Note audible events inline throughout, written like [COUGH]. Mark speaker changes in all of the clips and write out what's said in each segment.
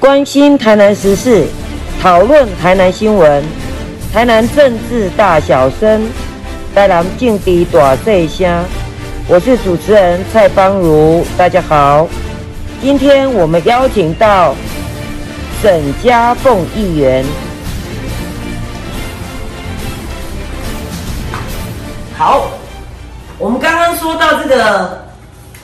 Speaker 1: 关心台南时事，讨论台南新闻，台南政治大小声，台南劲敌大细声。我是主持人蔡邦如，大家好。今天我们邀请到沈家凤议员。好，我们刚刚说到这个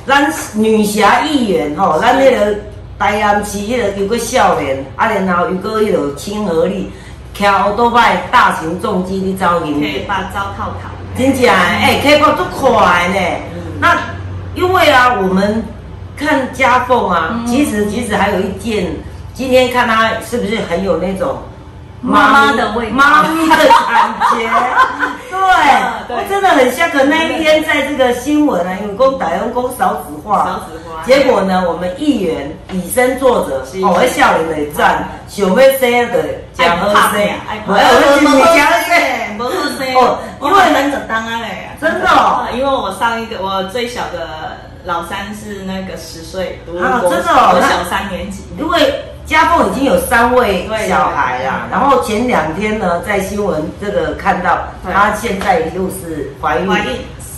Speaker 1: 咱女侠议员吼，咱迄个台南市迄个有个少年，啊，然后有个迄个亲和力，徛好多摆大型重机去走
Speaker 2: 可
Speaker 1: 人
Speaker 2: 以。把糟泡烤。
Speaker 1: 真假哎、开关都快呢。
Speaker 2: 嗯
Speaker 1: 那因为啊，我们看家凤啊，
Speaker 2: 嗯
Speaker 1: 其实其实还有一件，今天看她是不是很有那种
Speaker 2: 妈妈
Speaker 1: 咪
Speaker 2: 的味道
Speaker 1: 妈咪的感
Speaker 2: [LAUGHS]
Speaker 1: 觉。对，
Speaker 2: 嗯对
Speaker 1: 我真的很像。可那一天在这个新闻啊，有公打用公少子化，
Speaker 2: 少子化
Speaker 1: 结果呢，我们议员以身作则
Speaker 2: 是，
Speaker 1: 哦，笑脸的赞，小妹生的讲二声，
Speaker 2: 爱
Speaker 1: 我
Speaker 2: 拍
Speaker 1: 要哎我是你讲
Speaker 2: 不好吃
Speaker 1: 哦
Speaker 2: 哦，
Speaker 1: 因
Speaker 2: 因
Speaker 1: 为
Speaker 2: 为能整当啊嘞，
Speaker 1: 真的哦
Speaker 2: 啊因为我上一个我最小的老三是那个十岁，读
Speaker 1: 啊
Speaker 2: 国
Speaker 1: 真的哦
Speaker 2: 国
Speaker 1: 那
Speaker 2: 小三年级，
Speaker 1: 因为家凤已经有三位小孩啦，
Speaker 2: 对
Speaker 1: 然后前两天呢，在新闻这个看到，
Speaker 2: 对
Speaker 1: 她现在又是怀孕，
Speaker 2: 怀孕，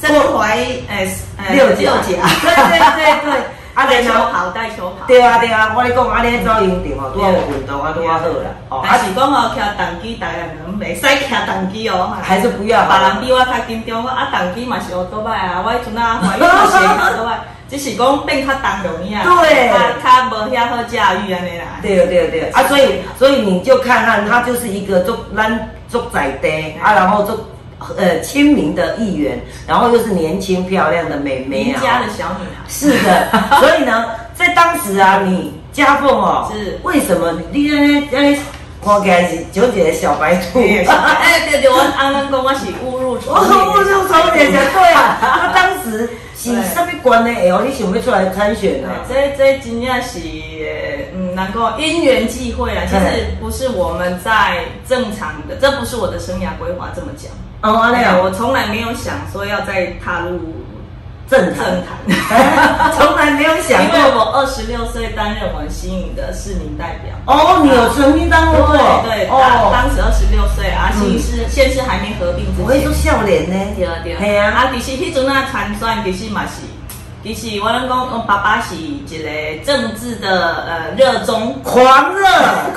Speaker 2: 生怀哎哎
Speaker 1: 嗯六啊
Speaker 2: 六
Speaker 1: [LAUGHS] 甲，
Speaker 2: 甲，
Speaker 1: 对对对 [LAUGHS] 对，啊，
Speaker 2: 带球
Speaker 1: 然后
Speaker 2: 跑带球跑，
Speaker 1: 对啊对啊，我跟你讲，啊，你做运动哦，拄好有运动啊，拄好好啦，哦，啊
Speaker 2: 但，是讲哦，徛单机大人人袂使徛单机哦，
Speaker 1: 还是不要
Speaker 2: [LAUGHS]
Speaker 1: 好
Speaker 2: 别
Speaker 1: 了
Speaker 2: 人比我较紧张，我啊单机嘛是学倒摆啊，我迄阵啊怀孕嘛是学倒摆，只是讲变较重容易啊，
Speaker 1: 对
Speaker 2: 较较无遐好驾驭安尼啦。
Speaker 1: 对对对，啊，所以所以你就看看他就是一个做咱做仔爹啊，然后做呃亲民的议员，然后又是年轻漂亮的美眉
Speaker 2: 邻
Speaker 1: 啊，
Speaker 2: 家的小女孩，
Speaker 1: 是
Speaker 2: [LAUGHS]
Speaker 1: 的，所以呢，在当时啊，你家凤哦，
Speaker 2: 是
Speaker 1: 为什么你那那看起来是九姐的小白兔？
Speaker 2: 哎，对对，我阿公讲我是误入
Speaker 1: [LAUGHS] 我
Speaker 2: 丛林，
Speaker 1: 我就从姐姐对
Speaker 2: [LAUGHS]
Speaker 1: 啊，那当时是什么关呢？哎呦，你想要出来参选啊呢？
Speaker 2: 对，这这真正是，呃嗯，能够因缘际会啊，其实不是我们在正常的，这不是我的生涯规划这么讲。
Speaker 1: 哦，安尼啊，
Speaker 2: 哎我从来没有想说要再踏入
Speaker 1: 正
Speaker 2: 政
Speaker 1: 常，
Speaker 2: 坛，
Speaker 1: [LAUGHS] 从来没有想
Speaker 2: 因为
Speaker 1: 过。
Speaker 2: 我二十六岁担任我们新营的市民代表。
Speaker 1: 哦，你有曾经当过
Speaker 2: 对啊对，当
Speaker 1: 哦，
Speaker 2: 当时二十六岁啊，新市县市还没合并之
Speaker 1: 我会
Speaker 2: 前
Speaker 1: 说，笑脸
Speaker 2: 对
Speaker 1: 呢。
Speaker 2: 对，
Speaker 1: 嘿啊
Speaker 2: 啊，其实迄阵啊参选，其实嘛是，其实我拢讲，我爸爸是一个政治的呃热衷，
Speaker 1: 狂热，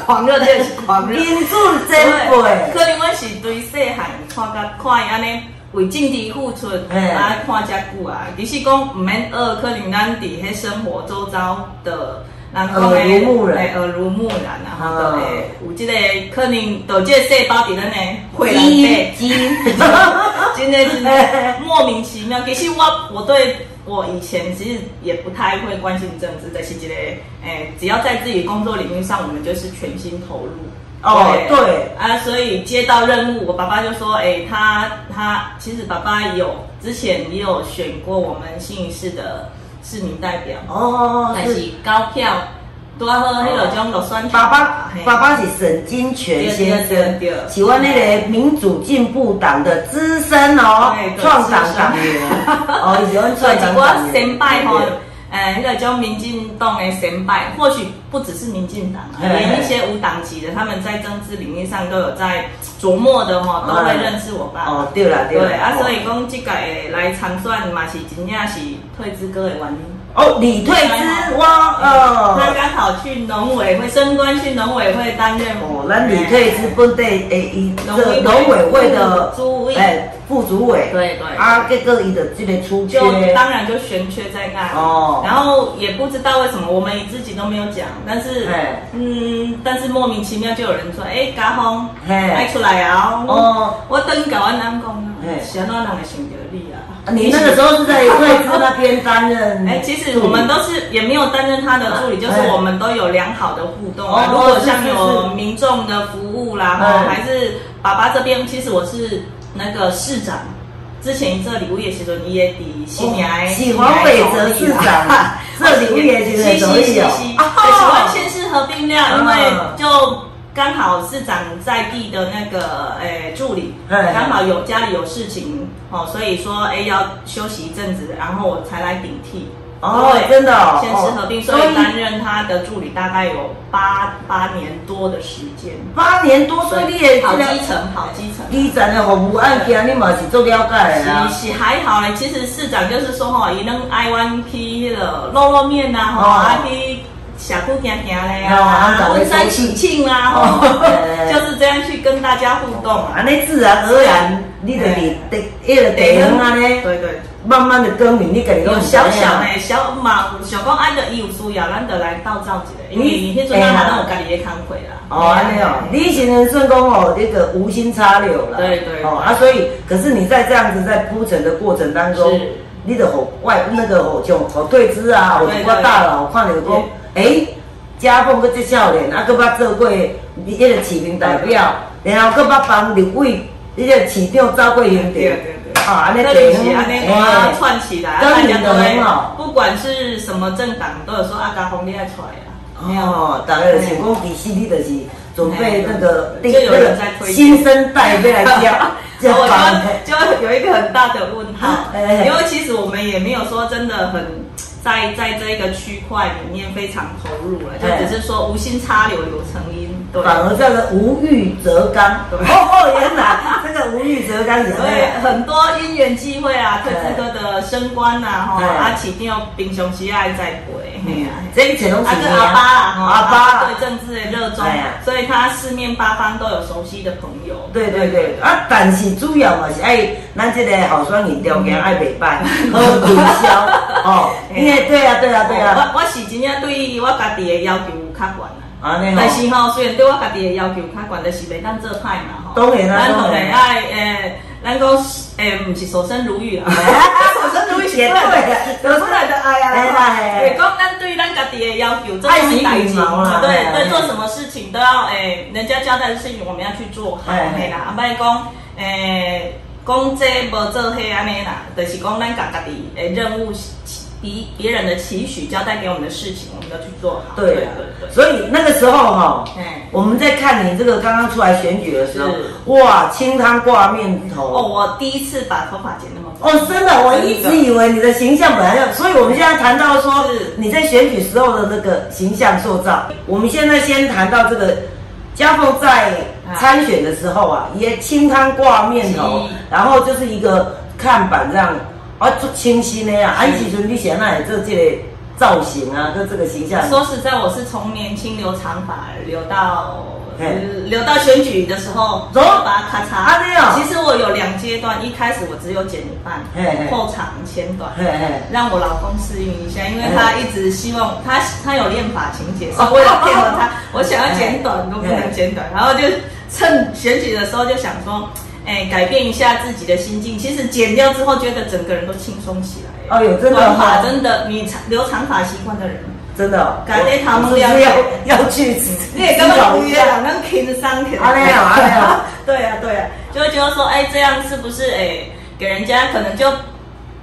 Speaker 2: 狂热的
Speaker 1: [LAUGHS]
Speaker 2: 狂
Speaker 1: 民主真贵。
Speaker 2: 可能我是对细汉看甲看伊安尼为政治付出，
Speaker 1: 嘿
Speaker 2: 啊看遮久啊。其实讲毋免学，可能咱伫迄生活周遭的，人讲的
Speaker 1: 耳濡目染
Speaker 2: 嘿耳濡目染啊，吼、
Speaker 1: 啊
Speaker 2: 就会有即、个可能，就即个细胞伫咱的血
Speaker 1: 基
Speaker 2: 内底。
Speaker 1: 基，
Speaker 2: [LAUGHS] 真的真的莫名其妙。其实我我对我以前其实也不太会关心政治，但是这个诶，只要在自己工作领域上，我们就是全心投入。
Speaker 1: 哦对
Speaker 2: 啊，所以接到任务，我爸爸就说，哎，他他其实爸爸有之前也有选过我们新一市的市民代表，
Speaker 1: 哦，
Speaker 2: 但
Speaker 1: 是哦
Speaker 2: 是高票多喝迄落种落选票
Speaker 1: 爸爸
Speaker 2: 嘿，
Speaker 1: 爸爸是沈金泉先生，喜欢那个民主进步党的资深哦，创党党员，哦，喜欢
Speaker 2: 所以
Speaker 1: 创党
Speaker 2: 一我
Speaker 1: 党员。
Speaker 2: 先拜吼，呃，迄个叫民进党的先拜，或许不只是民进党啊，
Speaker 1: 嘿
Speaker 2: 连一些无党籍的，他们在政治领域上都有在琢磨的吼，都会
Speaker 1: 嗯
Speaker 2: 认识我爸。
Speaker 1: 哦，对了对
Speaker 2: 对
Speaker 1: 了，
Speaker 2: 啊，所以讲即个来参选嘛是真正是退之歌的原因。
Speaker 1: 哦，李退之我
Speaker 2: 他
Speaker 1: 哦，
Speaker 2: 刚好去农委会升官，去农委会担任
Speaker 1: 哦，咱李退之本地诶，伊这农委会的哎副主委，
Speaker 2: 对对
Speaker 1: 啊，这个伊的这个出缺
Speaker 2: 就，当然就悬缺在那里。
Speaker 1: 哦
Speaker 2: 然后也不知道为什么，我们自己都没有讲，但是
Speaker 1: 哎，
Speaker 2: 嗯，但是莫名其妙就有人说，哎，家峰，
Speaker 1: 嘿
Speaker 2: 爱出来啊！
Speaker 1: 哦
Speaker 2: 哦，我等甲阮阿公啊
Speaker 1: 嘿，
Speaker 2: 想到人会想到你啊。
Speaker 1: 你那个时候是在退之那边担任，
Speaker 2: 哎，其实我们都是也没有担任他的助理，就是
Speaker 1: 嗯哎
Speaker 2: 我们都有良好的互动
Speaker 1: 哦
Speaker 2: 啊。如果像
Speaker 1: 是是
Speaker 2: 有民众的服务啦，
Speaker 1: 哎
Speaker 2: 哈，还是爸爸这边，其实我是那个市长。之前这里物业时阵，伊也伫新年的
Speaker 1: 哦喜欢伟泽市长
Speaker 2: [LAUGHS]
Speaker 1: 啊，这里也觉得容易有啊
Speaker 2: 是是是是对喜欢县市合并量，因为
Speaker 1: 嗯
Speaker 2: 就刚好市长在地的那个诶、助理，
Speaker 1: 嗯
Speaker 2: 刚好有家里有事情哦，所以说诶、要休息一阵子，然后我才来顶替。
Speaker 1: 哦
Speaker 2: 对
Speaker 1: 真的哦
Speaker 2: 县市合并，
Speaker 1: 哦
Speaker 2: 所
Speaker 1: 所以
Speaker 2: 以担任他的助理大概有八八年多的时间。
Speaker 1: 八年多，哦所以你也
Speaker 2: 好
Speaker 1: 这
Speaker 2: 基
Speaker 1: 个，
Speaker 2: 层，好基层。
Speaker 1: 你真的服务案件，你嘛是做了解的啊。
Speaker 2: 是是还好嘞，其实市长就是说吼，伊能爱湾去迄落露露面呐、吼，
Speaker 1: 哦
Speaker 2: 啊去社区行行嘞
Speaker 1: 哦啊
Speaker 2: 啊，
Speaker 1: 搞
Speaker 2: 婚
Speaker 1: 个
Speaker 2: 山
Speaker 1: 周
Speaker 2: 喜
Speaker 1: 庆
Speaker 2: 庆啊，吼
Speaker 1: 哦，
Speaker 2: 就是这样去跟大家互
Speaker 1: [LAUGHS]
Speaker 2: 动啊。
Speaker 1: 安尼自然而然，你就伫第一个地方安尼，
Speaker 2: 对对，
Speaker 1: 慢慢的耕耘，你家己
Speaker 2: 有
Speaker 1: 拢
Speaker 2: 小小嘞，小嘛，想讲按照伊有需要，咱就来道照一下，因为迄阵咱咱有家己的工课啦。
Speaker 1: 嗯
Speaker 2: 啊
Speaker 1: 哦，安尼哦，你以前算讲哦，这个无心插柳啦，
Speaker 2: 对对
Speaker 1: 哦啊，所以可是你在这样子在铺陈的过程当中
Speaker 2: 是，
Speaker 1: 你的吼外那个吼像吼对枝啊，吼
Speaker 2: 对对
Speaker 1: 一个大佬看着讲，诶，家凤佫即少年，啊，佫捌做过迄个市民代表，然后佫捌帮立委，迄个市长走过行程，
Speaker 2: 对对对
Speaker 1: 啊，安尼
Speaker 2: 那
Speaker 1: 地
Speaker 2: 里
Speaker 1: 方
Speaker 2: 是安尼
Speaker 1: 哎
Speaker 2: 啊，串起来，
Speaker 1: 跟
Speaker 2: 大
Speaker 1: 你哦
Speaker 2: 家
Speaker 1: 的
Speaker 2: 都
Speaker 1: 很
Speaker 2: 会
Speaker 1: 好，
Speaker 2: 不管是什么政党，都有说啊，甲红利爱出来啊。没有
Speaker 1: 哦，大概就是讲，其实你就是准备那个那
Speaker 2: 就有人
Speaker 1: 个
Speaker 2: 在推荐哦
Speaker 1: 新生代要来
Speaker 2: [LAUGHS]
Speaker 1: 加加
Speaker 2: 我
Speaker 1: 班。，
Speaker 2: 就就有一个很大的问号
Speaker 1: [LAUGHS] 哎
Speaker 2: 因为其实我们也没有说真的很在在这一个区块里面非常投入了，就
Speaker 1: 哎
Speaker 2: 只是说无心插柳柳成荫，对，
Speaker 1: 反而叫做无欲则刚。哦
Speaker 2: 对
Speaker 1: 哦，原来这个无欲则刚也
Speaker 2: 所以很多因缘际会啊，特志哥的升官呐，吼，
Speaker 1: 哎
Speaker 2: 啊，起定要平常时爱栽培，嘿啊。
Speaker 1: 这一切都是
Speaker 2: 啊，
Speaker 1: 你
Speaker 2: 跟阿巴啊啦，吼
Speaker 1: 阿啊巴啦
Speaker 2: 对政治的热衷
Speaker 1: 哎呀，
Speaker 2: 所以他四面八方都有熟悉的朋友。
Speaker 1: 对对对，啊，但是主要嘛是爱咱这个候选人条
Speaker 2: 嗯
Speaker 1: 件爱袂
Speaker 2: [LAUGHS]
Speaker 1: 歹，好推销哦。因为对啊对啊对啊，
Speaker 2: 我我是真正对我家己的要求有较悬啊啦。
Speaker 1: 安尼
Speaker 2: 但
Speaker 1: 吼，
Speaker 2: 是吼，虽然对我家己的要求较悬，但是袂当做歹嘛吼。
Speaker 1: 当然啊
Speaker 2: 咱
Speaker 1: 当
Speaker 2: 就
Speaker 1: 然
Speaker 2: 会爱诶，咱讲诶，毋是守身
Speaker 1: [LAUGHS]
Speaker 2: 如玉啊。守身如玉是
Speaker 1: 也
Speaker 2: 对 [LAUGHS] 的，
Speaker 1: 对，
Speaker 2: 出来的爱
Speaker 1: [LAUGHS] 哎呀
Speaker 2: 啊。
Speaker 1: 哎
Speaker 2: 对，
Speaker 1: 呀，
Speaker 2: 讲咱对咱家己的要求，这
Speaker 1: 爱
Speaker 2: 是
Speaker 1: 惜
Speaker 2: 代
Speaker 1: 羽
Speaker 2: 志
Speaker 1: 毛啦。
Speaker 2: 对
Speaker 1: 哎
Speaker 2: 对，做什么事情都要诶，人家交代的事情我们要去做好，
Speaker 1: 哎
Speaker 2: 嘿啦，啊，莫讲诶，讲这无做迄安尼啦，就是讲咱家家己诶任务。别别人的期许交代给我们的事情，我们要去做好。
Speaker 1: 对啊
Speaker 2: 对对，
Speaker 1: 所以那个时候哈、
Speaker 2: 对，哎。
Speaker 1: 我们在看你这个刚刚出来选举的时候
Speaker 2: 是，
Speaker 1: 哇，清汤挂面
Speaker 2: 哦，
Speaker 1: 头。
Speaker 2: 我第一次把头发剪那么短。
Speaker 1: 哦，真的，我一直以为你的形象本来要，所以我们现在谈到说
Speaker 2: 是
Speaker 1: 你在选举时候的那个形象塑造。我们现在先谈到这个，家凤在参选的时候啊，也清汤挂面头
Speaker 2: 是，
Speaker 1: 然后就是一个看板这样，啊，就清新的呀、啊。安吉纯你显然也做这个造型啊，跟这个形象。
Speaker 2: 说实在，我是从年轻留长发留到呃
Speaker 1: 嘿
Speaker 2: 留到选举的时候，
Speaker 1: 走
Speaker 2: 把它咔嚓。
Speaker 1: 啊这样
Speaker 2: 其实我有两阶段，一开始我只有剪一半
Speaker 1: 嘿嘿，
Speaker 2: 后长前短。
Speaker 1: 嘿嘿。
Speaker 2: 让我老公适应一下，因为他一直希望他他有练法情节，
Speaker 1: 哦
Speaker 2: 所以为了配合
Speaker 1: [LAUGHS]
Speaker 2: 他，我想要剪短都不能剪短，然后就趁选举的时候就想说，哎，改变一下自己的心境。其实剪掉之后，觉得整个人都轻松起来。
Speaker 1: 哦有真的
Speaker 2: 短
Speaker 1: 哦
Speaker 2: 发真的，你长留长发习惯的人，
Speaker 1: 真的、哦，
Speaker 2: 感谢他们
Speaker 1: 我是不是要要去吃，
Speaker 2: 你也根
Speaker 1: 思
Speaker 2: 本
Speaker 1: 考
Speaker 2: 不
Speaker 1: 一
Speaker 2: 约啊
Speaker 1: 下
Speaker 2: 了，那轻商甜。
Speaker 1: 啊没有啊没有
Speaker 2: [LAUGHS] 对啊对啊，就会觉得说，哎，这样是不是哎，给人家可能就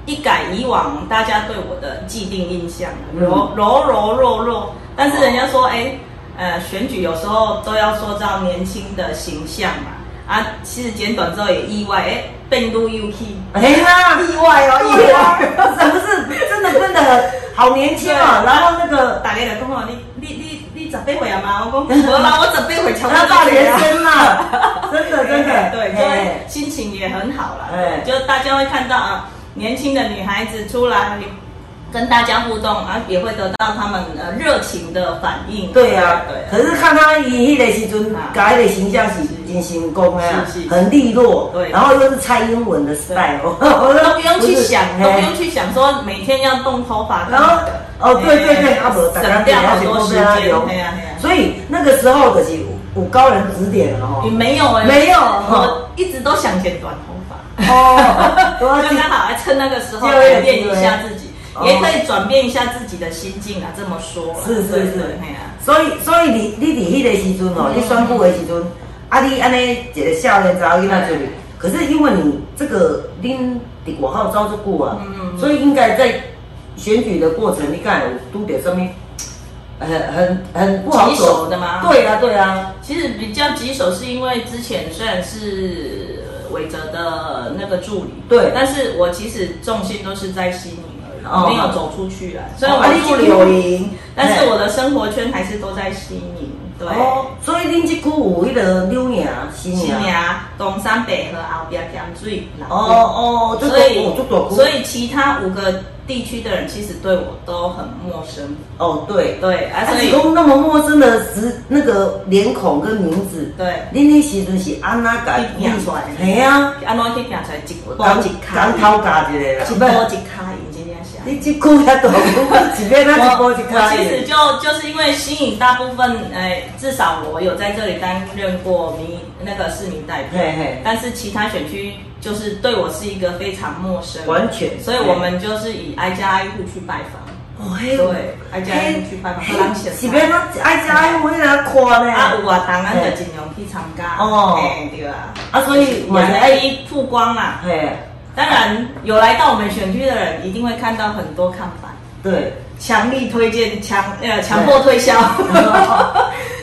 Speaker 2: 一改以往大家对我的既定印象，
Speaker 1: 嗯
Speaker 2: 柔柔柔弱弱，但是人家说，哎，呃，选举有时候都要塑造年轻的形象嘛，啊，其实剪短之后也意外，哎，变都 UK。
Speaker 1: 哎呀，意外哦，
Speaker 2: 对
Speaker 1: 意
Speaker 2: 啊
Speaker 1: 外，是不是真的真的很好年轻哦？
Speaker 2: 对啊
Speaker 1: 然后那个
Speaker 2: 大家就讲哦，你你你你十八岁啊嘛？我
Speaker 1: [LAUGHS]
Speaker 2: 讲无啦，我十八岁啊差不
Speaker 1: 要
Speaker 2: 多
Speaker 1: 大
Speaker 2: 这
Speaker 1: 学
Speaker 2: 样
Speaker 1: 生啦，真的真的，
Speaker 2: 啊对，就会
Speaker 1: 哎
Speaker 2: 心情也很好啦。
Speaker 1: 哎
Speaker 2: 对，就大家会看到啊，年轻的女孩子出来跟大家互动啊，也会得到他们呃热情的反应。
Speaker 1: 对呀
Speaker 2: 对啊，
Speaker 1: 可是看他伊迄个时阵，甲迄个形象是真成功的啊
Speaker 2: 是是
Speaker 1: 很利落，
Speaker 2: 对
Speaker 1: 然后又是蔡英文的 style，都
Speaker 2: 都不用去
Speaker 1: [LAUGHS]
Speaker 2: 想，都不用
Speaker 1: 去。
Speaker 2: 去想说每天要动头发
Speaker 1: 然
Speaker 2: 干嘛
Speaker 1: 后
Speaker 2: 的。
Speaker 1: 哦，对对对，
Speaker 2: 哎
Speaker 1: 阿伯，大家
Speaker 2: 省掉好多时间。
Speaker 1: 留
Speaker 2: 哎呀哎呀，
Speaker 1: 啊哦所以那个时候就是有高人指点了哈
Speaker 2: 你。没有哎，
Speaker 1: 没有
Speaker 2: 我一直都想剪短头发。 [LAUGHS]
Speaker 1: 哦， [LAUGHS] 我要
Speaker 2: 刚
Speaker 1: 去
Speaker 2: 刚好，趁那个时候
Speaker 1: 就有
Speaker 2: 改变一下自己
Speaker 1: 哦，
Speaker 2: 也可以转变一下自己的心境啊。这么说啦，
Speaker 1: 是是
Speaker 2: 对
Speaker 1: 是
Speaker 2: 对嘿啊
Speaker 1: 所以所以你你伫迄个时阵哦，
Speaker 2: 嗯
Speaker 1: 你宣布的时阵，啊你安尼一个少年查某囡仔出去
Speaker 2: 对，
Speaker 1: 可是因为你这个恁伫外口走足久啊，
Speaker 2: 嗯
Speaker 1: 所以应该在选举的过程，你敢有拄着什么很很很不好
Speaker 2: 棘手的吗
Speaker 1: 对啊对啊，
Speaker 2: 其实比较棘手，是因为之前虽然是呃伟哲的那个助理，
Speaker 1: 对
Speaker 2: 但是我其实重心都是在西宁而已。
Speaker 1: 哦
Speaker 2: 没有走出去了。虽然
Speaker 1: 啊，
Speaker 2: 我
Speaker 1: 你
Speaker 2: 住
Speaker 1: 是
Speaker 2: 柳
Speaker 1: 柳
Speaker 2: 营，
Speaker 1: 营，
Speaker 2: [LAUGHS] 但
Speaker 1: 嘿
Speaker 2: 是我的生活圈还是都在西宁。对，
Speaker 1: 哦，所以恁即区有迄个柳营、啊新
Speaker 2: 西
Speaker 1: 营
Speaker 2: 宁、，东山北河、后边江水。
Speaker 1: 哦哦，这
Speaker 2: 所以
Speaker 1: 大这大
Speaker 2: 所
Speaker 1: 以
Speaker 2: 以其他五个地区的人其实对我都很陌生。
Speaker 1: 哦对，
Speaker 2: 对，啊，
Speaker 1: 啊，
Speaker 2: 所
Speaker 1: 是
Speaker 2: 以
Speaker 1: 讲那么陌生的时那个脸孔跟名字，
Speaker 2: 对。
Speaker 1: 恁迄时阵是安那甲
Speaker 2: 去拼出来的
Speaker 1: 嘿啊，
Speaker 2: 安怎去行出来？一步
Speaker 1: 讲
Speaker 2: 一卡，
Speaker 1: 讲头家一个啦，
Speaker 2: 一步一卡，已经这样想。
Speaker 1: 你即句遐大，一边咱一
Speaker 2: 我
Speaker 1: 波一
Speaker 2: 我
Speaker 1: 开
Speaker 2: 其实就就是因为吸引大部分，呃，至少我有在这里担任过民那个市民代表，
Speaker 1: 嘿嘿，
Speaker 2: 但是其他选区就是对我是一个非常陌生，
Speaker 1: 完全，
Speaker 2: 所以我们就是以挨家挨户去拜访，
Speaker 1: 哦嘿，
Speaker 2: 对，挨家挨户去拜访，不然
Speaker 1: 嘿
Speaker 2: 显
Speaker 1: 啊是要咱爱食爱喝来看
Speaker 2: 啊
Speaker 1: 呢，
Speaker 2: 有啊，当然就尽量去参加，
Speaker 1: 哦
Speaker 2: 嘿对啦，
Speaker 1: 啊，所以
Speaker 2: 也
Speaker 1: 嘛是
Speaker 2: 可
Speaker 1: 爱
Speaker 2: 以曝光啦。
Speaker 1: 嘿，
Speaker 2: 当然，有来到我们选区的人，一定会看到很多看法，
Speaker 1: 对，
Speaker 2: 强力推荐、强呃强迫推 [LAUGHS] 销，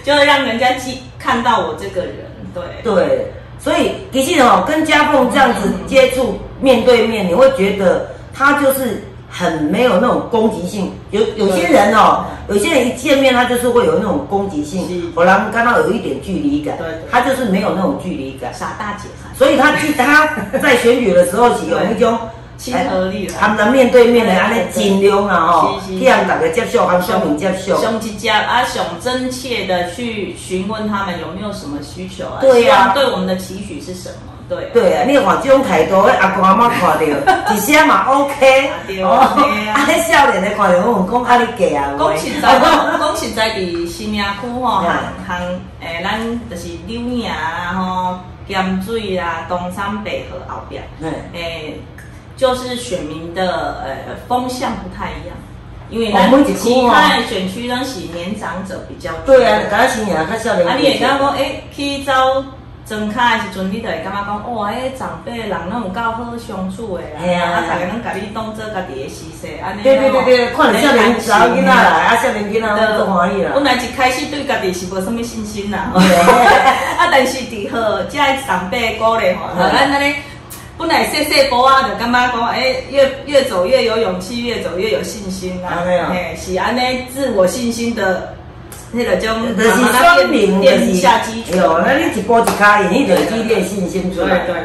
Speaker 2: 就是让人家记看到我这个人。对，
Speaker 1: 对，所以其实哦，跟家凤这样子接触面对面，你会觉得他就是很没有那种攻击性。有有些人哦，有些人一见面他就是会有那种攻击性
Speaker 2: 是，
Speaker 1: 我让看到有一点距离感
Speaker 2: 对对，
Speaker 1: 他就是没有那种距离感。
Speaker 2: 傻大姐嘛，
Speaker 1: 所以他去他在选举的时候
Speaker 2: [LAUGHS]
Speaker 1: 是有那种。
Speaker 2: 亲和力
Speaker 1: 他
Speaker 2: 啦，
Speaker 1: 们面对面的，安尼尽量啦吼，
Speaker 2: 是是
Speaker 1: 去让大家接受，让选民接受。
Speaker 2: 雄之家啊，雄真切的去询问他们有没有什么需求啊，
Speaker 1: 对呀
Speaker 2: 希望对我们的期许是什么？对，
Speaker 1: 对啊，你换这种态度，迄阿公阿妈看
Speaker 2: [LAUGHS]
Speaker 1: 到，一些嘛 OK，
Speaker 2: 啊对
Speaker 1: 哦 [LAUGHS]
Speaker 2: 嘿啊
Speaker 1: 啊，迄少年的看到，我们讲啊，你嫁啊，
Speaker 2: [LAUGHS] 讲
Speaker 1: [LAUGHS]
Speaker 2: 实在，讲实在，伫新营区吼，
Speaker 1: 嗯
Speaker 2: 行行诶，咱就是柳营啊吼、咸水啊、东山北河后壁，
Speaker 1: 嗯，
Speaker 2: 诶，就是选民的呃风向不太一样，因为
Speaker 1: 哦
Speaker 2: 咱
Speaker 1: 每一区
Speaker 2: 其
Speaker 1: 哦
Speaker 2: 他的选区咱是年长者比较多。
Speaker 1: 对啊，敢新人较少年，
Speaker 2: 啊，你会感觉讲，诶、去走庄卡的时阵，你就会感觉讲，哇、迄长辈人拢有够好相处的啦，
Speaker 1: 嘿啊
Speaker 2: 逐个拢甲你当做家己的施舍，安尼。
Speaker 1: 对对对
Speaker 2: 哎
Speaker 1: 对，看到少年少囡仔来，啊，少年囡仔拢都欢喜啦
Speaker 2: 本，来一开始对家己是无什么信心
Speaker 1: [LAUGHS]
Speaker 2: 啦，吼 [LAUGHS] 啊，但是伫好，即个长辈鼓励吼，
Speaker 1: 嗯
Speaker 2: 咱安尼本来细细步啊，就感觉讲，诶、越越走越有勇气，越走越有信心啦
Speaker 1: 安尼哦，
Speaker 2: 嘿、是安尼自我信心的，迄个种
Speaker 1: 就是说明，就
Speaker 2: 垫下基础
Speaker 1: 是，有，那你一步一卡，你就积累信心出
Speaker 2: 对
Speaker 1: 来。
Speaker 2: 对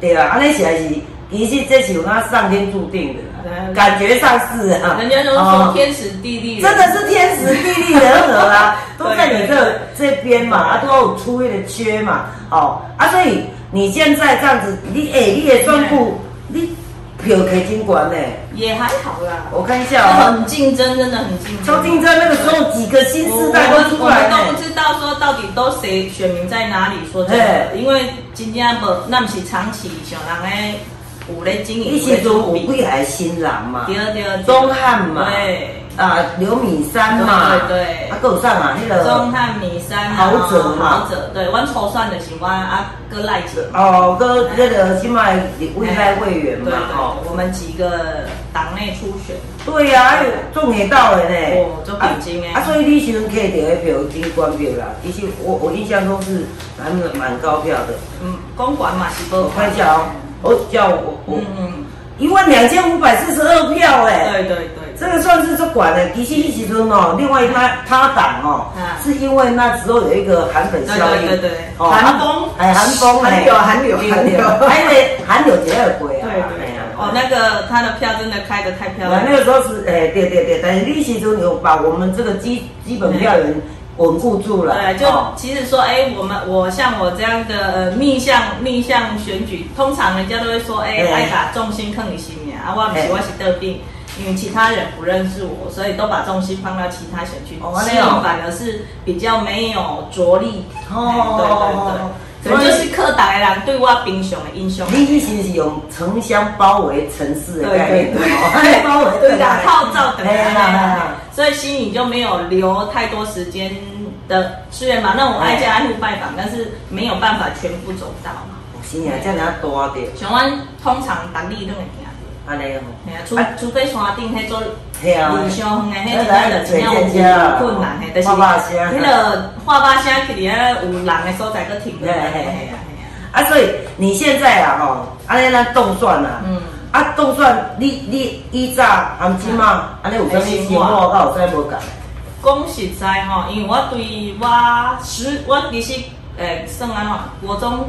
Speaker 2: 对。
Speaker 1: 对啊，安尼实在是，其实这是有那上天注定的啦，
Speaker 2: 对
Speaker 1: 感觉上是啊，
Speaker 2: 人家都
Speaker 1: 哦
Speaker 2: 说天时地利人
Speaker 1: 真的是天时地利人和啊，都在你
Speaker 2: [LAUGHS] 对
Speaker 1: 这这边嘛，啊，都要有出一个缺嘛，哦，啊，所以你现在这样子，你哎、你也算不，你票可以真管呢，
Speaker 2: 也还好啦，
Speaker 1: 我看一下
Speaker 2: [LAUGHS]
Speaker 1: 啊，
Speaker 2: 很竞争，真的很竞争。
Speaker 1: 周竞争那个时候几个新世代都出来
Speaker 2: 我们我们
Speaker 1: 呢
Speaker 2: 都不，知道说到底都谁选民在哪里。说真的，因为今天无，那不是长期像人诶有咧经营，
Speaker 1: 你是说有几个新人嘛
Speaker 2: 对，对，
Speaker 1: 钟汉嘛，
Speaker 2: 对，
Speaker 1: 啊，刘米山嘛，
Speaker 2: 对对对
Speaker 1: 啊，还有上啊，那个
Speaker 2: 钟汉、米山、
Speaker 1: 豪者嘛
Speaker 2: 豪者，对，阮初选的是阮啊哥赖姐，
Speaker 1: 哦，搁那个新麦未来委员
Speaker 2: 对
Speaker 1: 嘛
Speaker 2: 对，，
Speaker 1: 哦，
Speaker 2: 我们几个党内初选，
Speaker 1: 对呀、啊，还有中年到了呢，
Speaker 2: 哦足平静的
Speaker 1: 啊，所以你时阵客到的票已经关票啦，其实我我印象中是蛮蛮高票的，
Speaker 2: 嗯，公馆嘛是
Speaker 1: 我
Speaker 2: 无
Speaker 1: 看一下哦，我叫我我
Speaker 2: 嗯嗯，
Speaker 1: 一万两千五百四十二票哎、
Speaker 2: 对对对。
Speaker 1: 这个算是这管的，其实一时阵哦，另外他他党哦，
Speaker 2: 啊
Speaker 1: 是因为那时候有一个韩粉效应，
Speaker 2: 对对对对
Speaker 1: 哦
Speaker 2: 韩风
Speaker 1: 哎，韩风，哎
Speaker 3: 韩流韩流
Speaker 1: 韩流，
Speaker 3: 韩流
Speaker 1: 还以为韩流节有鬼啊，
Speaker 2: 对
Speaker 1: 哎
Speaker 2: 对
Speaker 1: 呀，
Speaker 2: 哦，那个他的票真的开的太漂
Speaker 1: 我
Speaker 2: 亮
Speaker 1: 那个
Speaker 2: 了，
Speaker 1: 时候是，哎、对对对，但是利息中有把我们这个基基本票源稳固住了，
Speaker 2: 对，呃就
Speaker 1: 哦
Speaker 2: 其实说，哎，我们我像我这样的呃逆向逆向选举，通常人家都会说，哎
Speaker 1: 对，
Speaker 2: 爱把重心放你心里啊，我不
Speaker 1: 对
Speaker 2: 是我是得病，因为其他人不认识我，所以都把重心放到其他选区
Speaker 1: 哦，
Speaker 2: 吸
Speaker 1: 这
Speaker 2: 引
Speaker 1: 样
Speaker 2: 反而是比较没有着力，
Speaker 1: 哦
Speaker 2: 哎对对对，可能就
Speaker 1: 所以
Speaker 2: 是客大的人对我平常的印象。
Speaker 1: 你利息是用城乡包围城市的概念，
Speaker 2: 对对
Speaker 1: 哦
Speaker 2: [LAUGHS] 对
Speaker 1: 包围
Speaker 2: 对啦，号召等
Speaker 1: 哎呀哎呀
Speaker 2: 等，所以心里就没有留太多时间的资源嘛。那我挨家挨户拜访，但是没有办法全部走到。
Speaker 1: 是啊，这样多的，
Speaker 2: 像阮通常当地都会行，
Speaker 1: 安尼哦，
Speaker 2: 嘿啊，除除非山顶迄种
Speaker 1: 嘿啊，
Speaker 2: 离伤远的，迄真正就真正有困难的，就是
Speaker 1: 花巴声啊
Speaker 2: 迄个花巴声去伫遐有人的所在，搁停落来。嘿啊嘿啊
Speaker 1: 啊，所以你现在啊，哦，安尼咱动算啊，
Speaker 2: 嗯，
Speaker 1: 啊，啊，就算你你以早含即嘛，安
Speaker 2: 哎
Speaker 1: 尼有啥物生活，甲有啥无共？
Speaker 2: 讲实在吼，因为我对我十，我其实诶、呃算安怎，国中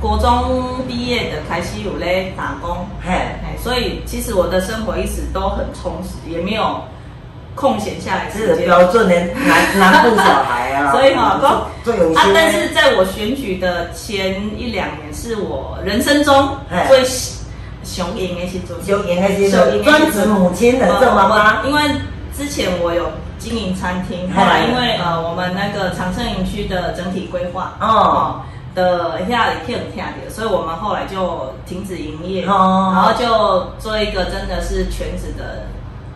Speaker 2: 国中毕业的开始有咧打工，
Speaker 1: 嘿，
Speaker 2: 哎，所以其实我的生活一直都很充实，也没有空闲下来
Speaker 1: 这
Speaker 2: 时
Speaker 1: 个
Speaker 2: 间。
Speaker 1: 标准的男男笨小孩啊，
Speaker 2: 所以哈讲
Speaker 1: 最有
Speaker 2: 啊
Speaker 1: 心，
Speaker 2: 但是在我选举的前一两年，是我人生中
Speaker 1: 哎
Speaker 2: 最雄赢的时阵。
Speaker 1: 就应该
Speaker 2: 雄
Speaker 1: 是
Speaker 2: 鹰
Speaker 1: 专职母亲的郑妈妈
Speaker 2: 呃，因为之前我有经营餐厅，
Speaker 1: 嗨
Speaker 2: 后来因为呃我们那个长盛营区的整体规划
Speaker 1: 哦
Speaker 2: 哦的下里片下的，所以我们后来就停止营业，
Speaker 1: 哦
Speaker 2: 然后就做一个真的是全职的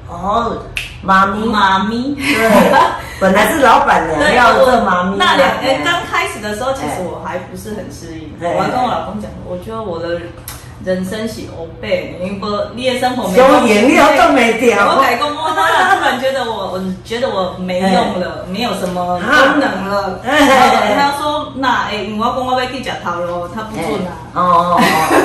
Speaker 1: 哦，妈咪，
Speaker 2: 妈咪。
Speaker 1: 对，本来是老板娘
Speaker 2: [LAUGHS] 对，
Speaker 1: 要
Speaker 2: 我
Speaker 1: 郑妈咪，
Speaker 2: 那两哎
Speaker 1: 哎
Speaker 2: 刚开始的时候，其
Speaker 1: 哎
Speaker 2: 实我还不是很适应。
Speaker 1: 哎
Speaker 2: 我还跟我老公讲，我觉得我的人生是欧贝，你不你的生活没
Speaker 1: 雄鹰你要
Speaker 2: 对
Speaker 1: 更没掉，
Speaker 2: 我改工，我突然突然觉得我，我觉得我没用了，没有什么功能了。
Speaker 1: 哎
Speaker 2: 然后他说：“那哎，我要讲我要去食头咯，他不
Speaker 1: 哎
Speaker 2: 准啊。
Speaker 1: 哦哦，哦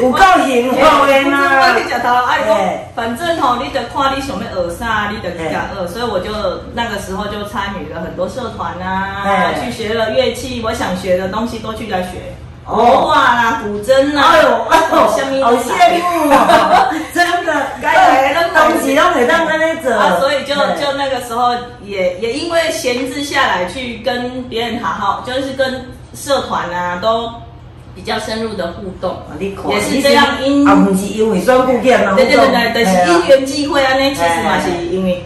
Speaker 1: 有够幸
Speaker 2: 哎”
Speaker 1: 福的
Speaker 2: 我去
Speaker 1: 呐，
Speaker 2: 食头，哎，
Speaker 1: 哎哎
Speaker 2: 我反正吼，你得看你想要学啥，你得去甲学。所以我就那个时候就参与了很多社团啊
Speaker 1: 哎，
Speaker 2: 去学了乐器，我想学的东西都去来学，
Speaker 1: 哦
Speaker 2: 国画啦、古筝啦，
Speaker 1: 哎呦，哎呦，好
Speaker 2: 什
Speaker 1: 羡
Speaker 2: 么
Speaker 1: 慕
Speaker 2: 啦
Speaker 1: 哦，真的，
Speaker 2: 该来的都来
Speaker 1: 东西都每当跟那走
Speaker 2: 啊，，所以就就那个时候也也因为闲置下来，去跟别人好好，就是跟社团啊都比较深入的互动
Speaker 1: 啊，你看
Speaker 2: 也是这样因
Speaker 1: 啊，不是因为选不见嘛，
Speaker 2: 对对对对，但是因
Speaker 1: 为
Speaker 2: 缘际会啊，那其实嘛
Speaker 1: 哎
Speaker 2: 是因为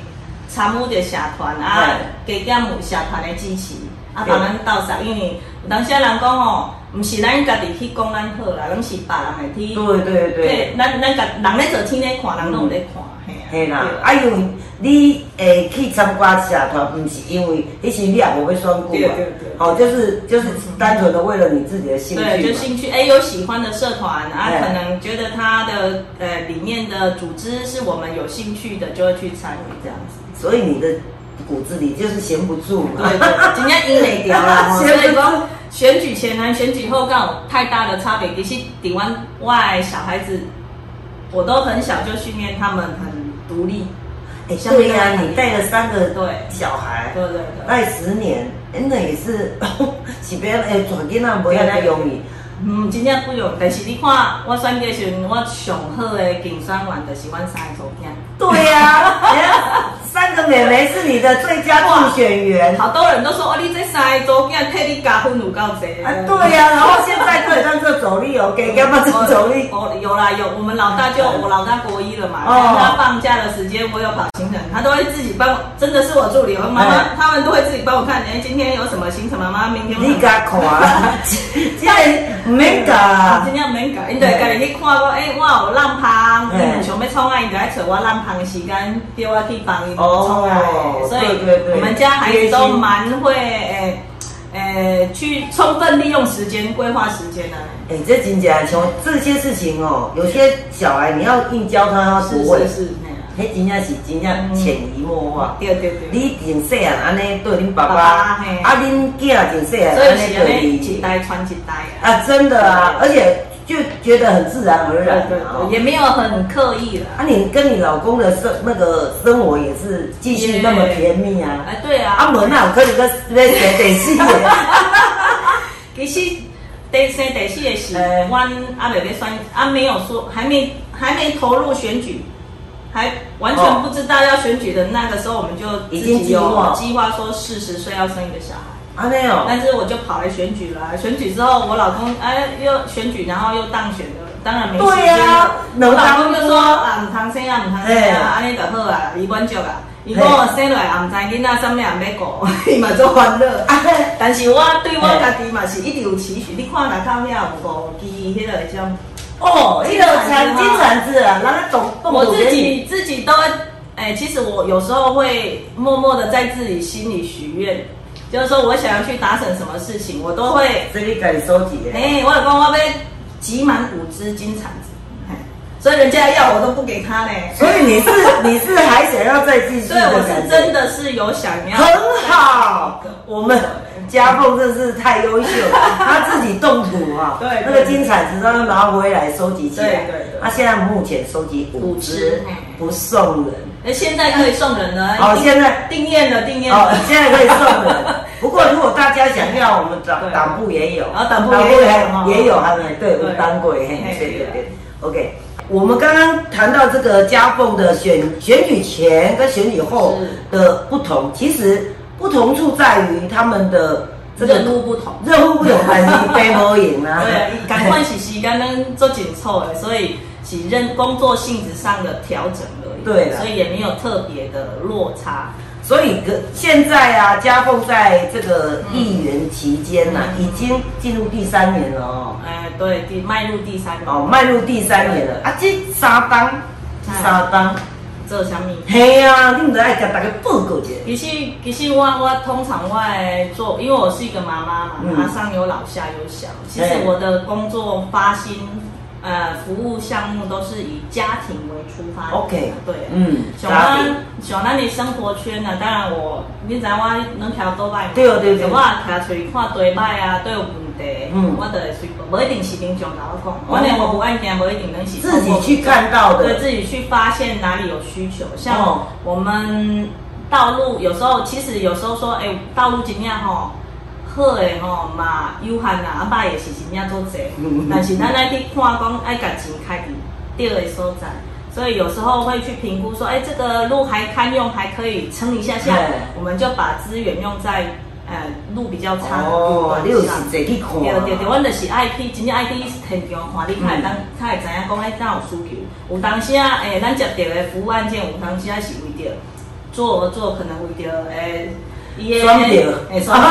Speaker 2: 参与着社团啊
Speaker 1: 哎，
Speaker 2: 给咱有社团的支持，啊，
Speaker 1: 对
Speaker 2: 帮咱斗相，因为有当时啊人讲吼，毋是咱家己去讲咱好啦，咱是别人的去，
Speaker 1: 对对对，，
Speaker 2: 咱咱家人咧做天咧看，人拢有咧看，
Speaker 1: 嘿
Speaker 2: 嘿
Speaker 1: 啦
Speaker 2: 啊，，
Speaker 1: 啊因为你诶去参加社团，不是因为迄时你也无要选
Speaker 2: 对
Speaker 1: 过
Speaker 2: 对
Speaker 1: 嘛
Speaker 2: 对，
Speaker 1: 哦，就是就是单纯的为了你自己的兴趣嘛，
Speaker 2: 对，就兴趣，哎，有喜欢的社团啊，
Speaker 1: 哎
Speaker 2: 可能觉得它的呃里面的组织是我们有兴趣的，就会去参与这样子。
Speaker 1: 所以你的骨子里就是闲不住嘛，
Speaker 2: 对对，真正因袂
Speaker 1: [LAUGHS]
Speaker 2: 掉啦，吼所
Speaker 1: 闲不住
Speaker 2: 以讲选举前和选举后，敢有太大的差别。其实台湾外小孩子，我都很小就训练他们很独立。
Speaker 1: 哎，对呀、你带了三个小孩，
Speaker 2: 对对对，
Speaker 1: 带十年，哎，那也是， [LAUGHS] 是别哎，转囡仔不要那容易，
Speaker 2: 嗯，真正不容易。但是你看，我选举时候，我上好的竞选员就是阮三个啊查某
Speaker 1: 对呀、 [LAUGHS] 人家三个妹妹是你的最佳助选员
Speaker 2: 囝，好多人都说哦，你这三个查某囝替你加分有够侪。
Speaker 1: 啊，对呀、然后现在可以当做走力哦，
Speaker 2: 嗯
Speaker 1: 给干嘛做走力？
Speaker 2: 哦，有啦有，我们老大就我老大国一了嘛，
Speaker 1: 哦
Speaker 2: 然后他放假的时间我有跑行程，他都会自己帮我，真的是我助理，我妈妈、
Speaker 1: 哎
Speaker 2: 他们都会自己帮我看，哎，今天有什么行程，妈妈明天有什么
Speaker 1: 你敢看啊？
Speaker 2: [LAUGHS]
Speaker 1: 这个没
Speaker 2: 啊
Speaker 1: 敢
Speaker 2: 真，正免搞，因就家己去看讲，哎，我有浪芳，
Speaker 1: 哎
Speaker 2: 嗯，想要创啊，因就爱找我浪芳的时间，叫我去帮伊
Speaker 1: 哦
Speaker 2: 创啊。哎所以
Speaker 1: 对对对
Speaker 2: 我们家孩子都蛮会，哎，哎，去充分利用时间，规划时间的、
Speaker 1: 哎、这真正像这些事情哦，有些小孩你要硬教他，他
Speaker 2: 是
Speaker 1: 不会，
Speaker 2: 是是，哎呀
Speaker 1: 那真正是真正潜移默化。
Speaker 2: 对对对。
Speaker 1: 你从细汉安尼对恁爸爸，
Speaker 2: 嗯爸爸嘿
Speaker 1: 啊恁囝从细汉
Speaker 2: 所以
Speaker 1: 安
Speaker 2: 是
Speaker 1: 尼
Speaker 2: 安
Speaker 1: 对
Speaker 2: 尼一
Speaker 1: 你，
Speaker 2: 代传一代啊。
Speaker 1: 啊真的啊，而且就觉得很自然而然啊、
Speaker 2: 也没有很刻意啦。
Speaker 1: 啊，你跟你老公的生那个生活也是继续那么甜蜜啊。
Speaker 2: 哎，对啊，
Speaker 1: 啊，门啊，可能个那谁得死
Speaker 2: [LAUGHS]
Speaker 1: 的，
Speaker 2: 其实第三、第四的是，
Speaker 1: 哎
Speaker 2: 阮阿妹在选，啊没有说，还没还没投入选举，还完全不知道要选举的那个时候，我们就自
Speaker 1: 已经
Speaker 2: 己
Speaker 1: 计划
Speaker 2: 有计划说四十岁要生一个小孩。
Speaker 1: 啊没有，
Speaker 2: 但是我就跑来选举了啊、选举之后我老公哎又选举，然后又当选了，当然没时间
Speaker 1: 对啊
Speaker 2: 我老
Speaker 1: 两
Speaker 2: 公就
Speaker 1: 当
Speaker 2: 说
Speaker 1: 多
Speaker 2: 啊，唔通生啊，唔通
Speaker 1: 哎
Speaker 2: 生啊，安尼就好啊，离阮足啊。伊讲我生落来也唔知囡仔啥物人要顾，伊嘛做烦恼。
Speaker 1: 啊
Speaker 2: 但是我对我家己嘛是一直有期许，你看人口遐有五支迄落种，
Speaker 1: [LAUGHS] 哦，一个产金产子啊，那个懂懂
Speaker 2: 我自己自己都哎、其实我有时候会默默的在自己心里许愿，就是说我想要去达成什么事情，我都会。
Speaker 1: 这里给你收集的，
Speaker 2: 哎、我有讲我要集满五只金铲子，嘿所以人家要我都不给他呢。
Speaker 1: 所以你是你是还想要再继续
Speaker 2: 所以
Speaker 1: 的
Speaker 2: 我
Speaker 1: 感觉
Speaker 2: 是真的是有想要，
Speaker 1: 很好，我们家凤真是太优
Speaker 2: [LAUGHS]
Speaker 1: 秀，他自己动土啊，
Speaker 2: 对对
Speaker 1: 那个金铲子让他拿回来收集起来
Speaker 2: 对对，对
Speaker 1: 他现在目前收集五
Speaker 2: 五
Speaker 1: 只
Speaker 2: 只嘿，
Speaker 1: 不送人。
Speaker 2: 哎，现在可以送人了。
Speaker 1: 好
Speaker 2: 已经
Speaker 1: 现在
Speaker 2: 定验了，定验
Speaker 1: 哦
Speaker 2: 了。，
Speaker 1: 现在可以送人。 [LAUGHS] 不过如果大家想要，我们党
Speaker 2: 对
Speaker 1: 党部也有，
Speaker 2: 啊党部也有哦
Speaker 1: 也有他们对
Speaker 2: 对
Speaker 1: 无党鬼，嘿，
Speaker 2: 嘿
Speaker 1: 对对对，OK。我们刚刚谈到这个家凤的选选举前跟选举后的不同，其实不同处在于他们的这个
Speaker 2: 任务不同
Speaker 1: 任务不同，但是被摸赢啊，
Speaker 2: [LAUGHS] 对，
Speaker 1: [LAUGHS]
Speaker 2: 赶快洗洗，刚刚做紧凑了，所以洗任工作性质上的调整而已。
Speaker 1: 对啦
Speaker 2: 所以也没有特别的落差。
Speaker 1: 所以个现在啊，家凤在这个议员期间呢、已经进入第三年了哦。
Speaker 2: 哎，对，第迈入第三
Speaker 1: 哦，迈入第三年了啊，这三档，这三档，
Speaker 2: 这啥物？
Speaker 1: 嘿啊，你们爱甲大家报告一下。
Speaker 2: 其实其实我我通常我会做，因为我是一个妈妈嘛，
Speaker 1: 嗯哎
Speaker 2: 妈上有老下有小。其实
Speaker 1: 对
Speaker 2: 我的工作发心，呃，服务项目都是以家庭为出发
Speaker 1: OK，
Speaker 2: 点对，
Speaker 1: 嗯，
Speaker 2: 像
Speaker 1: 家
Speaker 2: 咱
Speaker 1: 庭，
Speaker 2: 像咱的生活圈啊，当然我，你知我两条倒摆嘛，
Speaker 1: 对哦对对
Speaker 2: 我也徛出去看对摆啊，都有问题，
Speaker 1: 嗯哦
Speaker 2: 我就会随，无一定是民众甲我讲，我连我有案件，无一定拢是
Speaker 1: 自己去看到的
Speaker 2: 对自己去发现哪里有需求，
Speaker 1: 哦
Speaker 2: 像我们道路有时候，其实有时候说，哎、道路怎样吼？好的吼嘛，有限啦，阿爸也是真正做济
Speaker 1: 嗯嗯，
Speaker 2: 但是咱来去看讲，爱把钱开伫对的所在，所以有时候会去评估说，哎，这个路还堪用，还可以撑一下下
Speaker 1: 对，
Speaker 2: 我们就把资源用在呃路比较差的路
Speaker 1: 哦
Speaker 2: 段，
Speaker 1: 你有时
Speaker 2: 上。
Speaker 1: 坐去看
Speaker 2: 对对
Speaker 1: 啊，
Speaker 2: 对，阮就是爱去，真正爱去现场看，你才会当，
Speaker 1: 嗯
Speaker 2: 才会知影讲哎，哪有需求。有当时啊，诶，咱接到的服务案件，有当时啊是为着做而做，可能为着诶，伊的
Speaker 1: 双标
Speaker 2: 诶双标。 [LAUGHS]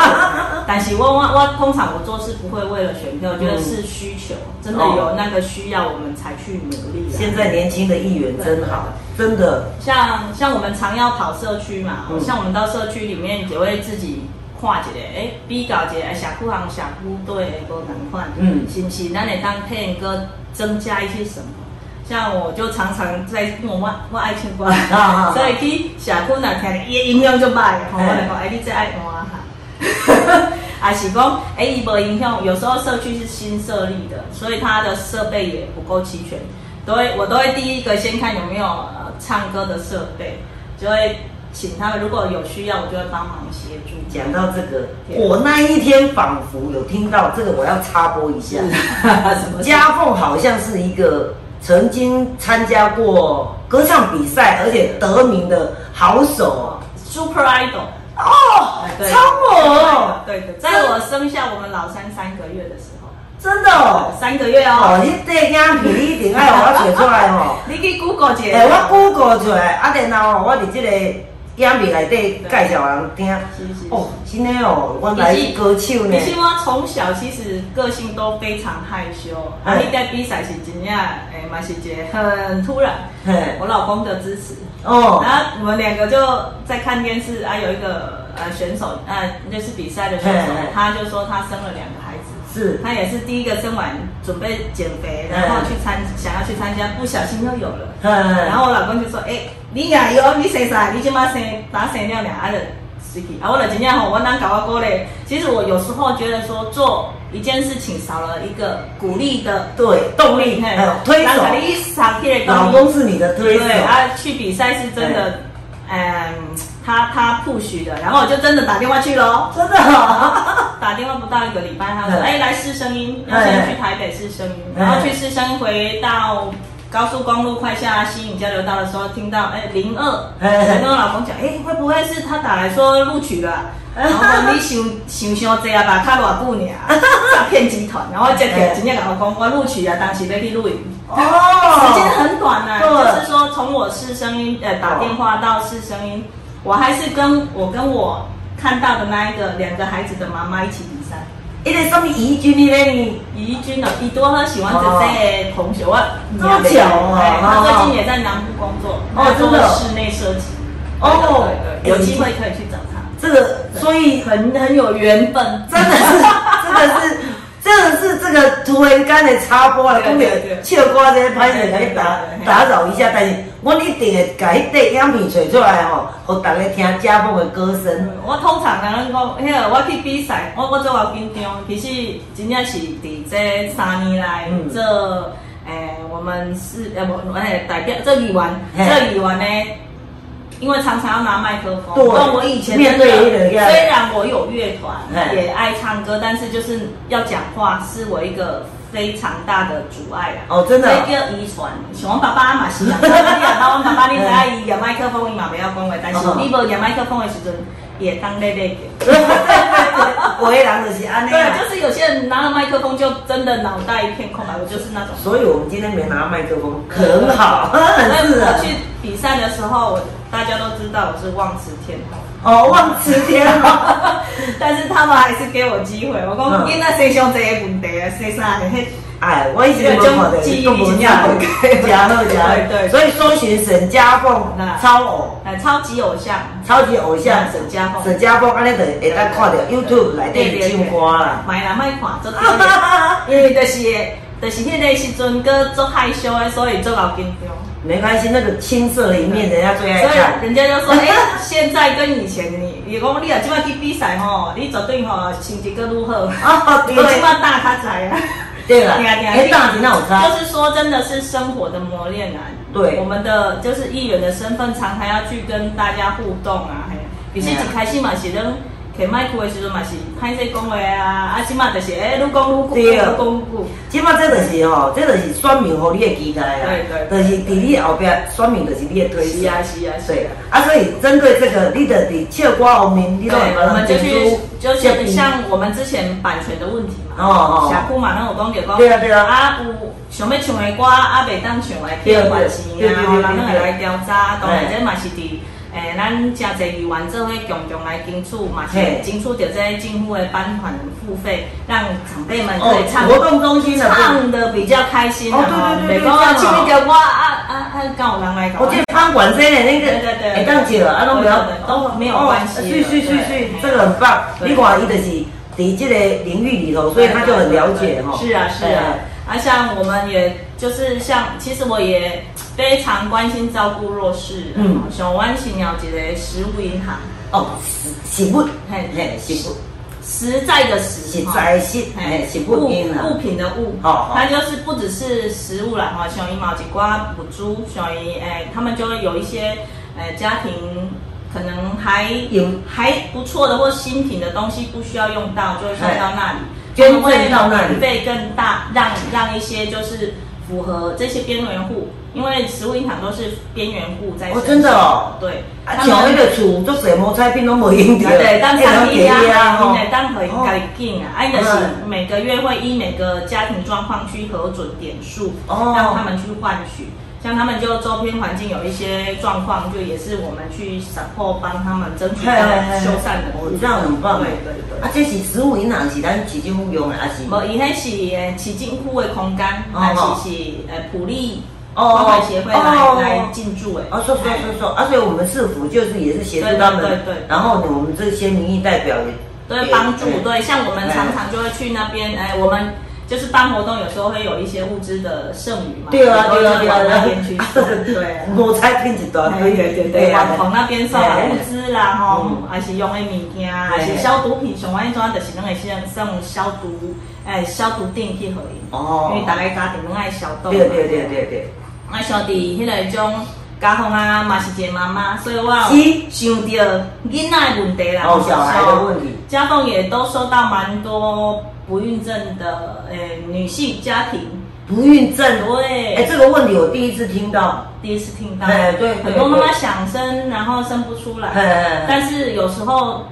Speaker 2: 但是我我我通常我做事不会为了选票，觉得
Speaker 1: 嗯
Speaker 2: 是需求，真的有那个需要，我们才去努力啊。
Speaker 1: 哦现在年轻的议员真好，真的，
Speaker 2: 像像我们常要跑社区嘛，
Speaker 1: 嗯
Speaker 2: 像我们到社区里面就会自己看一个，哎、比较一个，哎，社区行社区对的无同款，
Speaker 1: 嗯
Speaker 2: 是不是？咱会当配歌增加一些什么？像我就常常在因为我我爱唱歌，
Speaker 1: 啊啊
Speaker 2: 所以去社区若听到伊的音量就歹，吼，我就讲，哎、你这爱换哈。 [LAUGHS] 啊，是讲，哎，伊无影响。有时候社区是新设立的，所以它的设备也不够齐全，都会我都会第一个先看有没有呃唱歌的设备，就会请他们如果有需要，我就会帮忙协助。
Speaker 1: 讲到这个，
Speaker 2: 对
Speaker 1: 我那一天仿佛有听到这个，我要插播一下。啊
Speaker 2: [LAUGHS] 什么
Speaker 1: 家凤好像是一个曾经参加过歌唱比赛，而且得名的好手
Speaker 2: Super Idol？
Speaker 1: 啊哦，
Speaker 2: 对
Speaker 1: 超模，
Speaker 2: 对的，在我生下我们老三三个月的时候，
Speaker 1: 真的哦。
Speaker 2: 三个月
Speaker 1: 哦，
Speaker 2: 哦，
Speaker 1: 你这样比你一定爱我写出来
Speaker 2: [LAUGHS]
Speaker 1: 吼。
Speaker 2: 你去 Google 一下
Speaker 1: 诶，哎我 Google 出来，啊，然后我伫即个影片内底介绍人听
Speaker 2: 是是。
Speaker 1: 哦，真的哦，原来是歌手呢
Speaker 2: 你。是我从小其实个性都非常害羞，
Speaker 1: 哎
Speaker 2: 啊，你在比赛是真正，哎、嘛是一个很突然，
Speaker 1: 嘿，
Speaker 2: 我老公的支持，
Speaker 1: 哦，
Speaker 2: 然后我们两个就在看电视啊，有一个呃选手，呃，就是比赛的选手
Speaker 1: 嘿嘿，
Speaker 2: 他就说他生了两个孩子，
Speaker 1: 是
Speaker 2: 他也是第一个生完准备减肥，
Speaker 1: 嗯
Speaker 2: 然后去参想要去参加，不小心又有了，
Speaker 1: 嗯嗯嗯
Speaker 2: 然后我老公就说，哎、你也有你生啥？你今嘛生打生了两啊的。水去啊，我了今天吼，我难搞啊过嘞。其实我有时候觉得说，做一件事情少了一个鼓励的
Speaker 1: 对，动力，
Speaker 2: 嘿
Speaker 1: 嗯推手，
Speaker 2: 人给你上去的动力
Speaker 1: 老公是你的推手
Speaker 2: 对。啊，去比赛是真的，嗯，他他 push 的，然后我就真的打电话去喽。
Speaker 1: 真的哦，
Speaker 2: 打电话不到一个礼拜，他说：“
Speaker 1: 嗯
Speaker 2: 哎，来试声音，要
Speaker 1: 嗯
Speaker 2: 先去台北试声音，
Speaker 1: 嗯
Speaker 2: 然后去试声音，回到高速公路快下西引交流道的时候，听到哎零二，
Speaker 1: 嗯
Speaker 2: 我跟我老公讲，哎，会不会是他打来说录取了？然后你想想想这样吧，卡偌久呢？诈骗集团，然后这个
Speaker 1: 嗯
Speaker 2: 真正跟我讲，我录取啊，当时要去录影。时间
Speaker 1: 哦，
Speaker 2: 很短呐、
Speaker 1: 对
Speaker 2: 就是说从我试声音，呃，打电话到试声音，我还是跟我跟我看到的那一个两个孩子的妈妈一起比赛。
Speaker 1: 一个什么怡君的呢？
Speaker 2: 怡君呢，伊多和喜欢姐姐的同学，我
Speaker 1: 这么巧哦
Speaker 2: 哎
Speaker 1: 哦
Speaker 2: 他最近也在南部工作，
Speaker 1: 哦真的
Speaker 2: 他做室内设计。
Speaker 1: 哦
Speaker 2: 对对对有机会可以去找他，
Speaker 1: 这个，所以
Speaker 2: 很很有缘分。
Speaker 1: 真的是，真的是。真的是这个突然间的插播啦，
Speaker 2: 对
Speaker 1: 讲
Speaker 2: 对对
Speaker 1: 着唱歌这歹势，甲你打
Speaker 2: 对对对
Speaker 1: 打扰一下，但是我一定会甲迄块影片找出来吼，互大家听家风的歌
Speaker 2: [LAUGHS]
Speaker 1: 声。
Speaker 2: 我通常人咱讲，迄个我去比赛，我我做偌紧张，其实真正是伫这三年来
Speaker 1: 嗯
Speaker 2: 做，诶、我们是呃不诶代表这议员，
Speaker 1: 嘿
Speaker 2: 这议员呢，因为常常要拿麦克风，
Speaker 1: 对
Speaker 2: 但我以前
Speaker 1: 面
Speaker 2: 真的
Speaker 1: 对那个要
Speaker 2: 虽然我有乐团，
Speaker 1: 嘿
Speaker 2: 也爱唱歌，但是就是要讲话是我一个非常大的阻碍啊。
Speaker 1: 哦，真的
Speaker 2: 这叫遗传，像阮爸爸嘛
Speaker 1: [LAUGHS]
Speaker 2: 是啊，阮爸爸你知影伊拿麦克风伊嘛袂晓讲话，但是
Speaker 1: 嗯
Speaker 2: 你无拿麦克风的时阵，也当咧咧
Speaker 1: 对对对，为人就是安尼
Speaker 2: 对，
Speaker 1: 啊。
Speaker 2: 就是有些人拿了麦克风就真的脑袋一片空白，我就是那种。
Speaker 1: 所以我们今天没拿麦克风，很
Speaker 2: [LAUGHS]
Speaker 1: 好，很
Speaker 2: 所以
Speaker 1: 自
Speaker 2: 我
Speaker 1: 然。
Speaker 2: 去比赛的时候，我大家都知道我是忘词天后， [LAUGHS]
Speaker 1: 哦，忘词天后，
Speaker 2: 但是他们还是给我机会。我
Speaker 1: 嗯
Speaker 2: 讲，囡仔生上这个问题啊，生啥的，嘿
Speaker 1: 哎，我一直没看到，都无影
Speaker 2: 对
Speaker 1: 无 [LAUGHS] 假好假好。
Speaker 2: 对对
Speaker 1: 所以搜寻沈家凤
Speaker 2: 那
Speaker 1: 超偶。
Speaker 2: 哎，超级偶像，
Speaker 1: 超级偶像
Speaker 2: 沈家凤
Speaker 1: 沈家凤安尼就会当看到 YouTube 内底有唱歌啦。
Speaker 2: 买啦卖款，做这个。
Speaker 1: [LAUGHS]
Speaker 2: 因为就是就是迄个时阵，搁做害羞的，所以做老紧张。
Speaker 1: 没关系，那个青涩的一面人家最爱
Speaker 2: 所以
Speaker 1: 看。
Speaker 2: 人家就
Speaker 1: [LAUGHS]
Speaker 2: 说，哎、现在跟以前你，你讲你啊，即摆去比赛吼，你绝对吼成绩搁如何？
Speaker 1: 哦，
Speaker 2: [LAUGHS] 你
Speaker 1: 对
Speaker 2: 即摆大咖仔啊！
Speaker 1: 对
Speaker 2: [LAUGHS]
Speaker 1: 了，
Speaker 2: 对啊对啊
Speaker 1: 哎，大姐那我差，
Speaker 2: 就是说，真的是生活的磨练啊。
Speaker 1: 对
Speaker 2: 我们的就是议员的身份，常常要去跟大家互动啊。嘿其实一开始嘛是咱开麦克的时阵嘛是歹势讲话啊，啊即嘛就是哎，愈讲愈久，愈
Speaker 1: 对
Speaker 2: 讲愈久。
Speaker 1: 即马这就是吼，这就是选民和你的期待啦，
Speaker 2: 对
Speaker 1: 就是伫你后壁选民就是你的推
Speaker 2: 是
Speaker 1: 荐。
Speaker 2: 啊是啊是
Speaker 1: 对
Speaker 2: 啊。
Speaker 1: 啊，所以针对这个，你的伫唱歌方面，你
Speaker 2: 对
Speaker 1: 都会，
Speaker 2: 我们就去，就
Speaker 1: 这边
Speaker 2: 是像我们之前版权的问题嘛，
Speaker 1: 哦哦
Speaker 2: 小库嘛，那有讲着讲，
Speaker 1: 对啊对啊
Speaker 2: 啊有想要唱的歌，啊袂当唱的去罚钱
Speaker 1: 对对对对对哎
Speaker 2: 啊，吼，咱们会来调查，当然
Speaker 1: 嘿
Speaker 2: 这嘛是伫。诶，咱真侪议员做伙共同来争取嘛，是
Speaker 1: 嘿
Speaker 2: 争取着这政府的版款付费，让长辈们可以
Speaker 1: 哦，
Speaker 2: 唱
Speaker 1: 活动中心的部分。
Speaker 2: 唱的比较开心
Speaker 1: 哦
Speaker 2: 啊，
Speaker 1: 对对对对
Speaker 2: 袂讲啊
Speaker 1: 这样哦
Speaker 2: 唱一条歌啊啊啊，敢有人来搞
Speaker 1: 我
Speaker 2: 我
Speaker 1: 这潘管这的那个，
Speaker 2: 对对对
Speaker 1: 会当解啊，都没有，对对对对，这个很棒。你看，伊就是在这个领域里头，所以他就很了解哈。哎
Speaker 2: 是啊，是啊。啊，像我们也就是像，其实我也非常关心照顾弱势人。
Speaker 1: 嗯
Speaker 2: 嗯，像阮新了一个食物银行，
Speaker 1: 哦，食物，嘿，食物，
Speaker 2: 实在的实，
Speaker 1: 实
Speaker 2: 哈
Speaker 1: 在是，嘿，食物因啊，
Speaker 2: 物品的物，
Speaker 1: 哦哦
Speaker 2: 它就是不只是食物啦，哈，像一毛几瓜补助，像一哎，他们就会有一些呃家庭可能还
Speaker 1: 有
Speaker 2: 还不错的或新品的东西不需要用到，就会送到那里，
Speaker 1: 捐赠到那里
Speaker 2: 准备更大，让让一些就是符合这些边缘户，因为食物银行都是边缘户在
Speaker 1: 哦
Speaker 2: 申，
Speaker 1: 真的
Speaker 2: 请
Speaker 1: 哦，
Speaker 2: 对，
Speaker 1: 啊，像那个厝做什么菜品都没用到，
Speaker 2: 对，当产医啊，因
Speaker 1: 吼
Speaker 2: 为当回家己进啊，哎，就是
Speaker 1: 哦嗯
Speaker 2: 每个月会依每个家庭状况去核准点数，
Speaker 1: 哦
Speaker 2: 让他们去换取。像他们就周边环境有一些状况，就也是我们去 support 帮他们争取
Speaker 1: 嘿
Speaker 2: 到
Speaker 1: 嘿嘿
Speaker 2: 修缮的部
Speaker 1: 哦
Speaker 2: 分。
Speaker 1: 这样很棒
Speaker 2: 对对对。
Speaker 1: 啊，这是食物银行是咱市政府用的，还是？
Speaker 2: 无，伊迄是呃诶市政府的空间，
Speaker 1: 哦
Speaker 2: 还是是诶普利
Speaker 1: 哦
Speaker 2: 关怀协会来
Speaker 1: 哦
Speaker 2: 来进驻诶。哎
Speaker 1: 啊，说说说说，啊，所以我们市府就是也是协助
Speaker 2: 对对
Speaker 1: 他们，
Speaker 2: 对对
Speaker 1: 然后呢，我们这些民意代表也
Speaker 2: 都会帮助
Speaker 1: 也。
Speaker 2: 对，像我们常常就会去那边，哎，我们就是办活动，有时候会有一些物资的剩余嘛，
Speaker 1: 对啊，
Speaker 2: 我们
Speaker 1: 对啊，
Speaker 2: 就会
Speaker 1: 对
Speaker 2: 往
Speaker 1: 啊，
Speaker 2: 那
Speaker 1: [LAUGHS]
Speaker 2: 边去送，对啊。哎
Speaker 1: 我才变一大堆，
Speaker 2: 对对对对，往从那边送啦
Speaker 1: 哎
Speaker 2: 物资啦吼
Speaker 1: 啊嗯，
Speaker 2: 还是用的物件，还
Speaker 1: 哎
Speaker 2: 是消毒品，像我迄阵就是咱会先送消毒，哎，消毒垫去互伊，
Speaker 1: 哦
Speaker 2: 因为大家家庭拢爱消毒嘛。
Speaker 1: 对啊对对对对，
Speaker 2: 我想伫啊迄个种家访啊，嘛是一个妈妈，所以我有
Speaker 1: 是
Speaker 2: 想着囡仔的问题啦，
Speaker 1: 哦小孩的问题
Speaker 2: 家访也都收到蛮多不孕症的诶、女性家庭，
Speaker 1: 不孕症，
Speaker 2: 对，
Speaker 1: 哎，这个问题我第一次听到，
Speaker 2: 第一次听到，
Speaker 1: 哎对对
Speaker 2: 很多妈妈想生，然后生不出来，
Speaker 1: 哎哎哎
Speaker 2: 但是有时候。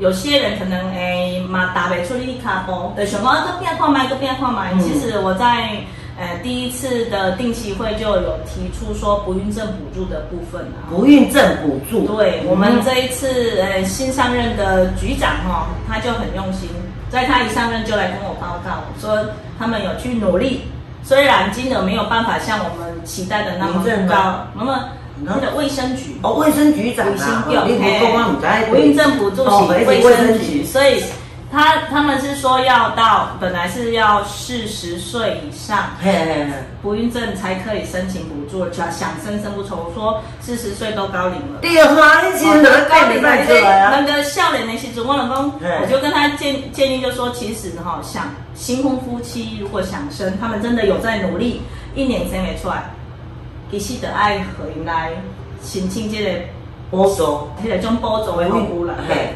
Speaker 2: 有些人可能哎诶嘛打不出力卡波，对，想讲个变看麦，个变看麦。
Speaker 1: 嗯
Speaker 2: 其实我在呃第一次的定期会就有提出说不孕症补助的部分啊。
Speaker 1: 不孕症补助，
Speaker 2: 对
Speaker 1: 嗯
Speaker 2: 我们这一次呃新上任的局长哦，他就很用心，在他一上任就来跟我报告说他们有去努力，虽然金额没有办法像我们期待的那么
Speaker 1: 民政
Speaker 2: 高
Speaker 1: 吗，
Speaker 2: 那么那个卫生局
Speaker 1: 哦，卫生局长
Speaker 2: 卫生
Speaker 1: 啊，
Speaker 2: 局
Speaker 1: 你不讲我们在哦
Speaker 2: 不孕症补助是卫生局，所以他他们是说要到本来是要四十岁以上，
Speaker 1: 嘿嘿嘿，
Speaker 2: 不孕症才可以申请补助，想想生生不愁。我说四十岁都高龄了。
Speaker 1: 对啊，你其实哪个概念带出来
Speaker 2: [LAUGHS] 那
Speaker 1: 啊？
Speaker 2: 个笑脸的时阵，我老公
Speaker 1: 嘿
Speaker 2: 我就跟他建建议，就说其实哈、想新婚夫妻如果想生，他们真的有在努力，一年生没出来，其实得爱回来申请这个
Speaker 1: 我说，
Speaker 2: 迄个种步骤的服务啦，
Speaker 1: 嘿，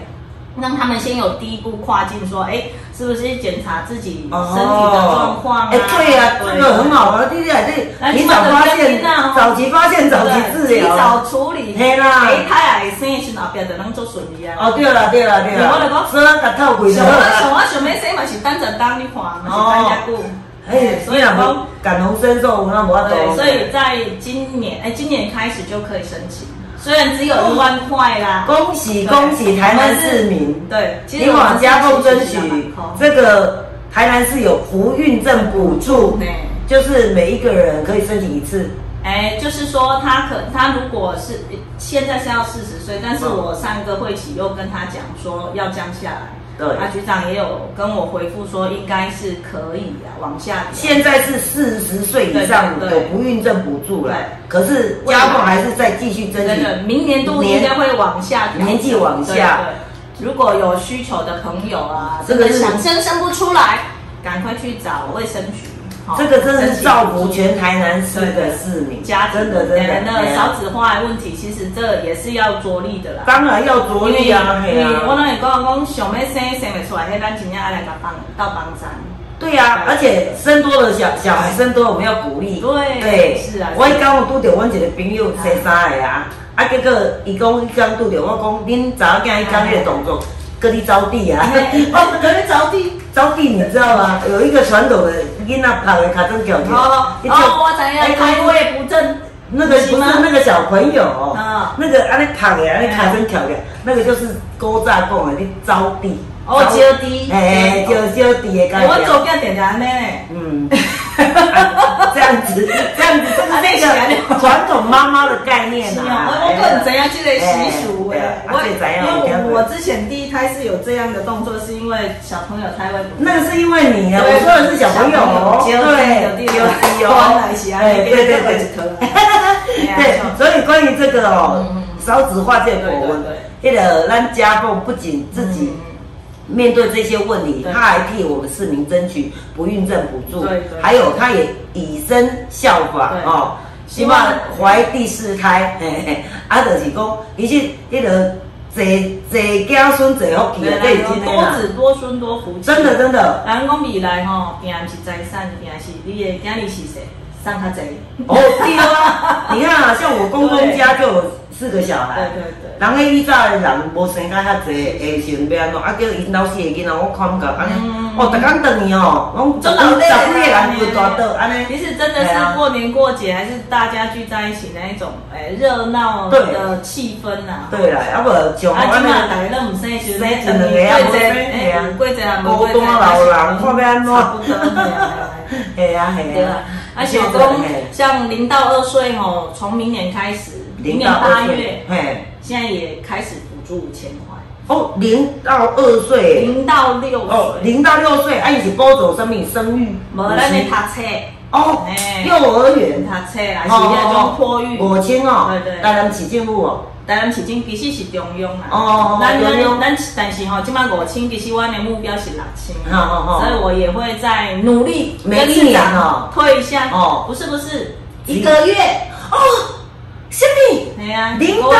Speaker 2: 让他们先有第一步跨进，说哎，是不是检查自己身体的状况啊？
Speaker 1: 哎，对呀，这个很好啊，弟弟还
Speaker 2: 哎
Speaker 1: 是提早发现
Speaker 2: 这个很重要哦，
Speaker 1: 早期发现，早期治
Speaker 2: 对
Speaker 1: 疗啊
Speaker 2: 及。早处理，
Speaker 1: 嘿啦
Speaker 2: 哎，他来生的时候后壁就能做顺利啊。
Speaker 1: 哦，对了对了对了，
Speaker 2: 我就讲
Speaker 1: 所以咱甲透过
Speaker 2: 想我想我想要生嘛是等着等你看，嘛是等遐久。
Speaker 1: 哎，
Speaker 2: 所
Speaker 1: 所
Speaker 2: 以
Speaker 1: 以
Speaker 2: 讲
Speaker 1: 讲，感同身受，那无法
Speaker 2: 对，
Speaker 1: 度。
Speaker 2: 所以在今年，哎，今年开始就可以申请，虽然只有一万块啦。
Speaker 1: 恭喜恭喜台南市民，
Speaker 2: 对，其
Speaker 1: 你
Speaker 2: 实我
Speaker 1: 往
Speaker 2: 们
Speaker 1: 家凤争取
Speaker 2: 其实蛮空
Speaker 1: 这个台南市有不孕症补助，
Speaker 2: 对。
Speaker 1: 就是每一个人可以申请一次。
Speaker 2: 哎，就是说他可他如果是现在是要四十岁，但是
Speaker 1: 嗯
Speaker 2: 我上个会期又跟他讲说要降下来，
Speaker 1: 对
Speaker 2: 啊，局长也有跟我回复说应该是可以啊，往下调
Speaker 1: 现在是四十岁以上
Speaker 2: 对对
Speaker 1: 有
Speaker 2: 对
Speaker 1: 不孕症补助了
Speaker 2: 对，
Speaker 1: 可是家凤还是在继续争
Speaker 2: 真
Speaker 1: 取。
Speaker 2: 的，明年度应该会往下调，
Speaker 1: 年纪往下
Speaker 2: 对。对如果有需求的朋友啊，
Speaker 1: 这
Speaker 2: 真
Speaker 1: 个
Speaker 2: 的
Speaker 1: 是
Speaker 2: 想生生不出来，赶快去找卫生局。好
Speaker 1: 这个真的是造福
Speaker 2: 申请
Speaker 1: 全台南市的市民，
Speaker 2: 家庭
Speaker 1: 真的真的
Speaker 2: 人的
Speaker 1: 哎
Speaker 2: 少
Speaker 1: 呀，
Speaker 2: 子化的问题，其实这也是要着力的啦。
Speaker 1: 当然要着力啊，
Speaker 2: 因
Speaker 1: 嘿
Speaker 2: 为
Speaker 1: 啊
Speaker 2: 我拢会讲讲，想要生生不出来，迄咱真正爱来甲帮到帮山。
Speaker 1: 对呀、而且生多的小小孩生多了，我们要鼓励。
Speaker 2: 对是啊
Speaker 1: 我迄刚有拄着阮一个朋友生三个啊，啊结果伊讲伊刚拄着我讲，恁查某囝伊讲迄个动作，搁哎你招弟啊， [LAUGHS]
Speaker 2: 哦，可以着地。
Speaker 1: 招弟你知道吗？有一个传统的囡仔拍的卡通桥桥，
Speaker 2: 哦
Speaker 1: 一
Speaker 2: 哦，
Speaker 1: 跳
Speaker 2: 我知
Speaker 1: 哎
Speaker 2: 影，开胃不正，
Speaker 1: 那个不是那个小朋友，
Speaker 2: 啊
Speaker 1: 那个安尼拍的安尼卡通桥的，那个就是古早讲的你招弟，
Speaker 2: 哦
Speaker 1: 招
Speaker 2: 招弟
Speaker 1: 哎招招弟的感
Speaker 2: 哎我
Speaker 1: 觉。
Speaker 2: 做囝点点安尼呢。
Speaker 1: 嗯，这样子，这样子，这是那个传统妈妈的概念
Speaker 2: 是
Speaker 1: 啊
Speaker 2: 啊，。我我个人怎样这个习俗
Speaker 1: 哎
Speaker 2: 诶，
Speaker 1: 哎啊这怎样
Speaker 2: 我因为我
Speaker 1: 我
Speaker 2: 我之前第一胎是有这样的动作，是因为小朋友胎位不正。
Speaker 1: 那个是因为你啊，我说的是小朋友哦，
Speaker 2: 对，
Speaker 1: 对，
Speaker 2: 有
Speaker 1: 哦
Speaker 2: 来是啊，
Speaker 1: 哎，对对
Speaker 2: 对
Speaker 1: 对，
Speaker 2: 啊
Speaker 1: 对，所以关于这个哦，
Speaker 2: 嗯
Speaker 1: 少子化这个我们，那个让家凤不仅自己面对这些问题，
Speaker 2: 嗯对
Speaker 1: 他还替我们市民争取不孕症补助
Speaker 2: 对，对
Speaker 1: 还有他也以身效法
Speaker 2: 对
Speaker 1: 哦，希望怀第四胎，嘿嘿，啊，就是讲，伊是迄个坐坐囝孙坐福气啊，这已经
Speaker 2: 多子多孙多福气，
Speaker 1: 真的真的
Speaker 2: 人讲未来吼，行不是财产，行是你的囝儿是谁，送较济。
Speaker 1: 哦，对啊，你看啊，像我公公家就有四个小孩，
Speaker 2: 对对对
Speaker 1: 人迄以早的人无生甲遐济，会想要安怎？啊，叫因老四个囡仔，我看唔到，安尼
Speaker 2: 嗯，
Speaker 1: 哦，逐工等伊哦，拢
Speaker 2: 做嗯老
Speaker 1: 十
Speaker 2: 辈的
Speaker 1: 几个人就哦大倒安尼。
Speaker 2: 其实真的
Speaker 1: 对啊
Speaker 2: 是过年过节，还是大家聚在一起那一种，哎，热闹的气氛呐。
Speaker 1: 对啦，啊无像
Speaker 2: 啊，
Speaker 1: 我
Speaker 2: 即嘛
Speaker 1: 安
Speaker 2: 大家拢毋生时
Speaker 1: 生
Speaker 2: 阵，
Speaker 1: 一两个啊，无生嘿啊
Speaker 2: 有过节啊，，无
Speaker 1: 孤
Speaker 2: 过节
Speaker 1: 单
Speaker 2: 啊，
Speaker 1: 老人看要安
Speaker 2: 差不
Speaker 1: 怎？
Speaker 2: 多
Speaker 1: 嘿
Speaker 2: 嘿啊嘿啊
Speaker 1: 啊嘿
Speaker 2: 对
Speaker 1: 啊
Speaker 2: 啊，，啊，小公像零到二岁吼，从明年开始，明
Speaker 1: 零
Speaker 2: 年
Speaker 1: 到
Speaker 2: 八
Speaker 1: 二
Speaker 2: 月
Speaker 1: 岁，，嘿，
Speaker 2: 现在也开始补助五千块，
Speaker 1: 哦，零到二岁，
Speaker 2: 零到六
Speaker 1: 哦，
Speaker 2: 岁，
Speaker 1: 零到六岁，啊，伊是保守生命生育，
Speaker 2: 无咱咧读册，
Speaker 1: 哦
Speaker 2: 哎，
Speaker 1: 幼儿园
Speaker 2: 读。册啦，是迄种托育，
Speaker 1: 五千哦，
Speaker 2: 对对
Speaker 1: 台南市政府哦，
Speaker 2: 台南市政其实是中央啦，
Speaker 1: 哦哦哦
Speaker 2: 咱咱
Speaker 1: 中央
Speaker 2: 咱但是吼，即摆五千，其实我的目标是六千，
Speaker 1: 哦哦哦
Speaker 2: 所以我也会在努力
Speaker 1: 每
Speaker 2: 跟
Speaker 1: 一
Speaker 2: 市
Speaker 1: 年
Speaker 2: 长
Speaker 1: 哦
Speaker 2: 推一下，
Speaker 1: 哦
Speaker 2: 不是不是，
Speaker 1: 一
Speaker 2: 一
Speaker 1: 个
Speaker 2: 个月，
Speaker 1: 哦，什么？
Speaker 2: 哎呀，
Speaker 1: 零到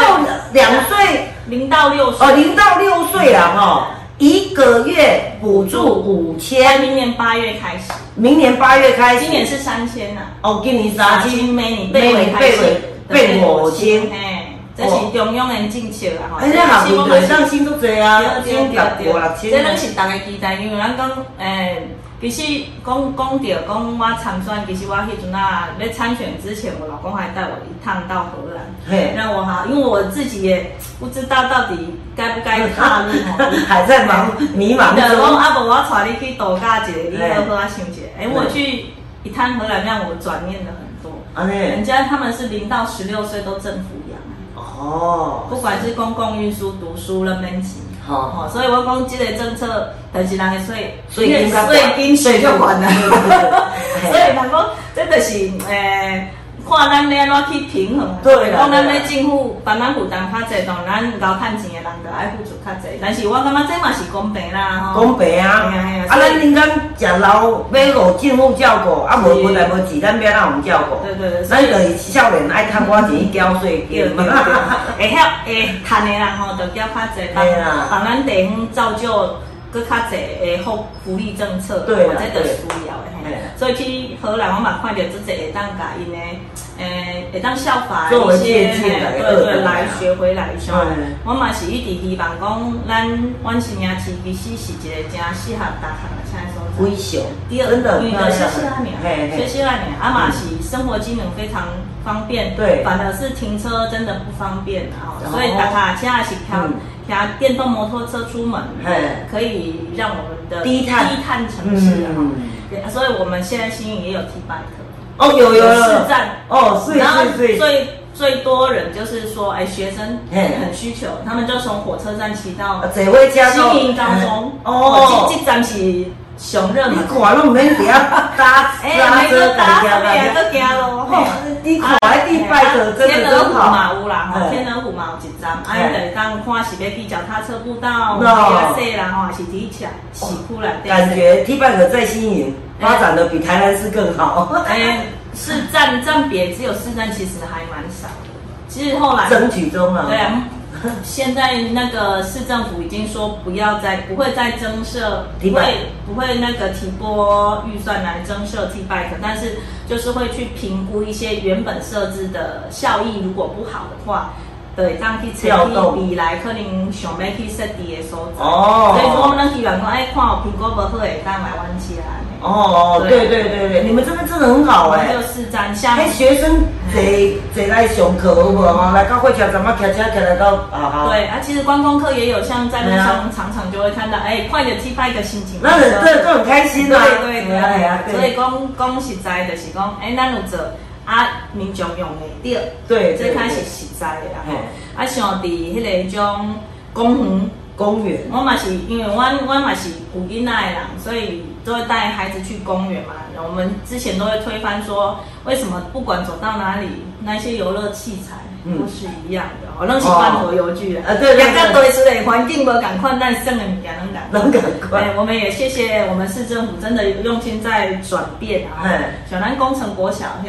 Speaker 1: 两岁
Speaker 2: 零到六岁，
Speaker 1: 哦，零到六岁啦哈，一个月补助五
Speaker 2: 在
Speaker 1: 千，
Speaker 2: 明年八月开始，
Speaker 1: 明年八月开始，
Speaker 2: 今年是三千呐，
Speaker 1: 哦，今年三千，
Speaker 2: 每年八月开始，
Speaker 1: 变五千，
Speaker 2: 哎，这是中央的政策啦，吼，
Speaker 1: 哎，咱下面对上新都多啊，新六五六
Speaker 2: 这
Speaker 1: 千
Speaker 2: 拢
Speaker 1: 啊，
Speaker 2: 是大家期待，因为咱讲，诶、其实讲讲着讲我参选，其实我迄阵啊要参选之前，我老公还带我一趟到荷兰，
Speaker 1: 嘿，
Speaker 2: 让我哈，因为我自己也不知道到底该不该踏入
Speaker 1: [LAUGHS]
Speaker 2: 吼。
Speaker 1: [LAUGHS] 还在忙迷茫
Speaker 2: 对，我
Speaker 1: [LAUGHS] 中，
Speaker 2: 阿伯，我带你去度假节，你
Speaker 1: 对
Speaker 2: 要不要想一下？哎，我去一趟荷兰，让我转念了很多。
Speaker 1: 安
Speaker 2: 人
Speaker 1: 尼，
Speaker 2: 家他们是零到十六岁都政府养，
Speaker 1: 哦，
Speaker 2: 不管是公共运输、读书、扔门钱，
Speaker 1: 好，
Speaker 2: 哦，所以我讲这个政策，但是人的税，
Speaker 1: 所以应该
Speaker 2: 税金
Speaker 1: 税就管了，
Speaker 2: [LAUGHS] 所以人讲，这就是诶、看咱要安怎去平衡。啊
Speaker 1: 对啦
Speaker 2: 讲咱要政府帮咱负担较济，当然交趁钱的人就爱付出较济。但是我感觉这嘛是公平啦，吼。
Speaker 1: 公平啊
Speaker 2: 哎呀哎呀！
Speaker 1: 啊，
Speaker 2: 所以
Speaker 1: 咱应该食老买互政府照顾，啊
Speaker 2: 是
Speaker 1: 无本来无钱，咱要哪有人照顾？
Speaker 2: 对对对
Speaker 1: 咱就是少年爱贪官钱去缴 [LAUGHS] 税
Speaker 2: 对
Speaker 1: 金
Speaker 2: 对对，会晓会趁的人吼，就加较济，帮
Speaker 1: 对啦
Speaker 2: 帮咱地方造就搁较济的福福利政策，
Speaker 1: 对啦
Speaker 2: 哦这就是需要的。
Speaker 1: 对啦
Speaker 2: 嘿所以去荷兰，我嘛看到这些会当甲因的，诶，会当效法
Speaker 1: 作为
Speaker 2: 一些，
Speaker 1: 借鉴来
Speaker 2: 嘿
Speaker 1: 对
Speaker 2: 对
Speaker 1: 对
Speaker 2: 对，来
Speaker 1: 对
Speaker 2: 学回来上
Speaker 1: 嗯。
Speaker 2: 我嘛是一直希望讲，咱阮新城市其实是一个真适合大家的青所在
Speaker 1: 灰。熊，
Speaker 2: 第二，
Speaker 1: 真的
Speaker 2: 女
Speaker 1: 漂
Speaker 2: 的
Speaker 1: 亮
Speaker 2: 嗯是希腊女，
Speaker 1: 嘿
Speaker 2: 是
Speaker 1: 嘿，
Speaker 2: 希腊女，阿玛西生活机能非常方便，
Speaker 1: 对
Speaker 2: 反而是停车真的不方便啊、
Speaker 1: 哦
Speaker 2: 所以打卡现在是开
Speaker 1: 嗯
Speaker 2: 开电动摩托车出门
Speaker 1: 嘿，
Speaker 2: 可以让我们的
Speaker 1: 低碳
Speaker 2: 低碳城市啊、
Speaker 1: 嗯，
Speaker 2: 对所以我们现在新营也有 T bike，
Speaker 1: 哦有有有，
Speaker 2: 市站
Speaker 1: 哦，是
Speaker 2: 然后
Speaker 1: 是是，
Speaker 2: 最最多人就是说，哎，学生
Speaker 1: 嘿啊
Speaker 2: 很需求，他们就从火车站骑到
Speaker 1: 坐火车到
Speaker 2: 新营高中，
Speaker 1: 哦
Speaker 2: 这，这站是熊热
Speaker 1: 你
Speaker 2: 门。
Speaker 1: 看拢唔免伫遐搭
Speaker 2: 哎，还搁打什么呀？搁行路吼
Speaker 1: 哦。，你看还地拜的真
Speaker 2: 天
Speaker 1: 的
Speaker 2: 鹅
Speaker 1: 真
Speaker 2: 湖
Speaker 1: 好
Speaker 2: 嘛，有啦吼，
Speaker 1: 嘿
Speaker 2: 天鹅湖嘛有一站，啊，
Speaker 1: 哎嘿
Speaker 2: 伊就是当看是要去脚踏车步道，
Speaker 1: 喏
Speaker 2: 有些啦吼，还是伫车市区内底。
Speaker 1: 感觉 T Bike 在新营发展的比台南市更好， [LAUGHS]
Speaker 2: 哎，市站站别只有市站，其实还蛮少的。其实后来
Speaker 1: 争取中啊。
Speaker 2: 对啊，现在那个市政府已经说不要再不会再增设，
Speaker 1: 提
Speaker 2: 不
Speaker 1: 拨
Speaker 2: 会不会那个提拨预算来增设 T bike，但是就是会去评估一些原本设置的效益，如果不好的话，对，当去
Speaker 1: 调
Speaker 2: 成
Speaker 1: 动
Speaker 2: 立未来可能想要去设置的所在。
Speaker 1: 哦
Speaker 2: 所以说我们希望讲，哎，看有评估不好的，当来湾起来。
Speaker 1: 哦，对对对对，你们这边真的很好
Speaker 2: 我们
Speaker 1: 哎
Speaker 2: 就。市站下
Speaker 1: 哎，
Speaker 2: 面
Speaker 1: 学生坐坐来上课好无吼？来到火车站嘛，开车开来到啊哈。
Speaker 2: 对啊，其实观光客也有，像在路
Speaker 1: 对
Speaker 2: 上
Speaker 1: 啊
Speaker 2: 常常就会看到，哎、快点去拍个心情。
Speaker 1: 那很这都很开心啊。
Speaker 2: 对对对
Speaker 1: 哎呀，
Speaker 2: 所以
Speaker 1: 对
Speaker 2: 讲讲实在，就是讲，哎、咱有做啊，民众用会着，
Speaker 1: 对，哎
Speaker 2: 这
Speaker 1: 开
Speaker 2: 才
Speaker 1: 始
Speaker 2: 是实在的啦
Speaker 1: 嘿。
Speaker 2: 啊，像伫迄个种公园，
Speaker 1: 公园。
Speaker 2: 我嘛是因为我我嘛是古囡仔的人，所以都会带孩子去公园嘛。我们之前都会推翻说，为什么不管走到哪里，那些游乐器材
Speaker 1: 嗯
Speaker 2: 都是一样的，哦，拢是万国游具的。呃
Speaker 1: 啊对对对
Speaker 2: 两
Speaker 1: [LAUGHS]
Speaker 2: 个堆出来环境无赶快，但剩的物件能赶
Speaker 1: 能赶快
Speaker 2: 哎，我们也谢谢我们市政府真的用心在转变啊
Speaker 1: 嘿。
Speaker 2: 像咱工程国小
Speaker 1: 嘿
Speaker 2: 遐，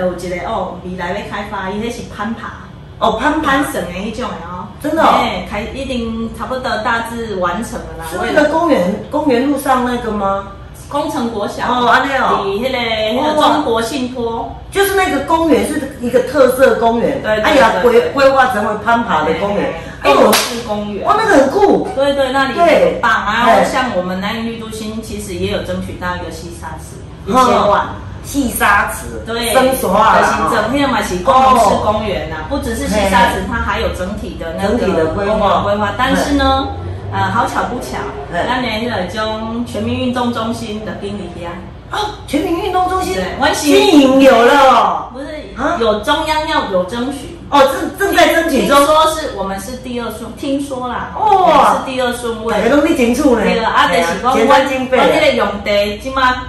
Speaker 2: 有一个哦，未来要开发，伊迄是攀爬。
Speaker 1: 哦，攀
Speaker 2: 攀
Speaker 1: 攀
Speaker 2: 绳的迄种的哦，
Speaker 1: 真的哦
Speaker 2: 哎，开一定差不多大致完成了啦。
Speaker 1: 是
Speaker 2: 我也
Speaker 1: 那个公园公园路上那个吗？
Speaker 2: 工程国小
Speaker 1: 哦安尼哦
Speaker 2: 伫迄个迄
Speaker 1: 哦
Speaker 2: 个中国信托，
Speaker 1: 就是那个公园是一个特色公园，
Speaker 2: 对对
Speaker 1: 哎呀，
Speaker 2: 对
Speaker 1: 规
Speaker 2: 对
Speaker 1: 规划成为攀爬的公园，哎
Speaker 2: 哎，
Speaker 1: 我
Speaker 2: 我是公园
Speaker 1: 哇，。那个很酷，
Speaker 2: 对对，那里
Speaker 1: 对
Speaker 2: 很棒啊！
Speaker 1: 哎
Speaker 2: 然后像我们南宁绿都心，其实也有争取到一个西沙池一
Speaker 1: 哦
Speaker 2: 千万，
Speaker 1: 细沙池，
Speaker 2: 对，
Speaker 1: 生熟啊
Speaker 2: 可
Speaker 1: 啦，
Speaker 2: 行
Speaker 1: 哦
Speaker 2: 整片嘛是共同式
Speaker 1: 哦
Speaker 2: 公园呐，不只是西沙池，它还有整体的那
Speaker 1: 整
Speaker 2: 个
Speaker 1: 体的规划
Speaker 2: 规划。但是呢，呃，好巧不巧，
Speaker 1: 哎
Speaker 2: 那年了中全民运动中心的宾利啊，
Speaker 1: 啊，全民运动中心
Speaker 2: 对，我是
Speaker 1: 新营有了哦，
Speaker 2: 不是
Speaker 1: 啊
Speaker 2: 有中央要有争取。
Speaker 1: 哦，正正在争取
Speaker 2: 听
Speaker 1: 中，
Speaker 2: 说是我们是第二顺，听说啦，
Speaker 1: 哦
Speaker 2: 我们是第二顺位
Speaker 1: 大。家都在争取呢，
Speaker 2: 对了，啊，就
Speaker 1: 哎呀
Speaker 2: 是讲，
Speaker 1: 前
Speaker 2: 阮
Speaker 1: 瞻经费
Speaker 2: 阮迄
Speaker 1: 啊，
Speaker 2: 个用地，即马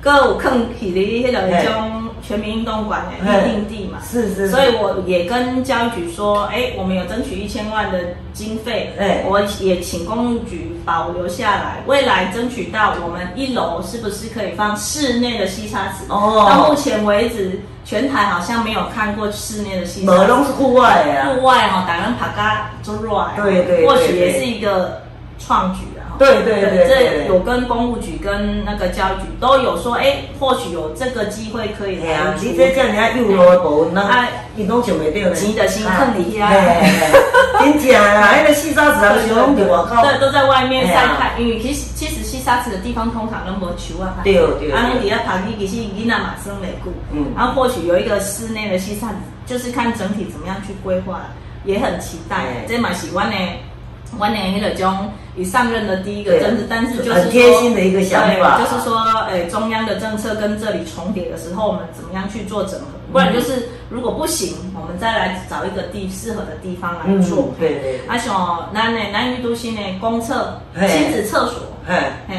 Speaker 2: 搁有坑起哩迄落
Speaker 1: 嘿
Speaker 2: 迄种全民运动馆的
Speaker 1: 嘿
Speaker 2: 预定地嘛，
Speaker 1: 是是是
Speaker 2: 所以我也跟教育局说，哎，我们有争取一千万的经费
Speaker 1: 嘿，
Speaker 2: 我也请公务局保留下来，未来争取到我们一楼是不是可以放室内的西沙池？
Speaker 1: 哦
Speaker 2: 到目前为止，全台好像没有看过室内的西沙
Speaker 1: 没
Speaker 2: 池。
Speaker 1: 拢是户外啊，
Speaker 2: 户外哈、哦，打人爬嘎就乱，
Speaker 1: 对对对
Speaker 2: 或许也是一个创举啊。哈
Speaker 1: 对对对对
Speaker 2: 这有跟公务局跟那个教育局都有说，哎，或许有这个机会可以
Speaker 1: 哎
Speaker 2: 来
Speaker 1: 呀，
Speaker 2: 出
Speaker 1: 你这叫人家幼落无那
Speaker 2: 哎
Speaker 1: 运动想袂到呢，
Speaker 2: 钱就先放伫遐
Speaker 1: 哎哎哎真正啊，那个细沙池啊，想拢伫外口。
Speaker 2: 对，都在外面晒
Speaker 1: 哎
Speaker 2: 太，因为其实其实西沙池的地方通常拢无树啊，
Speaker 1: 对对
Speaker 2: 啊，
Speaker 1: 对
Speaker 2: 你底下爬地，其实伊那马生没顾，
Speaker 1: 嗯
Speaker 2: 然后或许有一个室内的西沙池，就是看整体怎么样去规划，也很期待
Speaker 1: 哎。
Speaker 2: 这嘛喜欢呢，我那迄个种，以上任的第一个政治，但是就是
Speaker 1: 很贴心的一个想法
Speaker 2: 对就是说，诶、中央的政策跟这里重叠的时候，我们怎么样去做整合？不然就是如果不行，我们再来找一个地适合的地方来做。
Speaker 1: 嗯对对
Speaker 2: 啊，像咱的南屿都心的公厕、
Speaker 1: 嘿
Speaker 2: 亲子厕所，
Speaker 1: 嘿。
Speaker 2: 嘿，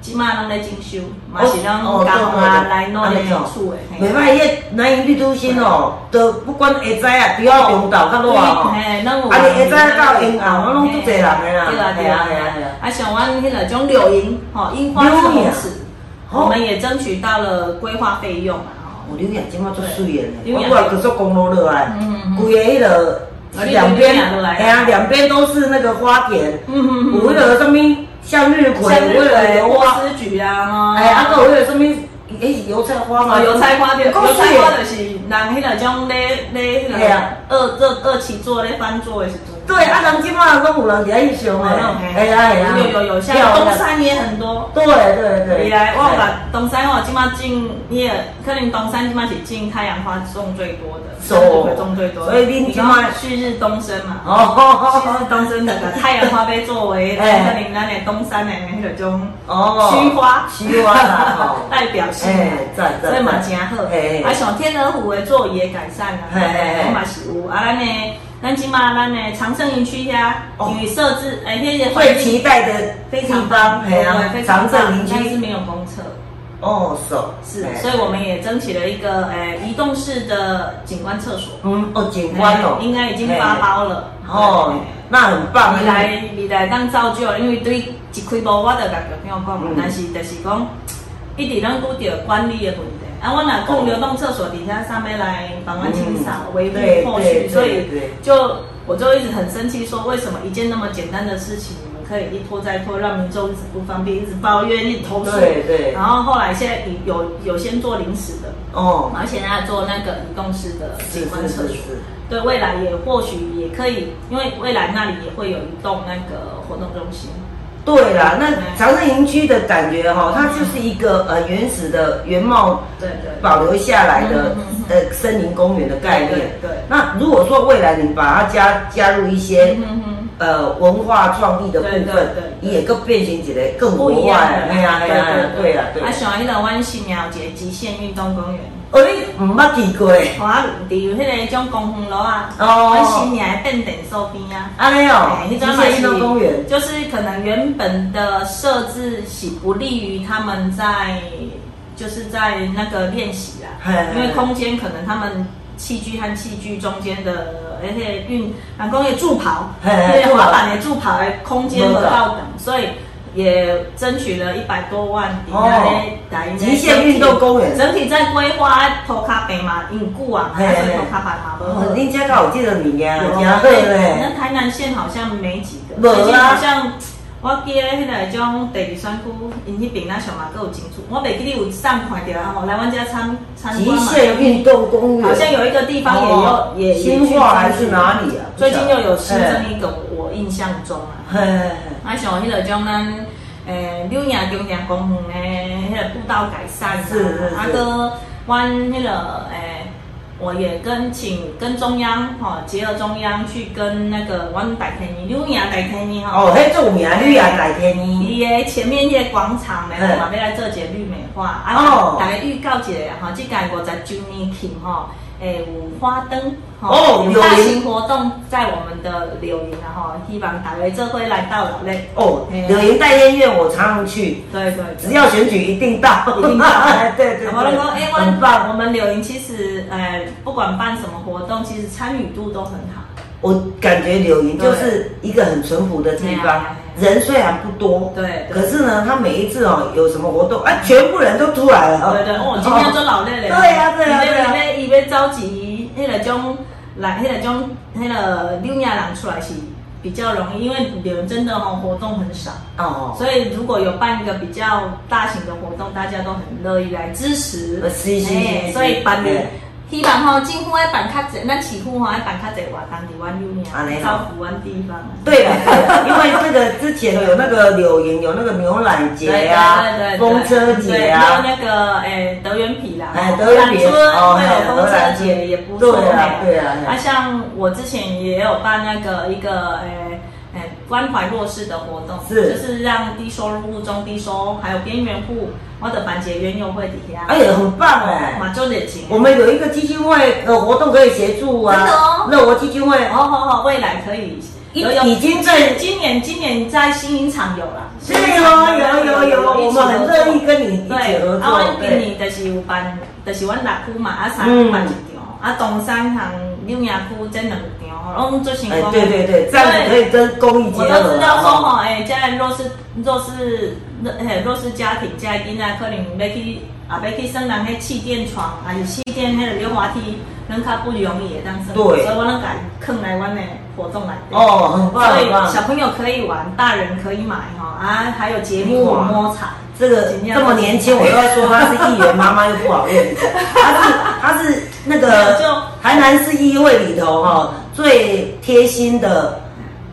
Speaker 2: 即马拢在进修，嘛是咱
Speaker 1: 哦
Speaker 2: 家
Speaker 1: 对对
Speaker 2: 啊
Speaker 1: 对
Speaker 2: 来弄的
Speaker 1: 安尼哦
Speaker 2: 基础的。嘿
Speaker 1: 袂歹，迄南营绿都心哦，都不管下早啊，除了中昼较热哦，
Speaker 2: 嘿，咱有。
Speaker 1: 啊你下早到下暗，我拢足侪人诶啦，啊
Speaker 2: 对啊对啊
Speaker 1: 嘿嘿嘿
Speaker 2: 啊，像阮迄个种柳营，吼，樱花是红池，
Speaker 1: 啊
Speaker 2: 我们也争取到了规划费用嘛，
Speaker 1: 我
Speaker 2: 吼。
Speaker 1: 柳岩即马足水诶
Speaker 2: 对
Speaker 1: 呢，我过来高速公路落来
Speaker 2: 嗯嗯，
Speaker 1: 规个迄落
Speaker 2: 啊你
Speaker 1: 两
Speaker 2: 从柳营
Speaker 1: 边，
Speaker 2: 路来啊
Speaker 1: 哎呀，两边都是那个花田，
Speaker 2: 嗯
Speaker 1: 有迄落什么向日葵，
Speaker 2: 像
Speaker 1: 有迄落
Speaker 2: 那个
Speaker 1: 莲
Speaker 2: 波
Speaker 1: 花，
Speaker 2: 斯菊啊，吼。
Speaker 1: 哎呀，啊个有迄落什么，哎是油菜花嘛，
Speaker 2: 哦，油菜花对，
Speaker 1: 够
Speaker 2: 油
Speaker 1: 水
Speaker 2: 菜花
Speaker 1: 的，
Speaker 2: 就是人迄个种咧咧迄
Speaker 1: 嘿啊
Speaker 2: 个二二二期做咧翻做的时阵。
Speaker 1: 对啊，人即马拢有人伫遐翕相诶，哎呀哎呀，
Speaker 2: 有有有，像
Speaker 1: 漂亮
Speaker 2: 东，山也很多。
Speaker 1: 对对对，
Speaker 2: 未来我有把东山我即马进，也可能东山即马是进太阳花种最多的，
Speaker 1: 是
Speaker 2: 向
Speaker 1: 哦
Speaker 2: 日葵种最多的。
Speaker 1: 所以恁即马
Speaker 2: 旭日东升嘛，旭
Speaker 1: 哦
Speaker 2: 日，东升的太阳花被作为
Speaker 1: [LAUGHS]
Speaker 2: 可
Speaker 1: 哎
Speaker 2: 能咱的东山的迄种
Speaker 1: 哦，
Speaker 2: 虚花
Speaker 1: 虚花啦，哦
Speaker 2: [LAUGHS] 代表性
Speaker 1: 哎，赞赞
Speaker 2: 所以嘛
Speaker 1: 赞
Speaker 2: 真好
Speaker 1: 哎哎。
Speaker 2: 啊，像天鹅湖的座椅的改善啊，
Speaker 1: 哎哎哎
Speaker 2: 我嘛是有。啊，咱的咱即马咱的长盛营区遐，
Speaker 1: 哦
Speaker 2: 因为设置哎，迄个环
Speaker 1: 最
Speaker 2: 境
Speaker 1: 期待的
Speaker 2: 非
Speaker 1: 地
Speaker 2: 常
Speaker 1: 方，哎呀
Speaker 2: 对，非，常
Speaker 1: 长
Speaker 2: 棒
Speaker 1: 盛邻
Speaker 2: 但是
Speaker 1: 居，
Speaker 2: 没有公厕。
Speaker 1: 哦，手
Speaker 2: 是，
Speaker 1: 哎
Speaker 2: 所以我们也争取了一个呃移动式的景观厕所，
Speaker 1: 嗯，哦，景观哦，
Speaker 2: 哎应该已经发包了。
Speaker 1: 哎，哦，那很棒，
Speaker 2: 未来未来当造就，因为对一开幕我就甲朋友讲嘛
Speaker 1: 嗯，
Speaker 2: 但是就是讲，一直咱拄着管理的问题。啊，我若讲流动厕所底下上面来帮忙清扫、
Speaker 1: 嗯
Speaker 2: 维护
Speaker 1: 对
Speaker 2: 后
Speaker 1: 对
Speaker 2: 续，所以
Speaker 1: 对对
Speaker 2: 就我就一直很生气，说为什么一件那么简单的事情，你们可以一拖再拖，让民众一直不方便，一直抱怨，一直投诉。
Speaker 1: 对对
Speaker 2: 然后后来现在有有先做临时的，
Speaker 1: 哦，
Speaker 2: 而且在做那个移动式的
Speaker 1: 是
Speaker 2: 景观
Speaker 1: 是
Speaker 2: 厕
Speaker 1: 是
Speaker 2: 所。
Speaker 1: 是，
Speaker 2: 对未来也或许也可以，因为未来那里也会有一栋那个活动中心。
Speaker 1: 对啦，那长盛营区的感觉哈，它就是一个呃原始的原貌
Speaker 2: 对对
Speaker 1: 保留下来的
Speaker 2: 嗯嗯嗯
Speaker 1: 呃森林公园的概念。
Speaker 2: 对对对
Speaker 1: 那如果说未来你把它加加入一些
Speaker 2: 嗯哼哼
Speaker 1: 呃文化创意的部
Speaker 2: 对对
Speaker 1: 分，
Speaker 2: 对对
Speaker 1: 也更变形起来，更
Speaker 2: 不
Speaker 1: 活
Speaker 2: 一
Speaker 1: 化
Speaker 2: 样
Speaker 1: 了
Speaker 2: 的，。
Speaker 1: 哎呀哎呀，对啦对
Speaker 2: 啊，
Speaker 1: 啦。
Speaker 2: 像迄个湾新苗节极限运动公园，
Speaker 1: 哦，你唔捌去过诶？
Speaker 2: 我啊，伫有迄个种公园路啊，
Speaker 1: 哦
Speaker 2: 湾新苗的变电所边啊。
Speaker 1: 安尼哦，极
Speaker 2: 嘿那种嘛是
Speaker 1: 限运动公园。
Speaker 2: 就是可能原本的设置是不利于他们在就是在那个练习啦
Speaker 1: 嘿嘿，嘿
Speaker 2: 因为空间可能他们器具和器具中间的而且运，人工业助跑，
Speaker 1: 嘿嘿
Speaker 2: 对
Speaker 1: 助跑
Speaker 2: 滑板的助跑的空间和到等，所以。也争取了一百多万，
Speaker 1: 哦极限运动公园
Speaker 2: 整体在规划头卡北嘛，因固啊，
Speaker 1: 嘿
Speaker 2: 还
Speaker 1: 嘿
Speaker 2: 是头卡白嘛，不
Speaker 1: 哦，恁遮有即个物件，
Speaker 2: 有
Speaker 1: 真
Speaker 2: 啊
Speaker 1: 好咧。
Speaker 2: 那台南县好像没几个，
Speaker 1: 无啊
Speaker 2: 最近好像我记得迄个种地理选区，因迄边那上嘛，佫有进出，我袂记得有上看着啊吼，来阮遮参参
Speaker 1: 极
Speaker 2: 观嘛。
Speaker 1: 限运动公园
Speaker 2: 好像有一个地方也有、
Speaker 1: 哦
Speaker 2: 也也
Speaker 1: 新
Speaker 2: 去
Speaker 1: 化
Speaker 2: 参
Speaker 1: 还是哪里啊不
Speaker 2: 最
Speaker 1: 晓
Speaker 2: 近
Speaker 1: 得
Speaker 2: 又有新增一个，我印象中啊。
Speaker 1: 嘿，嘿嘿
Speaker 2: 啊，像迄个种咱诶柳营中央公园的迄个步道改善啊，
Speaker 1: 是是是
Speaker 2: 啊，搁阮迄个诶、我也跟请跟中央吼、结合中央去跟那个阮大天尼柳营大天尼吼。
Speaker 1: 哦，迄著名，你也来天呢？
Speaker 2: 伊诶前面迄个广场咧，
Speaker 1: 嗯
Speaker 2: 我嘛要来做一个绿美化，
Speaker 1: 哦
Speaker 2: 啊，大家预告一下吼，即届五十周年庆吼，诶有花灯
Speaker 1: 哦
Speaker 2: 有大
Speaker 1: 柳营
Speaker 2: 型活动在我们的柳营啊吼，希望大家这回来到老咧。
Speaker 1: 哦
Speaker 2: 嘿，
Speaker 1: 柳营代言院我常常去，
Speaker 2: 对对，
Speaker 1: 只要选举一定到，
Speaker 2: 一定要
Speaker 1: 对对对，
Speaker 2: 我都说，哎，我
Speaker 1: 很
Speaker 2: 们
Speaker 1: 棒。
Speaker 2: 我们柳营其实，呃，不管办什么活动，其实参与度都很好。
Speaker 1: 我感觉柳营就是一个很淳朴的地
Speaker 2: 对
Speaker 1: 方
Speaker 2: 啊，
Speaker 1: 人虽然不多，
Speaker 2: 对对
Speaker 1: 可是呢，他每一次哦有什么活动，啊，全部人都出来了。
Speaker 2: 对对，哦，今天做老累了。
Speaker 1: 对啊对啊对啊
Speaker 2: 伊要伊要召集迄个种来，迄个种迄个柳营人出来是比较容易，因为柳营真的吼活动很少，
Speaker 1: 哦，
Speaker 2: 所以如果有办一个比较大型的活动，大家都很乐意来支持
Speaker 1: 呃。是是
Speaker 2: 哎
Speaker 1: 是
Speaker 2: 所以办的
Speaker 1: 对。
Speaker 2: 希望吼，政府爱办较侪，咱市府吼爱办较侪活动伫阮柳
Speaker 1: 安尼
Speaker 2: 营，
Speaker 1: 哦
Speaker 2: 造福阮地方。啊
Speaker 1: 对了，对了因为那个之前有那个柳营有那个牛奶节啊
Speaker 2: 对对对对，
Speaker 1: 风车节啊
Speaker 2: 还，有那个哎德元皮啦，
Speaker 1: 哎德元皮
Speaker 2: 兰村
Speaker 1: 哦
Speaker 2: 会
Speaker 1: 哎
Speaker 2: 有风
Speaker 1: 兰村
Speaker 2: 车节也不错
Speaker 1: 对啊
Speaker 2: 哎
Speaker 1: 对啊对啊
Speaker 2: 啊，像我之前也有办那个一个哎哎哎关怀弱势的活动，
Speaker 1: 是
Speaker 2: 就是让低收入户、中低收还有边缘户，我的板结冤有会底下，
Speaker 1: 哎，很棒哎、
Speaker 2: 嘛就热情。啊
Speaker 1: 我们有一个基金会的活动可以协助
Speaker 2: 真的哦
Speaker 1: 啊，乐活基金会
Speaker 2: 哦哦哦，未来可以
Speaker 1: 已
Speaker 2: 有有
Speaker 1: 已经在
Speaker 2: 今年今年在新影厂有了，
Speaker 1: 是哦，有有有，我们很乐意跟你一起合
Speaker 2: 对，啊，
Speaker 1: 作
Speaker 2: 阮，今
Speaker 1: 对，
Speaker 2: 年就是有办，就是阮六区嘛，啊三
Speaker 1: 嗯
Speaker 2: 区办一场，啊东山行、柳营区这两场，哦拢做成
Speaker 1: 哎
Speaker 2: 功。
Speaker 1: 对对对，这样子可以跟公益结
Speaker 2: 我都
Speaker 1: 合
Speaker 2: 知道说
Speaker 1: 啊。
Speaker 2: 吼，哎，现在弱势弱势嘿弱势家庭，家囡仔可能要去啊，要去升人迄气垫床，还是气垫迄个溜滑梯，咱较不容易会当升。
Speaker 1: 对
Speaker 2: 所以我拢甲坑来阮的活动来。
Speaker 1: 哦，很棒
Speaker 2: 所以
Speaker 1: 很棒，
Speaker 2: 小朋友可以玩，大人可以买哈啊，还有节目
Speaker 1: 哇
Speaker 2: 摸彩。
Speaker 1: 这个这么年轻，我都要说他是议员妈妈又不好意
Speaker 2: [LAUGHS]
Speaker 1: 思，他是他是那
Speaker 2: 就
Speaker 1: 个台南市议会里头哈、最贴心的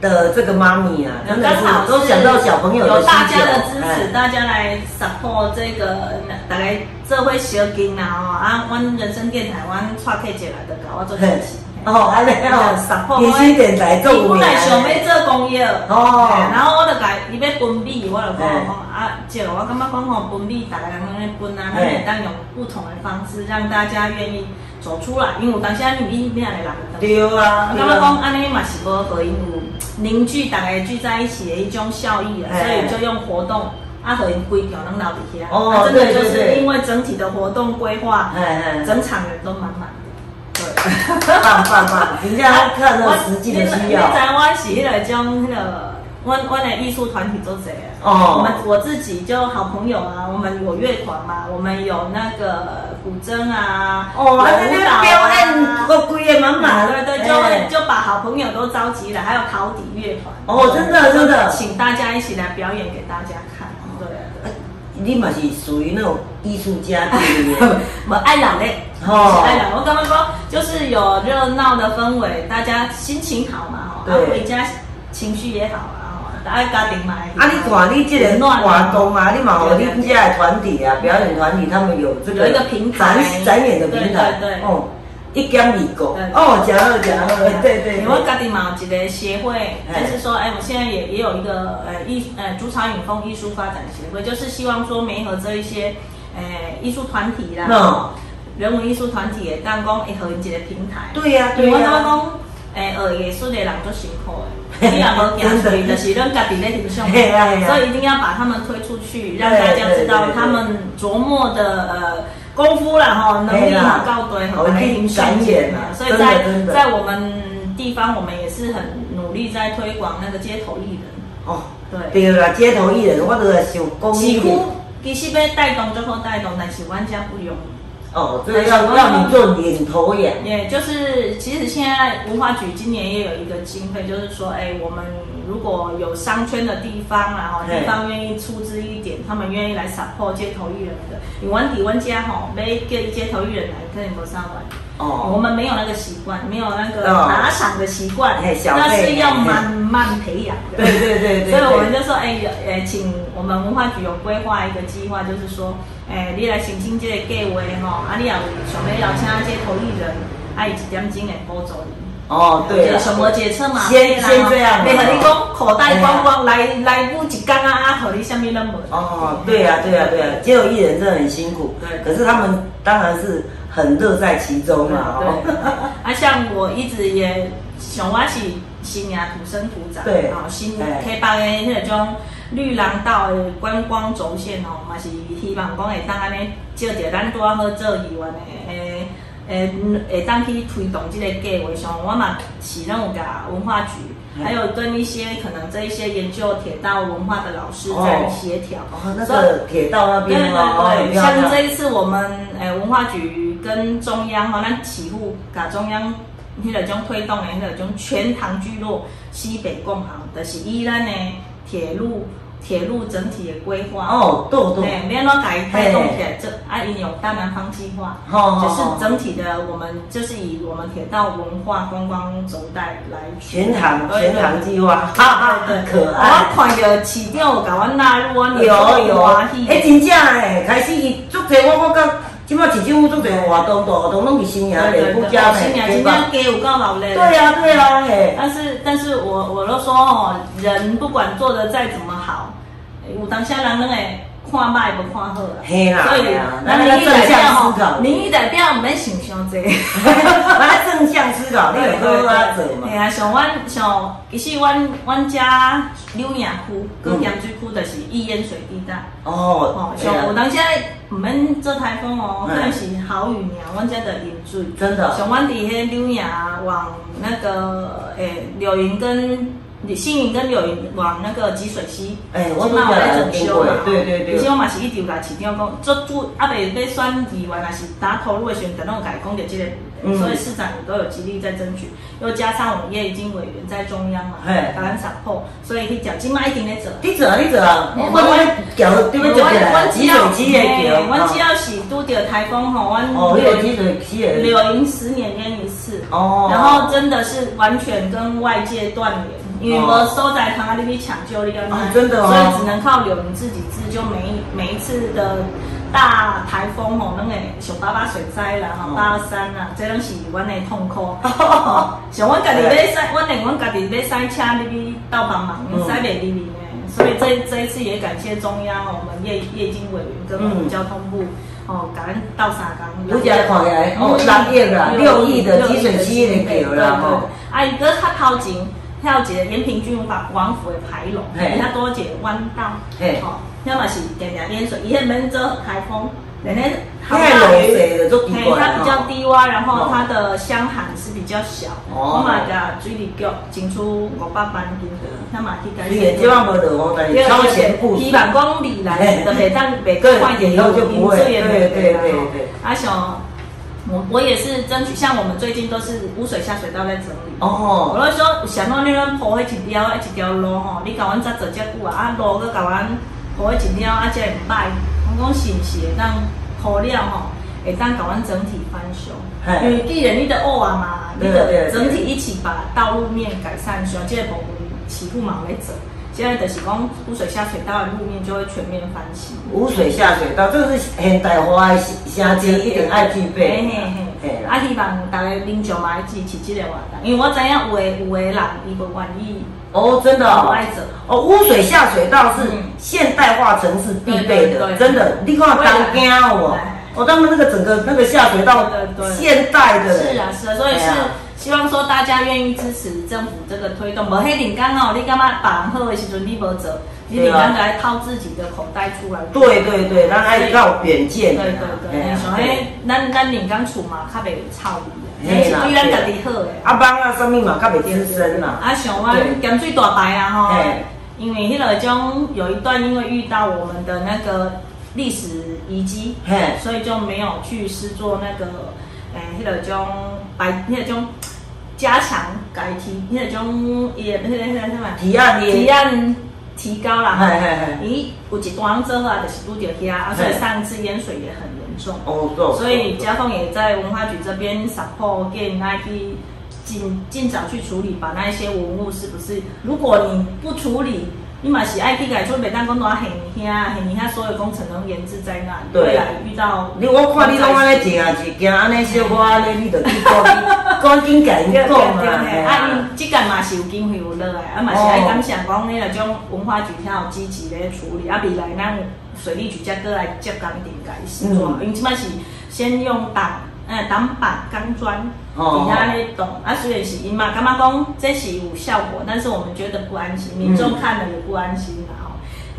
Speaker 1: 的这个妈咪啊，真的
Speaker 2: 刚
Speaker 1: 是
Speaker 2: 好
Speaker 1: 都想到小朋友的
Speaker 2: 有
Speaker 1: 需
Speaker 2: 大
Speaker 1: 求
Speaker 2: 家的支持，
Speaker 1: 哎
Speaker 2: 大家来 support 这个，大家这会小金啊吼，啊，阮人生电台，阮蔡克姐来的搞，我做主
Speaker 1: 嘿
Speaker 2: 持。
Speaker 1: [LAUGHS] 哦，安尼
Speaker 2: [LAUGHS]
Speaker 1: [LAUGHS] 哦，
Speaker 2: support
Speaker 1: 明星电台做
Speaker 2: 伊
Speaker 1: 五
Speaker 2: 本
Speaker 1: 年
Speaker 2: 来，想要做公益，
Speaker 1: 哦
Speaker 2: 嘿然后我就甲伊要分米，我就讲
Speaker 1: 嘿
Speaker 2: 讲啊，姐，我感觉讲吼分米，大家人安尼分啊，咱
Speaker 1: 嘿
Speaker 2: 会当用不同的方式让大家愿意走出来，因为有当时咱你你边来人有当时
Speaker 1: 对啊，
Speaker 2: 我感觉讲安尼嘛是无互因有凝聚大家聚在一起的一种效益啊，
Speaker 1: 哎
Speaker 2: 所以就用活动啊，互因规条拢留伫遐。
Speaker 1: 哦
Speaker 2: 啊真的
Speaker 1: 对对
Speaker 2: 就是
Speaker 1: 对
Speaker 2: 因为整体的活动规划，
Speaker 1: 哎哎，
Speaker 2: 整场人都满满的。对，
Speaker 1: 棒棒棒，人家看到实际的需要
Speaker 2: 我你知我是迄个种迄个，我我的艺术团体做谁啊？我们
Speaker 1: 哦，
Speaker 2: 我自己就好朋友啊，我们有乐团嘛，我们有那个古筝啊，
Speaker 1: 哦，
Speaker 2: 有
Speaker 1: 啊，人
Speaker 2: 舞蹈
Speaker 1: 家标案
Speaker 2: 啊，
Speaker 1: 都规的满满，
Speaker 2: 对对，
Speaker 1: 哎
Speaker 2: 就就把好朋友都召集了，还有陶笛乐团。
Speaker 1: 哦真的真的
Speaker 2: 请大家一起来表演给大家看。对对，
Speaker 1: 你嘛是属于那种艺术家对不对
Speaker 2: [LAUGHS] 我爱老嘞，
Speaker 1: 哦
Speaker 2: 爱老。我刚刚说就是有热闹的氛围，大家心情好嘛，哈，啊
Speaker 1: 对
Speaker 2: 回家情绪也好啊，哈大家家庭嘛。
Speaker 1: 啊，你看你这个华
Speaker 2: [LAUGHS]
Speaker 1: 工啊，你嘛有你这的团体啊，表演团体他们有这
Speaker 2: 有一个平台
Speaker 1: 展展演的平台，
Speaker 2: 对对对
Speaker 1: 哦，一兼二顾
Speaker 2: 对，
Speaker 1: 哦，讲好讲好，对对
Speaker 2: 因为
Speaker 1: 对，
Speaker 2: 家己嘛有一个协会，就是说，哎，我现在也也有一个呃艺呃竹草影风艺术发展协会，就是希望说媒合这一些呃艺术团体啦，
Speaker 1: 嗯
Speaker 2: 人文艺术团体的，但讲会合一个平台。
Speaker 1: 对呀对
Speaker 2: 因为我
Speaker 1: 呀，
Speaker 2: 讲，哎，学艺术的人都辛苦的，你也无
Speaker 1: [LAUGHS]
Speaker 2: 行出去，就是咱家己在欣赏。
Speaker 1: 嘿呀嘿呀
Speaker 2: 所以一定要把他们推出去，让大家知道他们琢磨的呃功夫啦吼，能力有高对吼，来影响人啊。所以在在我们地方，我们也是很努力在推广那个街头艺人，
Speaker 1: 哦，
Speaker 2: 对，
Speaker 1: 对啦，街头艺人我都想公益
Speaker 2: 几，乎其实要带动就好带动，但是阮家不容易。
Speaker 1: 哦，这要要你做领头羊，
Speaker 2: 也就是，其实现在文化局今年也有一个经费，就是说，哎，我们如果有商圈的地方啦，然后
Speaker 1: 对
Speaker 2: 地方愿意出资一点，他们愿意来 support 街头艺人的。你玩底玩家吼，没给街头艺人来跟你们上玩，我
Speaker 1: 哦，
Speaker 2: 们没有那个习惯，没有那个
Speaker 1: 哦
Speaker 2: 打赏的习惯，
Speaker 1: 嘿小
Speaker 2: 那是
Speaker 1: 费
Speaker 2: 要
Speaker 1: 嘿
Speaker 2: 慢慢培养的。
Speaker 1: 对对对对，
Speaker 2: 所以我们
Speaker 1: 对
Speaker 2: 就说，哎、有哎，请我们文化局有规划一个计划，就是说，哎、你来申请这个计划吼，啊，你也有想要邀请这些投艺人，啊，伊一点钟的补助你。
Speaker 1: 哦对
Speaker 2: 就
Speaker 1: 了
Speaker 2: 是，什么决策嘛？
Speaker 1: 先先这样嘛哦哎
Speaker 2: 你和你讲口袋光光，来来不一天啊，啊，和你什么拢无。
Speaker 1: 哦，对呀、对呀、对呀、街头艺人真的很辛苦，
Speaker 2: 对
Speaker 1: 可是他们当然是很乐在其中嘛，
Speaker 2: 对
Speaker 1: 哦，，
Speaker 2: 啊，像我一直也想我是新芽土生土长，
Speaker 1: 对
Speaker 2: 哦，新
Speaker 1: 哎
Speaker 2: 开放的迄种绿廊道的观光轴线哦，嘛是希望讲会当安尼借着咱拄仔好做议员的诶诶，会当去推动这个计划上，我嘛是拢有甲文化局。
Speaker 1: 哎
Speaker 2: 还有跟一些可能这一些研究铁道文化的老师在
Speaker 1: 哦
Speaker 2: 协调，
Speaker 1: 哦那
Speaker 2: 所以
Speaker 1: 个铁道那
Speaker 2: 对
Speaker 1: 边
Speaker 2: 对
Speaker 1: 哦，很
Speaker 2: 对，
Speaker 1: 漂亮
Speaker 2: 像这一次我们诶文化局跟中央哦哈，咱起户甲中央迄个种推动的迄个种全唐聚落西北共航，就是依咱的铁路铁路整体的规划。
Speaker 1: 哦，对对，
Speaker 2: 对，免怎改推动起来，这啊因有大南方计划，
Speaker 1: 哦
Speaker 2: 就是
Speaker 1: 哦哦
Speaker 2: 整体的我们就是以我们铁道文化观光轴带来去
Speaker 1: 全糖
Speaker 2: 对
Speaker 1: 全
Speaker 2: 对
Speaker 1: 糖计划，哈哈，可爱
Speaker 2: 我。看到市哦长有甲我纳入，我
Speaker 1: 有有
Speaker 2: 欢喜，。
Speaker 1: 哎，真正哎，开始伊足侪我我到即马一政府做侪活动，活动拢是新娘内部家
Speaker 2: 新娘
Speaker 1: 美，对
Speaker 2: 今天
Speaker 1: 吧？
Speaker 2: 给我告老嘞。
Speaker 1: 对呀、对呀、
Speaker 2: [LAUGHS]
Speaker 1: 嘿，
Speaker 2: 但是，但是我我都说哦，人不管做的再怎么好，有当下人那个看卖不看好啦。
Speaker 1: 嘿啦
Speaker 2: 所以
Speaker 1: 嘿啦，
Speaker 2: 咱
Speaker 1: 咱要
Speaker 2: 民意代
Speaker 1: 正向
Speaker 2: 表
Speaker 1: 思考
Speaker 2: 吼，民意代表唔免想伤济。
Speaker 1: 咱正向思考，你有好啊做嘛
Speaker 2: 嘿？啊，像阮像其实阮阮家柳营区跟盐水区就是一淹水地带。哦
Speaker 1: 哦，，对
Speaker 2: 像有
Speaker 1: 啊，
Speaker 2: 当时毋免做台风哦，
Speaker 1: 嗯
Speaker 2: 可能是好雨尔，阮遮着淹水。
Speaker 1: 真的
Speaker 2: 像阮伫迄柳营往那个诶柳营跟新营跟柳营往那个集水溪，
Speaker 1: 哎我
Speaker 2: 即摆
Speaker 1: 都
Speaker 2: 有在
Speaker 1: 有
Speaker 2: 整
Speaker 1: 经
Speaker 2: 修
Speaker 1: 过
Speaker 2: 嘛，
Speaker 1: 对对对
Speaker 2: 其实我嘛是一直有甲市长讲，做主啊未要选议员，也是打投入的时阵，等我甲伊讲着即个问
Speaker 1: 嗯
Speaker 2: 题，所以市长也都有极力在争取，又加上我们也已经委员在中央嘛，
Speaker 1: 嘿
Speaker 2: 甲咱 support，所以去讲即摆一定咧做。
Speaker 1: 你做啊，你做啊，我我桥对不对？
Speaker 2: 阮
Speaker 1: 积水
Speaker 2: 只要
Speaker 1: 机的桥，
Speaker 2: 阮只要是拄着台风吼，阮
Speaker 1: 哦，那个积水机的，
Speaker 2: 柳营十年淹一次，
Speaker 1: 哦，
Speaker 2: 然后真的是完全跟外界断联，因为我收在唐阿那边抢救力量，
Speaker 1: 哦真的哦
Speaker 2: 所以只能靠柳营自己治，就每一每一次的。大台风吼，那个像八八水灾啦，吼
Speaker 1: 哦
Speaker 2: 八二三啦，这拢是阮的痛
Speaker 1: [LAUGHS]
Speaker 2: 苦。哦像阮家己买赛，阮连阮家己买赛车入去到帮忙，
Speaker 1: 嗯
Speaker 2: 塞袂入去呢。所以这这一次也感谢中央哦，我们业业经委员跟我们
Speaker 1: 嗯
Speaker 2: 交通部哦，感恩到三工。
Speaker 1: 你家看起来
Speaker 2: 嗯
Speaker 1: 哦，六亿啦，六亿的积水机的桥啦，吼。
Speaker 2: 啊，伊搁较头前，还有一个延平郡王王府的牌楼，
Speaker 1: 嘿
Speaker 2: 遐多一个弯道，
Speaker 1: 嘿
Speaker 2: 吼，遐嘛是定定淹水，伊迄免做台风，连迄
Speaker 1: 太容易了，就奇
Speaker 2: 嘿，
Speaker 1: 怪
Speaker 2: 它比较
Speaker 1: 了。
Speaker 2: 低洼，然
Speaker 1: 哦
Speaker 2: 后它的箱涵是比较小。
Speaker 1: 哦
Speaker 2: 我嘛甲水利局进出五百万金，那嘛去改
Speaker 1: 你也希望无落雨，但是超前部署。
Speaker 2: 希望讲未来的每当每个换点啊阿雄，我我也是争取，像我们最近都是污水下水道在整理。我
Speaker 1: 哦，
Speaker 2: 都说，想到你咱铺迄一条一条路吼，你甲阮才做遮久啊，啊路搁甲阮铺迄一条啊，这毋歹。我讲是毋是会当铺了吼，会当甲阮整体翻修？因为既然你的恶啊嘛，你的整体一起把道路面改善修，这个部分起步嘛会走。现在就是讲污水下水道的路面就会全面翻新。
Speaker 1: 污水下水道，这是现代化的城市一定爱具备。
Speaker 2: 嘿嘿嘿，啊，希望大家民众嘛支持这个活动，因为我知影有诶有诶人伊无愿意，
Speaker 1: 哦，真的
Speaker 2: 无
Speaker 1: 哦
Speaker 2: 爱。做。
Speaker 1: 哦，污水下水道是现代化城市必备的，真的。你看当家哦，哦，他们那个整个那个下水道，现代的。
Speaker 2: 是啊，是啊，所以是
Speaker 1: 对啊
Speaker 2: 希望说大家愿意支持政府这个推动。无迄林刚哦，你感觉把人好的时阵你无做，你
Speaker 1: 对
Speaker 2: 林
Speaker 1: 啊
Speaker 2: 刚来掏自己的口袋出来。
Speaker 1: 对对对，咱爱靠远
Speaker 2: 对
Speaker 1: 见。
Speaker 2: 对对，
Speaker 1: 哎
Speaker 2: 哎像迄咱咱林刚厝嘛，较袂臭味，
Speaker 1: 嘿
Speaker 2: 迄
Speaker 1: 啦
Speaker 2: 是对咱家己好诶。
Speaker 1: 啊，帮啊，生命嘛，较袂滋生啦。
Speaker 2: 啊，像阮
Speaker 1: 对
Speaker 2: 咸水大排啊吼
Speaker 1: 嘿，
Speaker 2: 因为迄落种有一段因为遇到我们的那个历史遗迹
Speaker 1: 嘿，
Speaker 2: 所以就没有去施做那个诶迄落种白迄落种加强改提迄落种伊诶迄个迄个什么
Speaker 1: 提案的，
Speaker 2: 提案提高啦
Speaker 1: 嘿嘿嘿
Speaker 2: 吼，伊有一段做啊，就是拄着遐，啊，所以
Speaker 1: 嘿
Speaker 2: 上次淹水也很严重。
Speaker 1: 哦，对
Speaker 2: 所以家凤也在文化局这边 support 给你那批尽尽早去处理，把那一些文物是不是？如果你不处理，你嘛是爱去改做，每当讲多很你遐很你遐所有工程都研制在那里，
Speaker 1: 对
Speaker 2: 未来遇到
Speaker 1: 你我看你拢安尼静啊，一件安尼小可安尼，你就去讲，赶紧甲因
Speaker 2: 对对
Speaker 1: 讲嘛，
Speaker 2: 对，
Speaker 1: 嘿
Speaker 2: 啊，
Speaker 1: 啊
Speaker 2: 因即间嘛是有经费有落来，啊嘛是爱感谢讲你那种文化局遐有积极咧处理，啊未来咱水利局才过来接工顶改是做，因即摆是先用挡呃挡板钢砖
Speaker 1: 哦
Speaker 2: 底下咧动，啊虽然是因嘛感觉讲这是有效果，但是我们觉得不安心，民众看了也不安心啦吼。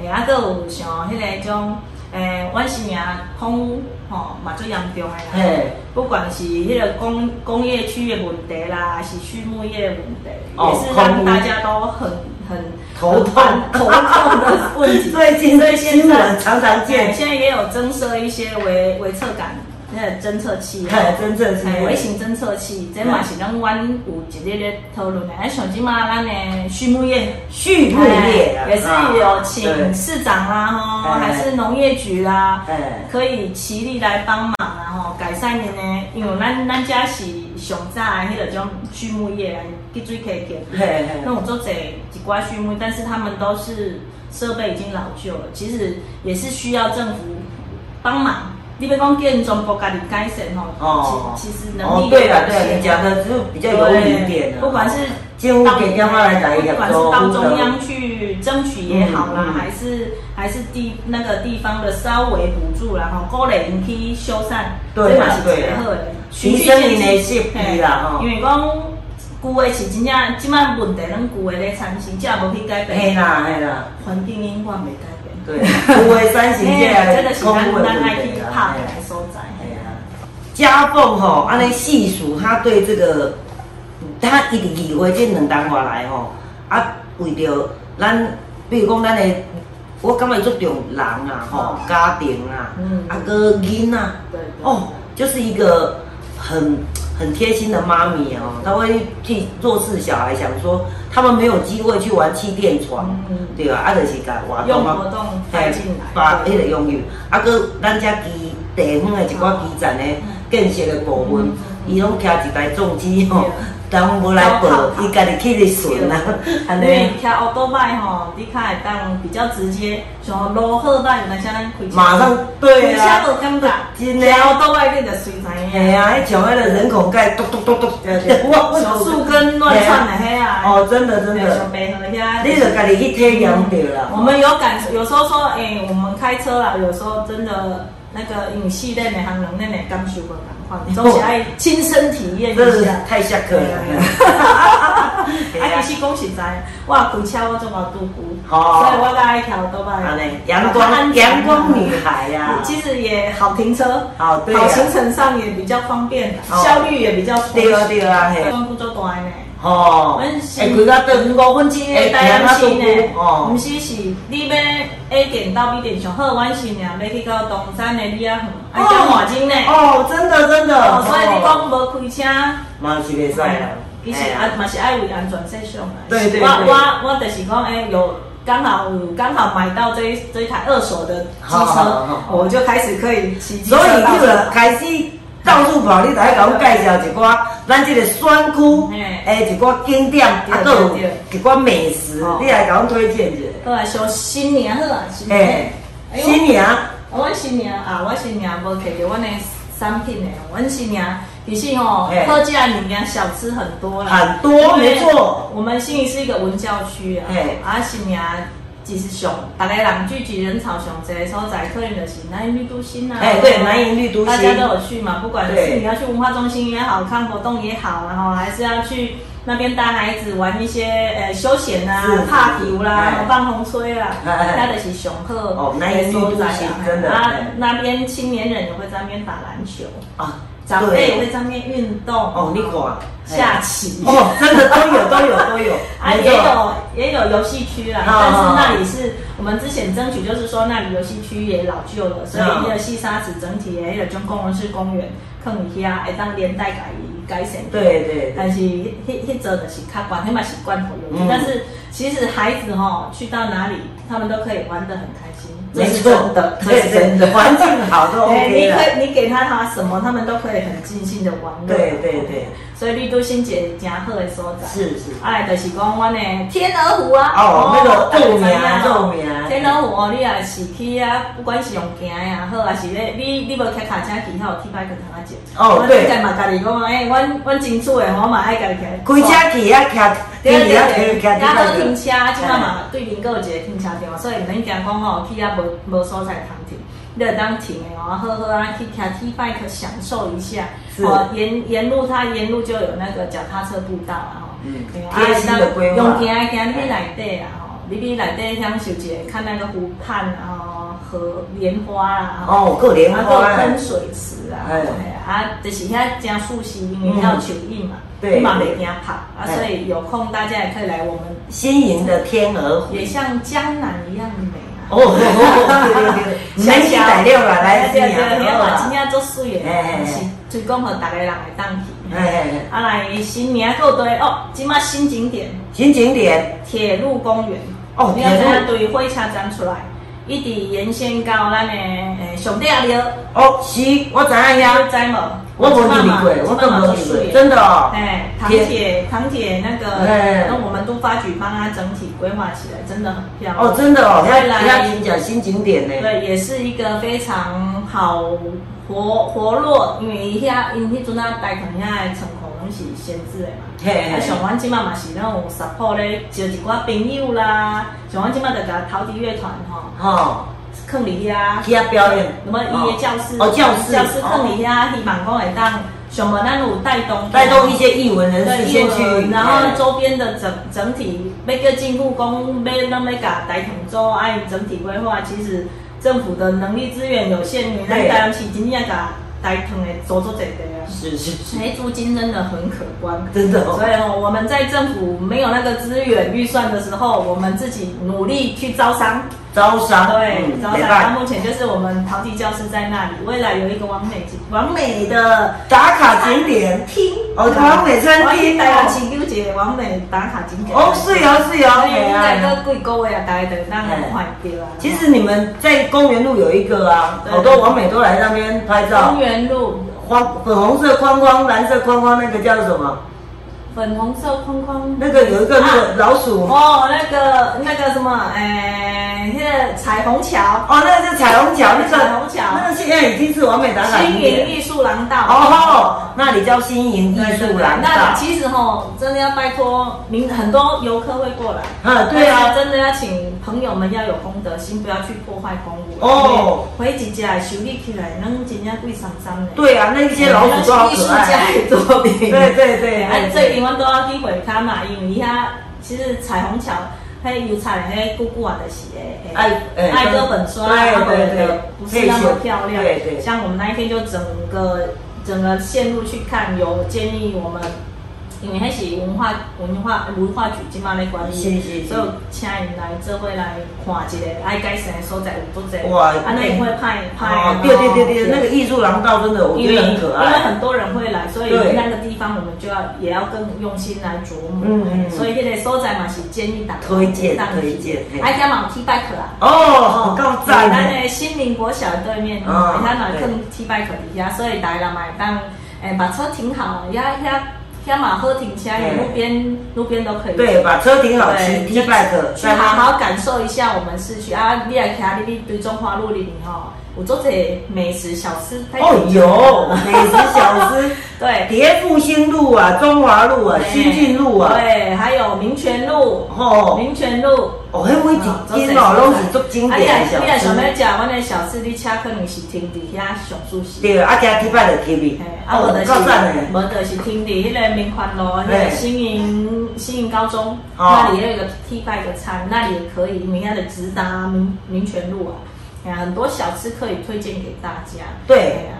Speaker 2: 诶，啊，搁有像迄个种诶，阮新营空污吼嘛最严重诶啦
Speaker 1: 嘿。
Speaker 2: 不管是迄个工工业区的问题啦，还是畜牧业的问题，
Speaker 1: 哦
Speaker 2: 也是让大家都很很
Speaker 1: 头痛
Speaker 2: 很头痛的问
Speaker 1: [LAUGHS]
Speaker 2: 题。
Speaker 1: 最近
Speaker 2: 所
Speaker 1: 这
Speaker 2: 以现在
Speaker 1: 新闻常常见，
Speaker 2: 现在也有增设一些维维测感那个侦测器，
Speaker 1: 嘿真正是
Speaker 2: 哎微型侦测器，这嘛是咱阮有一日咧讨论的。哎，像即嘛咱的畜牧业。
Speaker 1: 畜牧业啊
Speaker 2: 哎也是有请
Speaker 1: 啊
Speaker 2: 市长啦、吼、
Speaker 1: 哎
Speaker 2: 还是农业局啊啦、
Speaker 1: 哎
Speaker 2: 可以齐力来帮忙啊，吼，改善的呢，因为咱咱家是上早的迄种畜牧业啊，去水溪田，
Speaker 1: 对嘿嘿
Speaker 2: 那种做者几挂畜牧，但是他们都是设备已经老旧了，其实也是需要政府帮忙。你别讲建中国家的改善
Speaker 1: 哦
Speaker 2: 吼，其其实能力
Speaker 1: 哦，对了，对，
Speaker 2: 有限啊
Speaker 1: 你讲的就是比较有理一点的，啊
Speaker 2: 不管是
Speaker 1: 进屋给电话来讲也
Speaker 2: 啊
Speaker 1: 讲
Speaker 2: 不管是
Speaker 1: 说
Speaker 2: 到中央去争取也好啦，
Speaker 1: 嗯嗯
Speaker 2: 还是还是地那个地方的稍微补助啦，吼，鼓励因去修缮，
Speaker 1: 对啊啦
Speaker 2: 这嘛是
Speaker 1: 对啦
Speaker 2: 最好的，
Speaker 1: 提升因的
Speaker 2: 循序渐进
Speaker 1: 设备啦吼
Speaker 2: 嘿因为讲旧的是真正即摆问题，咱旧的咧产生，即也无去改
Speaker 1: 嘿
Speaker 2: 变，
Speaker 1: 啦嘿啦，
Speaker 2: 环境因我没改变。
Speaker 1: 对，不为三行界
Speaker 2: 嘿
Speaker 1: 来
Speaker 2: 真的是
Speaker 1: 公
Speaker 2: 咱
Speaker 1: 布的
Speaker 2: 咱爱
Speaker 1: 对
Speaker 2: 去
Speaker 1: 不对
Speaker 2: 拍
Speaker 1: 嘿
Speaker 2: 的所在。
Speaker 1: 哎呀，家凤吼，啊安尼细数，他对这个，他一直移回这两单外来吼，啊，为着咱，比如讲咱的，我感觉伊足重人啊吼，家庭啊，
Speaker 2: 哦嗯
Speaker 1: 啊个囡仔，
Speaker 2: 对对
Speaker 1: 哦，就是一个很很贴心的妈咪哦，她会替弱势小孩想说，他们没有机会去玩气垫床，
Speaker 2: 嗯嗯
Speaker 1: 对吧？啊，就是甲活
Speaker 2: 用
Speaker 1: 啊
Speaker 2: 活动带进来
Speaker 1: 把迄个用油，啊，佮咱遮基地方的一寡基层的建设的部分
Speaker 2: 嗯嗯，
Speaker 1: 伊拢徛一台重机吼
Speaker 2: 对，
Speaker 1: 人无来报，伊家己去咧巡啊，安
Speaker 2: 因
Speaker 1: 尼
Speaker 2: 为骑奥多拜吼，你较会当比较直接，像路好歹有当时咱开车，
Speaker 1: 马上对
Speaker 2: 开
Speaker 1: 啊
Speaker 2: 车，无感觉，
Speaker 1: 真的啊
Speaker 2: 奥多拜你就随知
Speaker 1: 哎
Speaker 2: 影。啊
Speaker 1: 呀，迄像迄个人孔盖咚咚咚咚， [LAUGHS]
Speaker 2: [LAUGHS] 小树根乱窜的嘿
Speaker 1: 啊
Speaker 2: 啊！
Speaker 1: 哦，真的真
Speaker 2: 对，
Speaker 1: 的
Speaker 2: 像。北河遐，
Speaker 1: 你就家己去体验到啦。
Speaker 2: 啊我们有感受，有时候说，哎、我们开车啦，有时候真的那个影系列的、行能类的感受不同
Speaker 1: 哦
Speaker 2: 款，总是爱亲身体验
Speaker 1: 这
Speaker 2: 一
Speaker 1: 是
Speaker 2: 下。
Speaker 1: 太下课了。
Speaker 2: [LAUGHS] 啊，其实讲实在，我开车我做嘛都久，
Speaker 1: 哦
Speaker 2: 所以我较爱跳倒摆。
Speaker 1: 好嘞，阳光阳光女孩啊呀，
Speaker 2: 其实也好停车，
Speaker 1: 好对啊
Speaker 2: 好行程上也比较方便，
Speaker 1: 哦
Speaker 2: 效率也比较充
Speaker 1: 对啊对啊嘿
Speaker 2: 光顾做大的呢。哦
Speaker 1: 吼，哎，规个
Speaker 2: 五
Speaker 1: 灯，
Speaker 2: 分之一台
Speaker 1: 哎
Speaker 2: 南市
Speaker 1: 行啊
Speaker 2: 呢
Speaker 1: 都有哦，
Speaker 2: 毋是是，你要 A 点到 B 点上好，阮是呢要去到东山的你啊远，爱
Speaker 1: 哦
Speaker 2: 交换金呢。
Speaker 1: 哦，真的真的哎
Speaker 2: 哦，，所以你讲无开车，
Speaker 1: 嘛是袂使啦，
Speaker 2: 其实啊嘛是爱为安全着想啦。
Speaker 1: 对对
Speaker 2: 我
Speaker 1: 对
Speaker 2: 我我就是讲，哎，有刚好有刚好买到这一这一台二手的机
Speaker 1: 好好好
Speaker 2: 车
Speaker 1: 好，
Speaker 2: 我就开始可以骑机车
Speaker 1: 所以
Speaker 2: 到
Speaker 1: 你
Speaker 2: 处
Speaker 1: 就开始到处跑，你来甲阮介绍一寡咱这个选区诶一寡景点，啊，搁有一寡美食，
Speaker 2: 哦
Speaker 1: 你来甲阮推荐一下。
Speaker 2: 好啊，小新年好啊，新
Speaker 1: 哎
Speaker 2: 年。，哎呦
Speaker 1: 新年
Speaker 2: 啊阮新娘啊，阮新娘无摕着阮的产品的，阮新娘其实吼
Speaker 1: 嘿，
Speaker 2: 客家的物件小吃很多啦，
Speaker 1: 很多没错。
Speaker 2: 我们新义是一个文教区啊
Speaker 1: 嘿，
Speaker 2: 啊新娘其实上，大家人聚集人潮上济的所在，可能就是南营绿都心啊。
Speaker 1: 哎对南营绿都心
Speaker 2: 大家都有去嘛，不管是
Speaker 1: 对
Speaker 2: 你要去文化中心也好，看活动也好，然后还是要去。那边带孩子玩一些呃休闲啊
Speaker 1: 是是、
Speaker 2: 踏球啦
Speaker 1: 哎、
Speaker 2: 放红吹啦，
Speaker 1: 哎哎
Speaker 2: 那就是上课
Speaker 1: 哦南营绿都心真的
Speaker 2: 啊
Speaker 1: 哎，
Speaker 2: 那边青年人也会在那边打篮球，
Speaker 1: 啊，
Speaker 2: 长辈也会在那边运动。啊
Speaker 1: 哦，你看，
Speaker 2: 下棋。
Speaker 1: 哦，真的都有都有都有，
Speaker 2: [LAUGHS] 啊，
Speaker 1: 没
Speaker 2: 也
Speaker 1: 错
Speaker 2: 有也有游戏区啦，
Speaker 1: 哦
Speaker 2: 但是那里是我们之前争取，就是说那里游戏区也老旧了，所以
Speaker 1: 嗯
Speaker 2: 那个细沙子整体也有种公园式公园，坑一下，会当连带改改善。
Speaker 1: 对对对，
Speaker 2: 但是迄迄阵就是较管，迄嘛是罐头游戏，
Speaker 1: 嗯
Speaker 2: 但是其实孩子哈、去到哪里，他们都可以玩得很开心，这
Speaker 1: 没
Speaker 2: 是
Speaker 1: 错
Speaker 2: 真的，这
Speaker 1: 对
Speaker 2: 是
Speaker 1: 对
Speaker 2: 真的。
Speaker 1: 环境好就
Speaker 2: 哎，你
Speaker 1: OK 了
Speaker 2: 可，以，你给他他什么，他们都可以很尽兴的玩乐。
Speaker 1: 对对对，
Speaker 2: 所以绿都心姐真好的所在。
Speaker 1: 是是
Speaker 2: 哎，就是讲阮的天鹅湖啊，
Speaker 1: 哦那个
Speaker 2: 大家
Speaker 1: 著名
Speaker 2: 知影
Speaker 1: 著名
Speaker 2: 天鹅湖哦，你也是去啊，不管是用行也好，还是咧，你你无开卡车去，还有铁牌跟他姐。
Speaker 1: 哦
Speaker 2: 我
Speaker 1: 对
Speaker 2: 自己嘛家己讲，哎，阮阮真厝的，我嘛爱家己
Speaker 1: 开车去啊，徛，
Speaker 2: 对
Speaker 1: 你
Speaker 2: 对
Speaker 1: 啊，徛
Speaker 2: 对，
Speaker 1: 徛
Speaker 2: 咱都停车，
Speaker 1: 地
Speaker 2: 即摆嘛对面阁有一个停车场，所以毋免惊讲吼去啊无无所在通停，你就当停的哦，好好啊去骑 T bike 享受一下。
Speaker 1: 是
Speaker 2: 哦，沿沿路它沿路就有那个脚踏车步道啊，吼，
Speaker 1: 嗯
Speaker 2: 对啊
Speaker 1: 贴心的规划
Speaker 2: 用行的行你内底啊，吼，你你内底享受一下看那个湖畔啊，吼和莲花啊，吼
Speaker 1: 哦，够莲
Speaker 2: 啊，
Speaker 1: 花
Speaker 2: 还
Speaker 1: 啊
Speaker 2: 有喷，水池啊，
Speaker 1: 哎
Speaker 2: 哎啊，就是遐真舒适，因为遐有树荫嘛，
Speaker 1: 嗯对
Speaker 2: 嘛袂惊怕啊，
Speaker 1: 哎
Speaker 2: 所以有空大家也可以来，我们
Speaker 1: 新营的天鹅湖，
Speaker 2: 也像江南一样美啊。
Speaker 1: 哦，对对对，免去材料啦，来新
Speaker 2: 对对对，
Speaker 1: 营
Speaker 2: 遐嘛真
Speaker 1: 啊，
Speaker 2: 正足水的
Speaker 1: 哎哎哎
Speaker 2: 啦，是就讲互逐个人会当去。
Speaker 1: 哎哎
Speaker 2: 啊来新名还有对哦，即马新景点
Speaker 1: 新景点，
Speaker 2: 铁路公园。
Speaker 1: 哦
Speaker 2: 你要知
Speaker 1: 铁
Speaker 2: 影
Speaker 1: 路
Speaker 2: 对火车站出来，一呃直沿线到咱的诶上帝阿廖，
Speaker 1: 哦，是，我知影
Speaker 2: 你
Speaker 1: 呀，
Speaker 2: 知无？
Speaker 1: 我无入过，我都无入过，真的哦。
Speaker 2: 哎，堂姐，堂姐那个，
Speaker 1: 哎
Speaker 2: 那我们都发局帮她整体规划起来，真的很漂亮。
Speaker 1: 哦，真的哦，
Speaker 2: 未
Speaker 1: 遐遐
Speaker 2: 来
Speaker 1: 真正新景点呢。
Speaker 2: 对，也是一个非常好活活络，因为伊遐因迄阵啊，大同遐的成功拢是闲置的嘛。
Speaker 1: 嘿嘿
Speaker 2: 啊，像阮即满嘛是那种 support 咧，招一寡朋友啦，像阮即满就甲陶笛乐团吼，
Speaker 1: 吼，
Speaker 2: 放伫遐，
Speaker 1: 去遐表演
Speaker 2: 那么伊的教室，
Speaker 1: 哦哦教室
Speaker 2: 教室放伫遐，希望讲会当，上无咱有带动
Speaker 1: 哦带动一些艺文人
Speaker 2: 对
Speaker 1: 士
Speaker 2: 英
Speaker 1: 先
Speaker 2: 文
Speaker 1: 去，
Speaker 2: 然后
Speaker 1: 做
Speaker 2: 周边的整整体每个进步工，每那每个台统州按哎整体规划，其实政府的能力资源有限，你那
Speaker 1: 对
Speaker 2: 台湾是真正甲台统的做做这个啊，
Speaker 1: 是是是，
Speaker 2: 哎，租金真的很可观。
Speaker 1: 真的哦
Speaker 2: 所。以哦，我们在政府没有那个资源预算的时候，我们自己努力去招商，
Speaker 1: 招
Speaker 2: 啊
Speaker 1: 商嗯
Speaker 2: 对，招
Speaker 1: 没办
Speaker 2: 商。那
Speaker 1: 法
Speaker 2: 目前就是我们陶笛教室在那里，未来有一个完美完美的
Speaker 1: 打卡景点
Speaker 2: 厅
Speaker 1: 哦完美餐厅哦
Speaker 2: 大家请一个完美打卡景点。
Speaker 1: 哦，是哦是哦，
Speaker 2: 所以
Speaker 1: 嘿
Speaker 2: 应该
Speaker 1: 啊
Speaker 2: 搁几个月啊，大家就让人看到啊。
Speaker 1: 其实你们在公园路有一个啊，
Speaker 2: 对
Speaker 1: 好多网美都来那边拍照
Speaker 2: 公，园路
Speaker 1: 黄粉红色框框、蓝色框框那个叫什么？
Speaker 2: 粉红色框框
Speaker 1: 那个有一个那个
Speaker 2: 啊
Speaker 1: 老鼠，哦，
Speaker 2: 哦，那个那个什么，哎，那个彩虹桥，
Speaker 1: 哦那个是彩虹桥，那个
Speaker 2: 彩虹桥
Speaker 1: 那个现在已经是完美打卡景
Speaker 2: 星云
Speaker 1: 点。
Speaker 2: 艺术廊道。
Speaker 1: 哦吼，那里叫新营艺
Speaker 2: 对对
Speaker 1: 术
Speaker 2: 对
Speaker 1: 廊
Speaker 2: 那
Speaker 1: 道。
Speaker 2: 其实吼，真的要拜托您，很多游客会过来。
Speaker 1: 嗯对啊
Speaker 2: 但是真的要请朋友们要有公德心，不要去破坏公物。
Speaker 1: 哦，
Speaker 2: 回几家修理起来，能真正贵上上的。
Speaker 1: 对啊，那一些老鼠都好
Speaker 2: 艺术
Speaker 1: 可
Speaker 2: 家 [LAUGHS]
Speaker 1: 爱。
Speaker 2: 的作品。
Speaker 1: [LAUGHS] 对对对对
Speaker 2: 哎
Speaker 1: 对，
Speaker 2: 最近我都要去回看嘛，因为遐其实彩虹桥。迄油菜，迄久久啊，就是诶，
Speaker 1: 爱哎
Speaker 2: 爱哥本啊刷，
Speaker 1: 对
Speaker 2: 然后
Speaker 1: 对对
Speaker 2: 不是那么漂亮。
Speaker 1: 对对
Speaker 2: 像我们那一天就整个整个线路去看，有建议我们，因为迄是文化文化文化局即嘛咧管理，
Speaker 1: 是是是
Speaker 2: 所以有请因来做伙来看一下爱改善的所在有多济。
Speaker 1: 哇
Speaker 2: 啊，那也会派派。
Speaker 1: 哦，对对对对，那个艺术廊道真的我
Speaker 2: 因
Speaker 1: 觉
Speaker 2: 为
Speaker 1: 得很可
Speaker 2: 因为
Speaker 1: 爱。
Speaker 2: 很多人会来，所以
Speaker 1: 对
Speaker 2: 那个地方我们就要也要更用心来琢磨。
Speaker 1: 嗯嗯
Speaker 2: 所以这个所在嘛是建议打
Speaker 1: 推荐推荐嘿
Speaker 2: 还加嘛 T bike 啊。
Speaker 1: 哦，够赞
Speaker 2: 咱
Speaker 1: 的。
Speaker 2: 的新民国小对面，
Speaker 1: 嗯
Speaker 2: 嗯，遐嘛
Speaker 1: 对
Speaker 2: 更 T bike 底下，所以大家买当诶把车停好，遐遐遐嘛好停车，
Speaker 1: 对
Speaker 2: 路边路边都可以。
Speaker 1: 对，把车停好，骑
Speaker 2: 对
Speaker 1: T bike，
Speaker 2: 去好好感受一下我们市区啊！你来看，你你对中华路里面吼，有做者美食小吃。
Speaker 1: 哦，有美食小吃，
Speaker 2: [LAUGHS] 对，
Speaker 1: 叠复兴路啊，中华路啊，
Speaker 2: 对
Speaker 1: 新进路啊，
Speaker 2: 对，还有民权路，
Speaker 1: 吼
Speaker 2: 民权路。
Speaker 1: 哦，迄每一间哦，拢是足经
Speaker 2: 啊，你
Speaker 1: 典
Speaker 2: 若
Speaker 1: 的小
Speaker 2: 你若想要
Speaker 1: 吃。
Speaker 2: 食阮的小吃，你车可能是停伫遐上舒适。
Speaker 1: 对，啊，加 T bike 就 T B，
Speaker 2: 嘿啊，无就是
Speaker 1: 哦够赞的。
Speaker 2: 无就是停伫迄个民权路，迄
Speaker 1: 嘿
Speaker 2: 个新营新营高中
Speaker 1: 哦
Speaker 2: 那里也有一个 T 派的餐，那里也可以，明天的直达民民权路啊，哎呀，很多小吃可以推荐给大家。
Speaker 1: 对
Speaker 2: 哎呀哎呀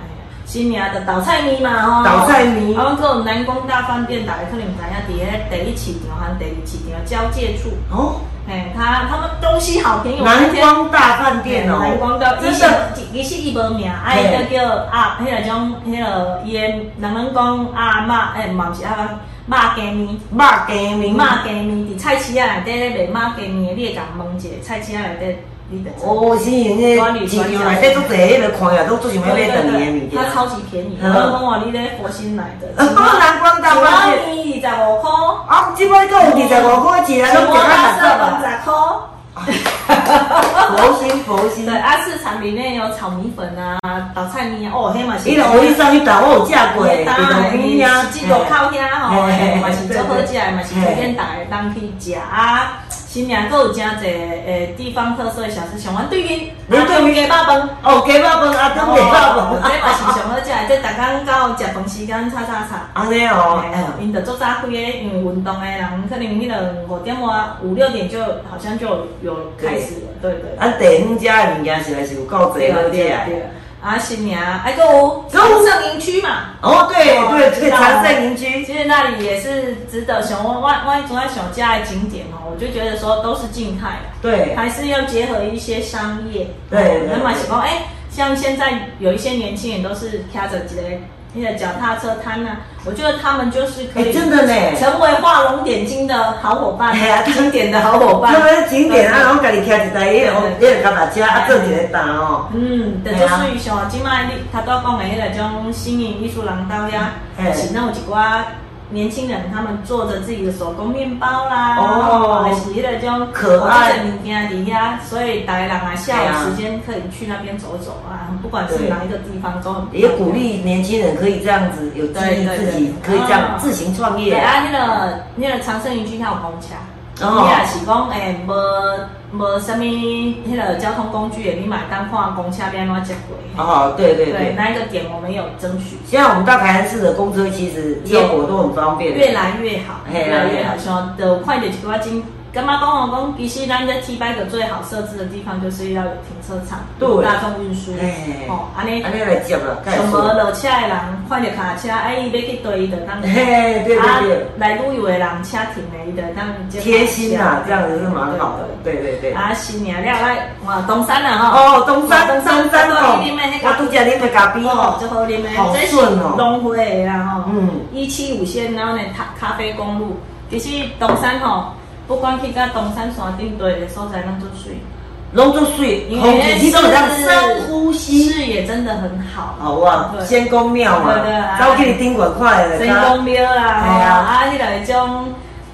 Speaker 2: 新年的倒菜米嘛吼，
Speaker 1: 倒菜米
Speaker 2: 啊，阮有南宫大饭店，大家可能知影，伫迄第一市场和第二市场交界处，
Speaker 1: 哦，
Speaker 2: 哎，他他们东西好便宜，我那
Speaker 1: 南
Speaker 2: 天
Speaker 1: 光大饭店哦，
Speaker 2: 南光到，伊
Speaker 1: 真
Speaker 2: 是
Speaker 1: 的
Speaker 2: 伊是伊无名，啊伊叫叫阿，迄个种迄个伊的人拢讲阿嬷，诶，嘛毋是阿嬷，肉羹面，
Speaker 1: 肉羹面
Speaker 2: 肉羹面，伫菜市仔内底咧卖肉羹面的，你会甲问者，菜市仔内底你就知。
Speaker 1: 哦，是因为市场内底足侪迄个看呀，都做想要买等你的物件。
Speaker 2: 它超级便宜，我
Speaker 1: 嗯
Speaker 2: 讲哦，你咧佛心来的，
Speaker 1: 啊，南光大饭店，
Speaker 2: 一碗面二十五块。
Speaker 1: 啊，即摆个有二十五块钱，
Speaker 2: 什
Speaker 1: 拢
Speaker 2: 么
Speaker 1: 加到
Speaker 2: 垃圾
Speaker 1: 六
Speaker 2: 分
Speaker 1: 十。
Speaker 2: 十块？
Speaker 1: 佛心佛心
Speaker 2: 对，，啊，市场里面有炒米粉啊、倒菜米啊，哦，迄嘛是。
Speaker 1: 伊若我去上去打，我有食过
Speaker 2: 对，
Speaker 1: 诶，
Speaker 2: 当
Speaker 1: 豆
Speaker 2: 然，
Speaker 1: 皮呀，
Speaker 2: 是这路口遐吼，
Speaker 1: 嘿
Speaker 2: 嘛是做好食的，嘛是推荐大家当去食啊。新娘阁有真侪诶地方特色的小吃，像阮对面，
Speaker 1: 恁对面
Speaker 2: 鸡肉饭，
Speaker 1: 哦，鸡肉饭啊，汤鸡肉
Speaker 2: 哦这嘛
Speaker 1: 饭，
Speaker 2: 是上好食的，这逐工到食饭时间吵吵吵。
Speaker 1: 安尼哦，哎
Speaker 2: 哎
Speaker 1: 呀，，
Speaker 2: 因着做早开的，因为运动的人可能迄个五点外、五六点就好像就有开始了，对对。
Speaker 1: 咱地方家诶物件实在是有够侪好食
Speaker 2: 对。啊，新娘，哎，还有
Speaker 1: 还有
Speaker 2: 上营区嘛。
Speaker 1: 哦，对对对，长盛营区，
Speaker 2: 其实那里也是值得熊万万万总在熊家的景点哦，我就觉得说都是静态的，
Speaker 1: 对，
Speaker 2: 还是要结合一些商业。哦
Speaker 1: 对对
Speaker 2: 那么喜欢哎，像现在有一些年轻人都是开着这个你的脚踏车摊啊，我觉得他们就是可以
Speaker 1: 哎真的呢
Speaker 2: 成为画龙点睛的好伙
Speaker 1: [LAUGHS]
Speaker 2: 伴
Speaker 1: 哎呀，
Speaker 2: 经典的好伙伴
Speaker 1: 那。么景点啊，我家己徛一台迄个红，迄个脚踏车啊，做一个搭哦。
Speaker 2: 嗯，就就属于像即摆你头拄讲的迄种新颖艺术廊道呀，
Speaker 1: 嘿
Speaker 2: 是那有一寡年轻人他们做着自己的手工面包啦，
Speaker 1: 哦
Speaker 2: 还是迄种
Speaker 1: 可爱
Speaker 2: 物件伫遐，所以大家人啊下
Speaker 1: 对啊
Speaker 2: 午时间可以去那边走走啊，不管是
Speaker 1: 对
Speaker 2: 哪一个地方都很
Speaker 1: 也鼓励年轻人可以这样子有激励自己，可以这样自行创
Speaker 2: 对
Speaker 1: 业。
Speaker 2: 啊，迄个迄个长盛园区遐有公车，
Speaker 1: 哦
Speaker 2: 你也是讲欸诶，无无啥物迄个交通工具的，你嘛当看公车要安怎接过。
Speaker 1: 哦，对对
Speaker 2: 对，
Speaker 1: 对。
Speaker 2: 那一个点我们有争取，
Speaker 1: 现在我们到台南市的公车其实接驳都很方便。
Speaker 2: 越来越好，
Speaker 1: 嘿
Speaker 2: 越来越好
Speaker 1: 嘿。
Speaker 2: 像的快点去挖金，干妈讲我讲，其实咱在 T b 个最好设置的地方就是要有停车场，
Speaker 1: 对
Speaker 2: 有大众运输
Speaker 1: 嘿，
Speaker 2: 哦，安尼
Speaker 1: 安尼啊来接了，
Speaker 2: 什么落车的人，看着卡车，哎，伊要去对伊就当，
Speaker 1: [LAUGHS] 嘿对对对
Speaker 2: 啊，来旅游的人车停的伊就当
Speaker 1: 贴心呐、啊，这样子是蛮好的。对对对。
Speaker 2: 啊，新年了，来往东山了吼。
Speaker 1: 哦，东山东山山哦，我
Speaker 2: 我
Speaker 1: 拄则啉的咖啡
Speaker 2: 哦，
Speaker 1: 哦，
Speaker 2: 最好啉的，
Speaker 1: 好
Speaker 2: 这是
Speaker 1: 顺哦
Speaker 2: 农会的啦吼。
Speaker 1: 嗯
Speaker 2: 一七五线，然后呢，咖咖啡公路，其实东山吼，不管去到东山山顶对的所在，拢都水，
Speaker 1: 拢足水，
Speaker 2: 因
Speaker 1: 空
Speaker 2: 为
Speaker 1: 气都让深呼吸。
Speaker 2: 视野真的很好。
Speaker 1: 好啊，
Speaker 2: 对哎
Speaker 1: 仙公庙嘛，走去你顶管看
Speaker 2: 神
Speaker 1: 下。
Speaker 2: 功庙啦，
Speaker 1: 哎呀
Speaker 2: 啊，迄个种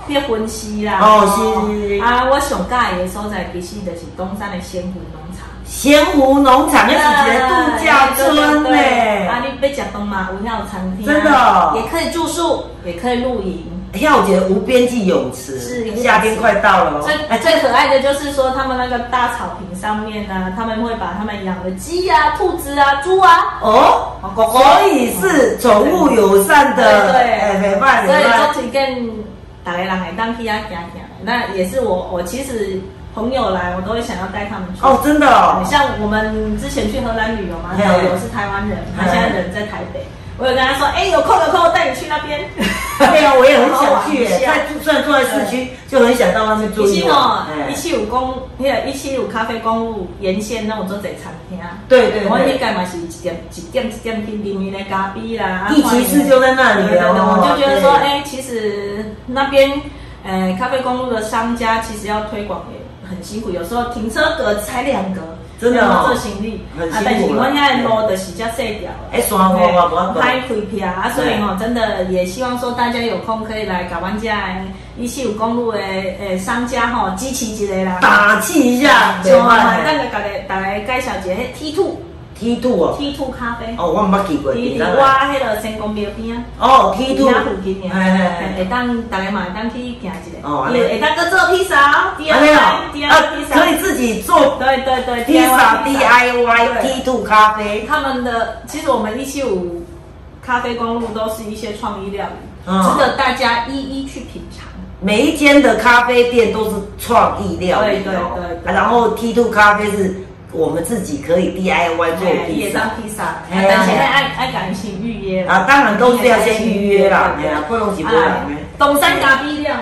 Speaker 2: 结婚诗啦，
Speaker 1: 哦是是是
Speaker 2: 啊，我上喜欢的所在其实就是东山的仙湖农场。
Speaker 1: 咸湖农场那是一个度假村呢、
Speaker 2: 啊，你要食饭嘛，有遐有餐厅啊，
Speaker 1: 真的哦
Speaker 2: 也可以住宿，也可以露营。
Speaker 1: 要有一个无边际泳池，
Speaker 2: 是
Speaker 1: 夏天快到了哦
Speaker 2: 最。最可爱的就是说，他们那个大草坪上面呢、他们会把他们养的鸡啊、兔子啊、猪啊，
Speaker 1: 哦，所以是宠物友善的，
Speaker 2: 对
Speaker 1: 哎，陪伴
Speaker 2: 所以
Speaker 1: 陪伴
Speaker 2: 做起更大家人来当去啊行行。那也是我，我其实朋友来，我都会想要带他们去。
Speaker 1: 哦，真的哦，
Speaker 2: 你 [LAUGHS] 像我们之前去荷兰旅游嘛，
Speaker 1: 嘿
Speaker 2: 导游是台湾人，他
Speaker 1: 嘿
Speaker 2: 现在人在台北。我有跟他说，哎、有空有空，我带你去那
Speaker 1: [LAUGHS]
Speaker 2: 边。
Speaker 1: 对啊，我也很想去，
Speaker 2: 好好玩一下
Speaker 1: 在住虽然住在市区，就很想到外面住
Speaker 2: 其
Speaker 1: 一
Speaker 2: 实
Speaker 1: 晚
Speaker 2: 哦。，
Speaker 1: 哎
Speaker 2: 一七五公，迄个一七五咖啡公路沿线那有做侪餐厅。啊
Speaker 1: 对对
Speaker 2: 我迄
Speaker 1: 对，
Speaker 2: 个嘛是一点一点一点去啉伊的咖啡啦。啊
Speaker 1: 一级市就在那
Speaker 2: 对
Speaker 1: 里
Speaker 2: 对对，
Speaker 1: 了哦。
Speaker 2: 我就觉得说，
Speaker 1: 对
Speaker 2: 哎、其实那边，呃，咖啡公路的商家其实要推广也很辛苦，有时候停车格才两格，
Speaker 1: 真的哦
Speaker 2: 要做行李，
Speaker 1: 很
Speaker 2: 啊
Speaker 1: 辛，苦
Speaker 2: 但是
Speaker 1: 了
Speaker 2: 我现在路的是较细条，
Speaker 1: 哎山坡我也不晓得
Speaker 2: 拍开片啊，所以吼、真的也希望说大家有空可以来搞阮家的一七五公路的诶商家吼、支持一下啦。
Speaker 1: 打气一下，
Speaker 2: 就
Speaker 1: 对
Speaker 2: 啊
Speaker 1: 吧，
Speaker 2: 咱个大家大家介绍一下 T two
Speaker 1: T two 哦，
Speaker 2: T two 咖啡，
Speaker 1: 哦，我毋捌去过，
Speaker 2: 伊伫
Speaker 1: 咱
Speaker 2: 我
Speaker 1: 来
Speaker 2: 迄个成功庙边啊。
Speaker 1: 哦 T two，
Speaker 2: 那附近尔，
Speaker 1: 哎
Speaker 2: 啊会当大家嘛会当去行一下，
Speaker 1: 哦安尼
Speaker 2: 会当搁做披萨，哦第
Speaker 1: 哎，
Speaker 2: 二
Speaker 1: 没有
Speaker 2: 第二披
Speaker 1: 啊，
Speaker 2: 萨
Speaker 1: 可，以自己做
Speaker 2: 对对对，
Speaker 1: 披萨
Speaker 2: DIY
Speaker 1: DIY
Speaker 2: 对
Speaker 1: T two 咖啡，
Speaker 2: 他们的其实我们一七五咖啡公路都是一些创意料理，
Speaker 1: 嗯
Speaker 2: 值得大家一一去品尝。
Speaker 1: 每一间的咖啡店都是创意料理
Speaker 2: 对
Speaker 1: 哦
Speaker 2: 对对，对
Speaker 1: 啊然后 T two 咖啡是我们自己可以 DIY 做
Speaker 2: 哎
Speaker 1: 披
Speaker 2: 也
Speaker 1: 萨
Speaker 2: 当披萨，啊
Speaker 1: 哎呀
Speaker 2: 但现在爱爱感情预约啦
Speaker 1: 啊，当然都是要先预约啦，哎呀，不容易不容
Speaker 2: 啊
Speaker 1: 易。
Speaker 2: 东山咖啡料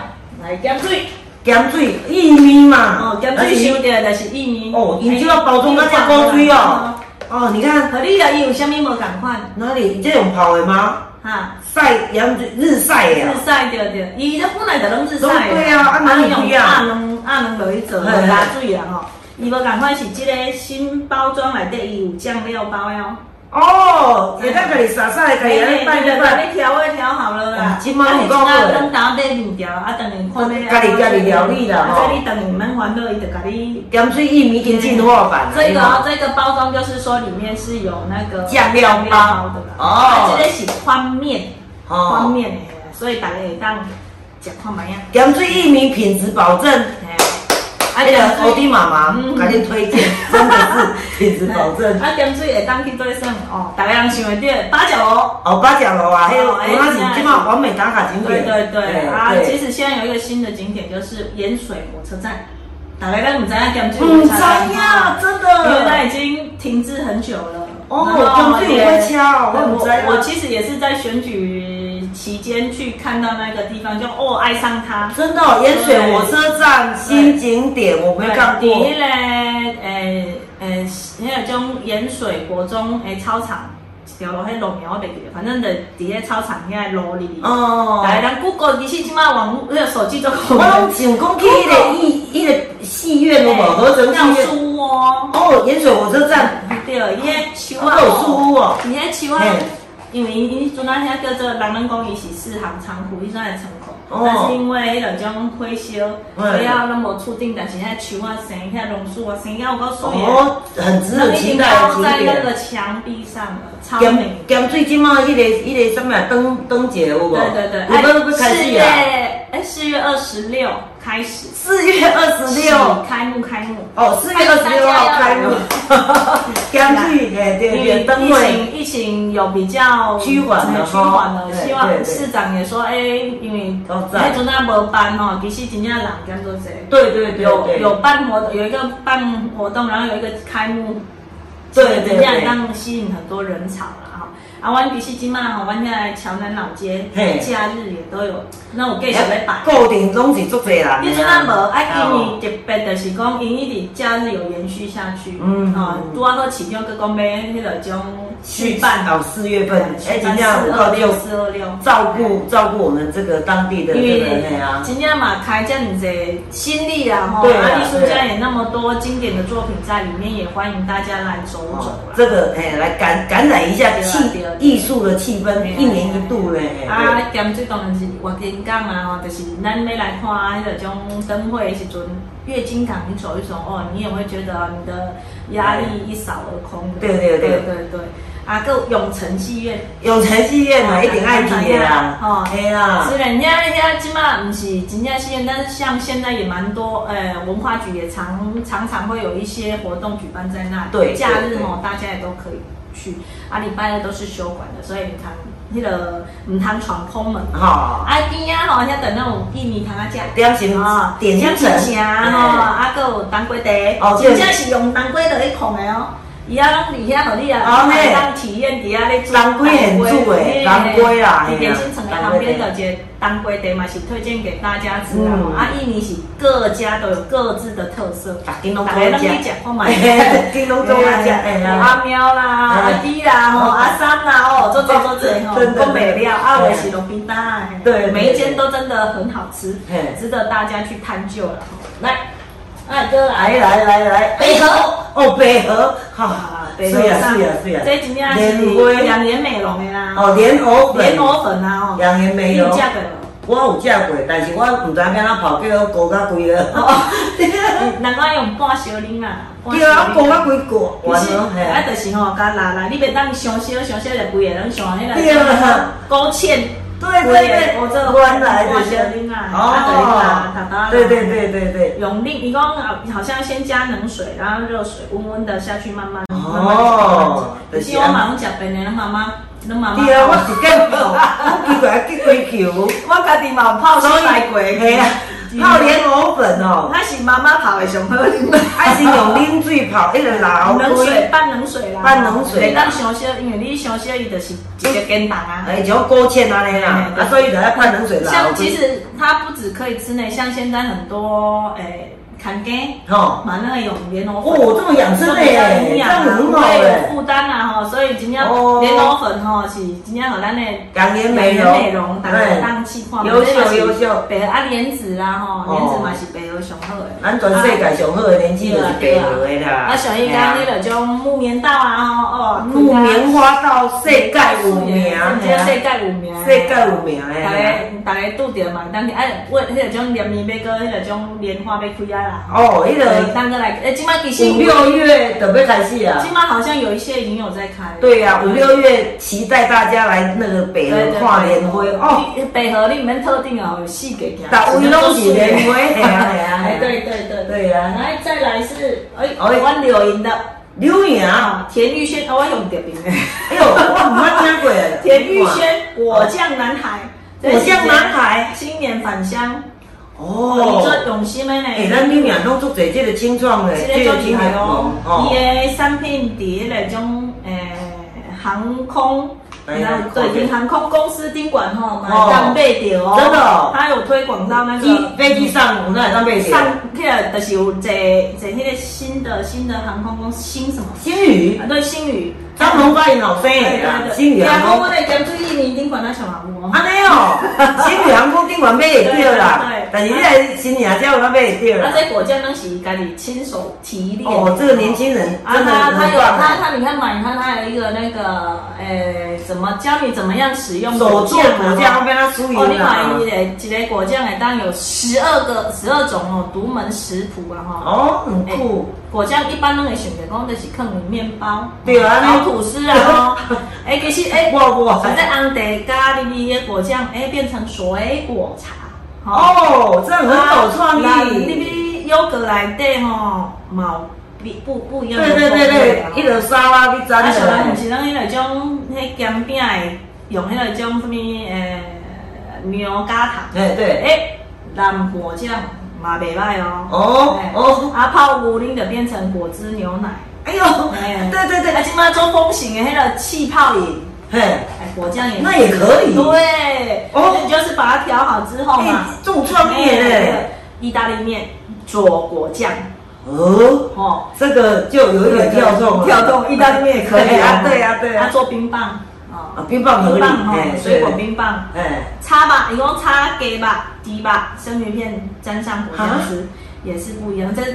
Speaker 2: 来点水，
Speaker 1: 咸水薏米嘛，
Speaker 2: 哦，点
Speaker 1: 而
Speaker 2: 水
Speaker 1: 且
Speaker 2: 收着就是薏米，
Speaker 1: 啊哦，你就要包装那
Speaker 2: 哎
Speaker 1: 叫高水哦。哦，你看
Speaker 2: 和你啊，伊有啥物无共款？
Speaker 1: 哪里？你这种跑的吗？
Speaker 2: 哈，
Speaker 1: 晒阳日晒啊
Speaker 2: 日
Speaker 1: 呀、
Speaker 2: 晒对对，伊这本来就拢日晒
Speaker 1: 拢
Speaker 2: 的。
Speaker 1: 对啊啊哪里不一样
Speaker 2: 啊两啊两落去做，
Speaker 1: 嘿嘿
Speaker 2: 加水啊吼。伊无共款是即个新包装内底伊有酱料包哟。
Speaker 1: 哦，也在给你撒晒，给啊你拌一拌，
Speaker 2: 你调味调好了
Speaker 1: 嗯。
Speaker 2: 啦
Speaker 1: 这摆有够好
Speaker 2: 啊你等打买面条，啊等你看咩
Speaker 1: 自己自己料理啦吼嗯
Speaker 2: 啊，你等你免烦恼，伊就甲你。
Speaker 1: 咸水薏米已经进化版了。
Speaker 2: 这个哦，这个包装就是说里面是有那个
Speaker 1: 酱料包
Speaker 2: 的啦。
Speaker 1: 哦
Speaker 2: 啊这个是宽面。方
Speaker 1: 哦，
Speaker 2: 面诶，所以大家会当食看卖啊。
Speaker 1: 咸水薏米品质保证，
Speaker 2: 嘿哎
Speaker 1: 啊，那个欧弟妈
Speaker 2: 嗯
Speaker 1: 妈赶紧推
Speaker 2: [LAUGHS]
Speaker 1: 荐，真的是品质保证。
Speaker 2: 啊，点水会当去对算哦，大家人想会到八角哦。
Speaker 1: 哦，八角楼啊，还有
Speaker 2: 哦哎
Speaker 1: 我那是今嘛完美打卡景
Speaker 2: 对
Speaker 1: 点。
Speaker 2: 对对，啊，其
Speaker 1: 对。
Speaker 2: 实现在有一个新的景点就是盐水火车站，大家都唔知影点水
Speaker 1: 嗯，
Speaker 2: 火车
Speaker 1: 知
Speaker 2: 站。
Speaker 1: 呀，真
Speaker 2: 因为它
Speaker 1: 的。
Speaker 2: 已经停滞很久了。
Speaker 1: 哦
Speaker 2: 然后
Speaker 1: 江水有会敲哦我不知啊
Speaker 2: 我我其实也是在选举期间去看到那个地方，就哦爱上它。
Speaker 1: 真的、哦，盐水火车站新景点，我没看
Speaker 2: 伫迄、
Speaker 1: 过。
Speaker 2: 呃个诶诶，迄、个种盐水国中诶操场一条路，迄路名我袂记得，反正就伫迄操场遐路里。
Speaker 1: 哦，
Speaker 2: 来，咱 Google 其实即摆网络，迄个手机都可
Speaker 1: 我拢
Speaker 2: 以。
Speaker 1: 想讲去迄个艺迄个戏院
Speaker 2: 哎
Speaker 1: 有无？合成
Speaker 2: 要
Speaker 1: 戏院。
Speaker 2: 书哦，
Speaker 1: 哦，盐水火车站，
Speaker 2: 对，伊迄树
Speaker 1: 我
Speaker 2: 啊
Speaker 1: 有书哦。
Speaker 2: 伊迄树啊，因为伊阵啊遐叫做人人讲伊是四行仓库，伊算会仓库，
Speaker 1: 哦嗯
Speaker 2: 但是因为迄两种退休，所以啊，咱无厝顶，但是遐树啊生遐榕树啊生啊有够水的。
Speaker 1: 哦，很值得
Speaker 2: 已
Speaker 1: 期
Speaker 2: 经
Speaker 1: 待的
Speaker 2: 高
Speaker 1: 景
Speaker 2: 在那
Speaker 1: 点。
Speaker 2: 个墙壁上了，超美
Speaker 1: 咸。咸水即马迄个迄个什么灯灯节有无？
Speaker 2: 对对对，
Speaker 1: 哦
Speaker 2: 哎
Speaker 1: 有没有要开
Speaker 2: 四
Speaker 1: 始
Speaker 2: 月
Speaker 1: 啊？
Speaker 2: 哎四月二十六开始，
Speaker 1: 四月二十
Speaker 2: 是
Speaker 1: 六，
Speaker 2: 开幕开幕。
Speaker 1: 哦，四月二十六号开幕。
Speaker 2: [LAUGHS]
Speaker 1: 咸
Speaker 2: 啊
Speaker 1: 水，嘿，对
Speaker 2: 因
Speaker 1: 对，
Speaker 2: 为
Speaker 1: 灯
Speaker 2: 疫
Speaker 1: 会。
Speaker 2: 情疫情有比较
Speaker 1: 趋缓了
Speaker 2: 哎趋
Speaker 1: 哈
Speaker 2: 缓了，
Speaker 1: 对
Speaker 2: 希望
Speaker 1: 对对
Speaker 2: 市长也说，哎，因为
Speaker 1: 都在
Speaker 2: 那阵啊无办哦，其实真正人兼做侪。
Speaker 1: 对对对
Speaker 2: 有
Speaker 1: 对，
Speaker 2: 有办活动，有一个办活动，然后有一个开幕，
Speaker 1: 对对
Speaker 2: 这样
Speaker 1: 对
Speaker 2: 让吸引很多人潮啦哈。啊，阮比西金嘛，吼，阮遐桥南老街
Speaker 1: 嘿，哎
Speaker 2: 假日也都有，那有继续在摆。
Speaker 1: 固定拢是足侪人。
Speaker 2: 你阵啊无，啊，今年特别就是讲，因一直假日有延续下去，
Speaker 1: 嗯
Speaker 2: 啊
Speaker 1: 嗯，
Speaker 2: 拄啊好市场去讲买迄落种
Speaker 1: 去
Speaker 2: 续
Speaker 1: 办
Speaker 2: 办，
Speaker 1: 到四月份，哎，
Speaker 2: 四
Speaker 1: 真正有
Speaker 2: 二
Speaker 1: 够
Speaker 2: 六
Speaker 1: 六
Speaker 2: 四二六，
Speaker 1: 照顾照顾我们这个当地的
Speaker 2: 因
Speaker 1: 这个
Speaker 2: 为
Speaker 1: 人啊。
Speaker 2: 今天嘛开这样子的心力啦吼，
Speaker 1: 对啊
Speaker 2: 啊艺术
Speaker 1: 对啊
Speaker 2: 家也那么多经典的作品在里面，也欢迎大家来走走
Speaker 1: 哦
Speaker 2: 啦。
Speaker 1: 这个哎，来感感染一下气
Speaker 2: 对啊对啊
Speaker 1: 艺术的气氛，一年一度嘞。
Speaker 2: 啊，兼最当然是月经港啊，吼，就是咱要来看啊，迄种灯会的时阵，月经港你走一走哦，你也会觉得你的压力一扫而空的。
Speaker 1: 对对对
Speaker 2: 对对对，啊，够永城戏院。
Speaker 1: 永城戏院
Speaker 2: 啊
Speaker 1: 嘛，一定爱去的啦。
Speaker 2: 哦
Speaker 1: 哎呀，
Speaker 2: 虽然人家人家今嘛不是啊真正戏院，但是像现在也蛮多，呃，文化局也常常常会有一些活动举办在那里。
Speaker 1: 对
Speaker 2: 假日
Speaker 1: 对对
Speaker 2: 哦，大家也都可以去。啊，礼拜二都是休馆的，所以你看，那个唔通闯空门。
Speaker 1: 好，
Speaker 2: 啊边啊吼，遐等那种玉米糖啊酱。
Speaker 1: 点心
Speaker 2: 啊，
Speaker 1: 点心城
Speaker 2: 城啊，吼，啊，搁有当归茶，
Speaker 1: 哦
Speaker 2: 真
Speaker 1: 对
Speaker 2: 正是用当归落去控的哦，伊啊拢伫遐互你啊，
Speaker 1: 哦嘿
Speaker 2: 当体验伫遐咧煮
Speaker 1: 当归很煮的
Speaker 2: 嘿
Speaker 1: 当归啦嘿
Speaker 2: 伫
Speaker 1: 啊
Speaker 2: 点心城的旁边就有一个当归茶嘛，是推荐给大家吃啊，吼
Speaker 1: 嗯
Speaker 2: 啊，印尼是各家都有各自的特色，
Speaker 1: 大家拢
Speaker 2: 大
Speaker 1: 做
Speaker 2: 家
Speaker 1: 来
Speaker 2: 拢
Speaker 1: 吃
Speaker 2: 去食看嘛，
Speaker 1: 嘿 [LAUGHS] 嘿拢做来吃哎呀
Speaker 2: 阿啊喵啦，阿弟啦，吼，阿三啦，哦，做做做做吼，
Speaker 1: 哎真的
Speaker 2: 都美料，啊，
Speaker 1: 对
Speaker 2: 我是龙冰蛋，嘿
Speaker 1: 对对
Speaker 2: 每一间
Speaker 1: 对
Speaker 2: 都。都真的很好吃
Speaker 1: 嘿，
Speaker 2: 值得大家去探究了。来，二哥
Speaker 1: 来
Speaker 2: 啊来了，
Speaker 1: 来来来，
Speaker 2: 北河
Speaker 1: 哦，北河，
Speaker 2: 啊
Speaker 1: 哈，是
Speaker 2: 北
Speaker 1: 呀
Speaker 2: 河啊上
Speaker 1: 是呀啊是呀，
Speaker 2: 这几样
Speaker 1: 莲花
Speaker 2: 是养颜美容的啦，
Speaker 1: 哦，莲藕粉
Speaker 2: 莲，藕粉啊，哦，
Speaker 1: 两年没有
Speaker 2: 有。价格了。
Speaker 1: 我有食过，但是我唔知安怎跑，叫我高甲规个， [LAUGHS]
Speaker 2: 难怪用半小零啊，半
Speaker 1: 叫我
Speaker 2: 小
Speaker 1: 高
Speaker 2: 奶
Speaker 1: 甲规个，完
Speaker 2: 其实
Speaker 1: 了
Speaker 2: 啊，
Speaker 1: 嘿，
Speaker 2: 就是吼，甲拉拉，你袂当上小上小就规个人上迄个
Speaker 1: 对啊
Speaker 2: 勾芡，
Speaker 1: 对对对，
Speaker 2: 我这
Speaker 1: 原来就
Speaker 2: 半
Speaker 1: 是
Speaker 2: 小零啊，
Speaker 1: Ờ.
Speaker 2: 啊，等于啦，打打
Speaker 1: 哦，对对对对对，
Speaker 2: 永令，一共好啊好像先加冷水，然后热水温温的下去，慢慢
Speaker 1: 哦
Speaker 2: 慢慢煮。
Speaker 1: 就
Speaker 2: 就是是我妈拢食饭的，咱妈妈，咱妈妈。
Speaker 1: 对啊，我是计跑，我奇怪去规球，
Speaker 2: 我家己嘛有泡
Speaker 1: 所
Speaker 2: 西
Speaker 1: 以
Speaker 2: 来过，
Speaker 1: 嘿啊，泡莲藕粉哦，
Speaker 2: 那是妈妈泡的上好啉。
Speaker 1: [LAUGHS] 还是用冷水泡，迄个老
Speaker 2: 冷水，半冷水啦，
Speaker 1: 半冷水啦
Speaker 2: 袂当伤烧，因为你伤烧伊就是一个简单啊。
Speaker 1: 哎，像勾芡安尼啦，啊，所以就要泡冷水老
Speaker 2: 像其实它不止可以吃呢，像现在很多诶砍鸡，
Speaker 1: 吼，
Speaker 2: 嘛那个有莲藕粉。
Speaker 1: 哦，这么养生
Speaker 2: 就
Speaker 1: 的
Speaker 2: 比较
Speaker 1: 耶，
Speaker 2: 营
Speaker 1: 这
Speaker 2: 养
Speaker 1: 样
Speaker 2: 啊，
Speaker 1: 很
Speaker 2: 不
Speaker 1: 好
Speaker 2: 会有
Speaker 1: 诶，
Speaker 2: 负担啊吼，所以真正
Speaker 1: 哦
Speaker 2: 莲藕粉吼是真正和咱的
Speaker 1: 养颜美容
Speaker 2: 美容，大家当气看，
Speaker 1: 优秀优秀
Speaker 2: 白啊莲子啦吼，
Speaker 1: 哦
Speaker 2: 莲子嘛是白鹅上好的。
Speaker 1: 咱全世界上好的年纪就是白河的啦，
Speaker 2: 啊，像伊
Speaker 1: 嘿啊
Speaker 2: 讲你著种木棉道啊吼，哦，
Speaker 1: 木棉花到世界有名，
Speaker 2: 真
Speaker 1: 嘿
Speaker 2: 正
Speaker 1: 啊
Speaker 2: 世界有名，
Speaker 1: 世界有。名的
Speaker 2: 大
Speaker 1: 嘿
Speaker 2: 家
Speaker 1: 啊。
Speaker 2: 大家拄着嘛，当哎，我迄个种莲面要过，迄个种莲花要开啊啦。
Speaker 1: 哦，迄
Speaker 2: 对，
Speaker 1: 个
Speaker 2: 当个来，诶，即摆其实
Speaker 1: 五六月准备开始啊
Speaker 2: 今。晚好像有一些已经有在开。
Speaker 1: 对呀、五六月期待大家来那个北
Speaker 2: 对
Speaker 1: 河跨年会哦，，
Speaker 2: 对对你北河里面特定哦，有四个行。
Speaker 1: 大位拢是年会，嘿啊嘿啊
Speaker 2: 哎，
Speaker 1: 嘿啊，
Speaker 2: 对对对
Speaker 1: 对呀
Speaker 2: 然后再来是哎，
Speaker 1: 哎
Speaker 2: 我柳营的
Speaker 1: 柳营，哎
Speaker 2: 啊，田玉轩，哦我用点名
Speaker 1: [LAUGHS]
Speaker 2: 的，
Speaker 1: 呦，我唔捌听过，
Speaker 2: [LAUGHS] 田玉轩果酱男孩，
Speaker 1: 果酱男孩
Speaker 2: 青年返乡，你做
Speaker 1: 哦，
Speaker 2: 用心的呢？
Speaker 1: 哎，咱柳营拢做侪这个清创的，
Speaker 2: 这个做厉害哦，伊
Speaker 1: 哦，
Speaker 2: 的产品伫迄种诶呃航空。
Speaker 1: 哎
Speaker 2: 然后
Speaker 1: 对
Speaker 2: 对，航空公司宾馆吼，买
Speaker 1: 哦
Speaker 2: 单备掉哦，
Speaker 1: 真的哦
Speaker 2: 它有推广到那
Speaker 1: 机
Speaker 2: 个
Speaker 1: 飞机上有那也当被写
Speaker 2: 上，迄个就是有坐坐迄个新的新的航空公司新什么？
Speaker 1: 新宇
Speaker 2: 啊，对，新宇，
Speaker 1: 咱拢甲因后生诶啦，新宇
Speaker 2: 然
Speaker 1: 航
Speaker 2: 后
Speaker 1: 空啊
Speaker 2: 我，咧减水一年顶管那小阿母，
Speaker 1: 安尼哦，新宇航空顶员买会着啦
Speaker 2: 对对对，
Speaker 1: 但是你来新娘才有法买会着
Speaker 2: 他
Speaker 1: 啦。
Speaker 2: 啊这果酱拢是家己亲手提炼。
Speaker 1: 哦，这个年轻人
Speaker 2: 啊，
Speaker 1: 真的
Speaker 2: 他他
Speaker 1: 很
Speaker 2: 有
Speaker 1: 棒
Speaker 2: 他
Speaker 1: 啊，
Speaker 2: 他你看嘛，你看他有一个那个呃，怎么教你怎么样使用
Speaker 1: 手做果酱，我
Speaker 2: 酱啊
Speaker 1: 被他输
Speaker 2: 哦，
Speaker 1: 赢
Speaker 2: 你买
Speaker 1: 啦
Speaker 2: 一。个几个果酱，哎，当然有十二个十二种哦，独门食谱啊哈。
Speaker 1: 哦，很酷。
Speaker 2: 果酱一般拢会选择讲就是放面包，
Speaker 1: 对啊
Speaker 2: 然后吐司啊哦。
Speaker 1: [LAUGHS]
Speaker 2: 哎，其实哎，
Speaker 1: 哇哇
Speaker 2: 反正安得咖喱米的果酱，哎，变成水果茶。哦
Speaker 1: 哦，这很有创
Speaker 2: 啊那
Speaker 1: 意。
Speaker 2: 边优格来底吼，冇不不一
Speaker 1: 对
Speaker 2: 样的风味
Speaker 1: 对
Speaker 2: 啊。
Speaker 1: 对对，一个沙拉去
Speaker 2: 啊，
Speaker 1: 沾
Speaker 2: 像咱毋
Speaker 1: 的。
Speaker 2: 是咱迄个种迄咸饼的，用迄个种什物诶牛轧糖，
Speaker 1: 对对，
Speaker 2: 诶，南果酱嘛袂歹哦。
Speaker 1: 哦
Speaker 2: 哎
Speaker 1: 哦
Speaker 2: 啊泡牛奶就变成果汁牛奶。
Speaker 1: 哎呦，对对
Speaker 2: 啊，
Speaker 1: 对，
Speaker 2: 即摆做风行的迄个气泡饮，
Speaker 1: 嘿，
Speaker 2: 哎，果酱也
Speaker 1: 那也可以
Speaker 2: 对，哎
Speaker 1: 哦
Speaker 2: 你就是把它调好之后嘛
Speaker 1: 哎，，这种创意嘞。
Speaker 2: 哎意大利面佐果酱，
Speaker 1: 哦，
Speaker 2: 哦。
Speaker 1: 这个就有一点跳动了。
Speaker 2: 跳动，意啊哎大利面也可以
Speaker 1: 啊，对啊对
Speaker 2: 他
Speaker 1: 啊。
Speaker 2: 做冰棒，
Speaker 1: 啊
Speaker 2: 哦，
Speaker 1: 冰棒合
Speaker 2: 冰
Speaker 1: 理，
Speaker 2: 棒
Speaker 1: 哎
Speaker 2: 哦，，水果，冰棒，
Speaker 1: 哎，
Speaker 2: 叉吧，一共叉给吧、低吧，生鱼片沾上果酱吃也是不一样。这啊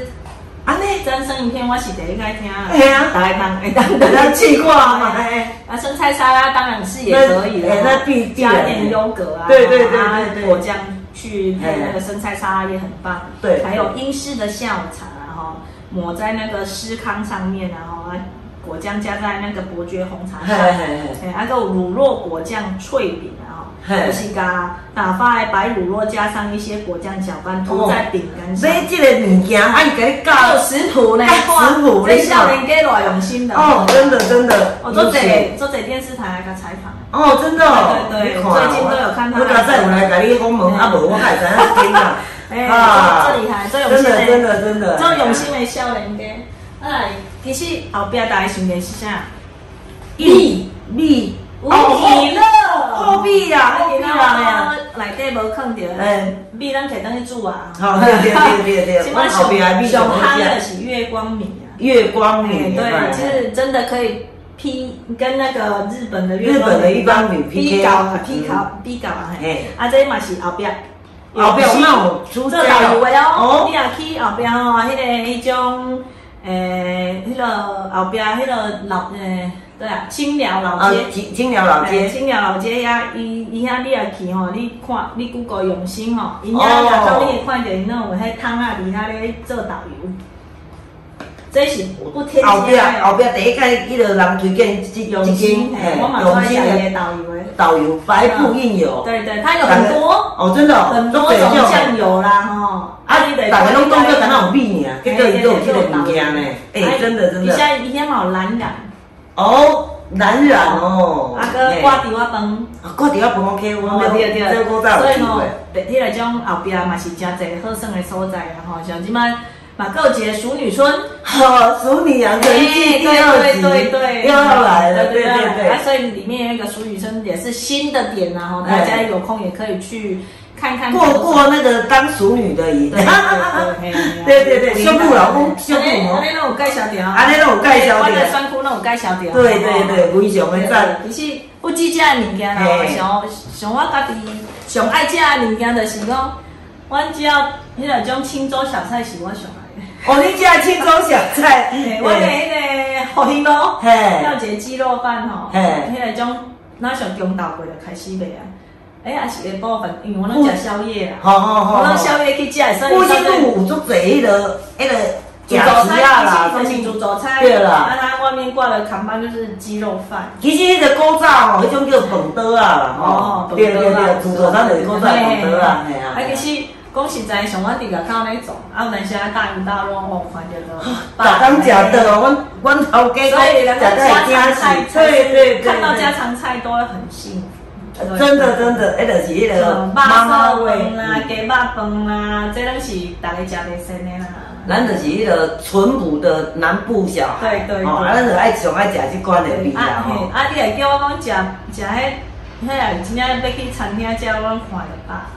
Speaker 1: 安尼，
Speaker 2: 沾生鱼片我是第一个听啊的，
Speaker 1: 哎呀
Speaker 2: 大家当哎当
Speaker 1: 大
Speaker 2: 当
Speaker 1: 家去过嘛，哎，
Speaker 2: 啊，生菜沙拉当然是也可以的
Speaker 1: 那
Speaker 2: 哦，
Speaker 1: 哎那必必然
Speaker 2: 加点优格啊，
Speaker 1: 对对对对
Speaker 2: 啊
Speaker 1: 对
Speaker 2: 果酱去配
Speaker 1: 哎
Speaker 2: 那个生菜沙拉也很棒。
Speaker 1: 对
Speaker 2: 还有英式的下午茶啊，哈，抹在那个司康上面啊，哈，啊果酱加在那个伯爵红茶
Speaker 1: 嘿
Speaker 2: 上，
Speaker 1: 嘿嘿，
Speaker 2: 哎，啊，个乳酪果酱脆饼啊，哈，
Speaker 1: 嘿
Speaker 2: 就是噶打发的白乳酪加上一些果酱搅拌，
Speaker 1: 哦
Speaker 2: 涂在饼干
Speaker 1: 所
Speaker 2: 上。
Speaker 1: 以这个物件爱给教。
Speaker 2: 还有食谱呢，
Speaker 1: 还有啊食谱
Speaker 2: 这
Speaker 1: 你看
Speaker 2: 少年家偌用心的
Speaker 1: 哦，真的真的，
Speaker 2: 我做在做在电视台那个采访，
Speaker 1: 哦，真的哦，
Speaker 2: 对对对
Speaker 1: 你看啊
Speaker 2: 最近都有看到
Speaker 1: 我刚才有来给你访问，
Speaker 2: 嗯，
Speaker 1: 啊无我还知影听啦
Speaker 2: [LAUGHS] 哎、
Speaker 1: 啊
Speaker 2: 这厉害，这用
Speaker 1: 真
Speaker 2: 心
Speaker 1: 的真
Speaker 2: 的，
Speaker 1: 的真的，
Speaker 2: 这用心的少年家。哎，其实后壁大家想的是啥？
Speaker 1: 币币，
Speaker 2: 有米乐，
Speaker 1: 货币
Speaker 2: 哎
Speaker 1: 呀，货币呀，，
Speaker 2: 啊内底无放着，
Speaker 1: 啊哎，
Speaker 2: 米咱摕当去煮啊。
Speaker 1: 好，对对对对对，我后边币
Speaker 2: 上
Speaker 1: 上
Speaker 2: 夯的
Speaker 1: 面
Speaker 2: 是月光米啊，
Speaker 1: 月光
Speaker 2: 哎，
Speaker 1: 女，
Speaker 2: 对，就是真的可以。P 跟那个日本的
Speaker 1: 日本的月光米
Speaker 2: P 搞啊，P 搞 P 搞啊，
Speaker 1: 哎
Speaker 2: 嘿，啊这嘛是后壁，
Speaker 1: 后边有那种出
Speaker 2: 做导游的哦，
Speaker 1: 哦
Speaker 2: 你，若去后壁吼，啊迄个迄种诶，迄个后壁迄个老诶，对啊，清寮老
Speaker 1: 啊
Speaker 2: 街，。
Speaker 1: 金金寮老
Speaker 2: 哎
Speaker 1: 街，
Speaker 2: 清寮老街遐，伊伊遐你若去吼，你看你 Google 用心吼，伊遐
Speaker 1: 哦
Speaker 2: 若到你会看着因那有迄桶啊，伫遐咧做导游，这是不天
Speaker 1: 后
Speaker 2: 气
Speaker 1: 边后边第一间迄个人推荐这
Speaker 2: 用
Speaker 1: 这间
Speaker 2: 心，，
Speaker 1: 嘿
Speaker 2: 嘿我嘛做
Speaker 1: 永
Speaker 2: 一
Speaker 1: 兴
Speaker 2: 个
Speaker 1: 的
Speaker 2: 导游诶，
Speaker 1: 导游白布应有。
Speaker 2: 对对，它有很多
Speaker 1: 哦，真的哦，
Speaker 2: 很多
Speaker 1: 都
Speaker 2: 种
Speaker 1: 得用
Speaker 2: 酱油啦吼，
Speaker 1: 啊，
Speaker 2: 你得
Speaker 1: 大家拢讲叫敢若有米尔，结果伊都有这个物件呢。
Speaker 2: 哎
Speaker 1: 哎，真的真
Speaker 2: 伊
Speaker 1: 的。
Speaker 2: 遐伊遐嘛有蓝染，
Speaker 1: 哦，难染哦。
Speaker 2: 啊个挂伫我饭，
Speaker 1: 啊，挂掉不 OK，我
Speaker 2: 哦
Speaker 1: 们这个再啊
Speaker 2: 所
Speaker 1: 有
Speaker 2: 以
Speaker 1: 机
Speaker 2: 吼
Speaker 1: 会。，
Speaker 2: 第迄个种后壁嘛是真侪好耍的所在啊吼，像即摆嘛还有一个熟女村，
Speaker 1: 好，熟女养成记第二
Speaker 2: 对
Speaker 1: 集
Speaker 2: 对对，
Speaker 1: 又要来了，对对
Speaker 2: 啊，
Speaker 1: 对。
Speaker 2: 所以里面那个熟女村也是新的点啊吼，
Speaker 1: 哎
Speaker 2: 大家有空也可以去看看。
Speaker 1: 过过那个当熟女的瘾
Speaker 2: 对，对
Speaker 1: 对对对，修复老公，修复
Speaker 2: 安
Speaker 1: 哦，
Speaker 2: 尼拢有介绍着，啊
Speaker 1: 安尼拢有介绍
Speaker 2: 我的
Speaker 1: 的，
Speaker 2: 酸苦拢有介绍着，啊
Speaker 1: 对对对，非常的赞。
Speaker 2: 其实不止食的物件啦，
Speaker 1: 嘿
Speaker 2: 上上我家己上爱食的物件，就是讲，阮只要迄个种青州小菜是我上爱的。
Speaker 1: 哦，你家青州小菜，
Speaker 2: 嘿我的迄个福兴路，
Speaker 1: 嘿
Speaker 2: 还有一个鸡肉饭吼，
Speaker 1: 嘿
Speaker 2: 迄个种那上中昼过就开始卖啊。哎，也是下晡饭，因为我拢食宵夜啦，
Speaker 1: 好好好
Speaker 2: 我拢
Speaker 1: 好。
Speaker 2: 宵夜去食，所以
Speaker 1: 哦附近都有足侪迄个迄个
Speaker 2: 煮
Speaker 1: 假
Speaker 2: 早
Speaker 1: 期
Speaker 2: 餐
Speaker 1: 啊啦，
Speaker 2: 就
Speaker 1: 什
Speaker 2: 是
Speaker 1: 么
Speaker 2: 煮早餐，
Speaker 1: 对啦
Speaker 2: 啊，它外面挂的扛棒就是鸡肉饭。
Speaker 1: 其实迄个古早吼，迄种叫本刀啊啦，
Speaker 2: 哦
Speaker 1: 吼，，对对对，自助餐就是古早本刀啊，
Speaker 2: 嘿
Speaker 1: 嘿啊
Speaker 2: 啊，，其实讲实在，像我伫外口咧做，啊，有阵时啊大鱼大肉我看着
Speaker 1: [LAUGHS]
Speaker 2: 都。
Speaker 1: 逐工食到，阮阮头家
Speaker 2: [LAUGHS] 所以人
Speaker 1: 讲食到
Speaker 2: 家家常
Speaker 1: 惊
Speaker 2: 菜
Speaker 1: 死，，对对对，呃
Speaker 2: 看到家常菜都会很幸福。
Speaker 1: 真的真的，迄就是迄个
Speaker 2: 肉
Speaker 1: 妈妈
Speaker 2: 饭
Speaker 1: 味，
Speaker 2: 啦，鸡肉饭啦，这拢是大家食袂鲜的啦。
Speaker 1: 咱就是迄个淳朴的南部小孩，
Speaker 2: 对对对
Speaker 1: 吼，啊，咱就爱上爱食即款的味哦
Speaker 2: 啊
Speaker 1: 啦，
Speaker 2: 嘿
Speaker 1: 吼，，
Speaker 2: 啊，你会叫我讲食食迄，迄个真正要去餐厅食，我拢看着吧。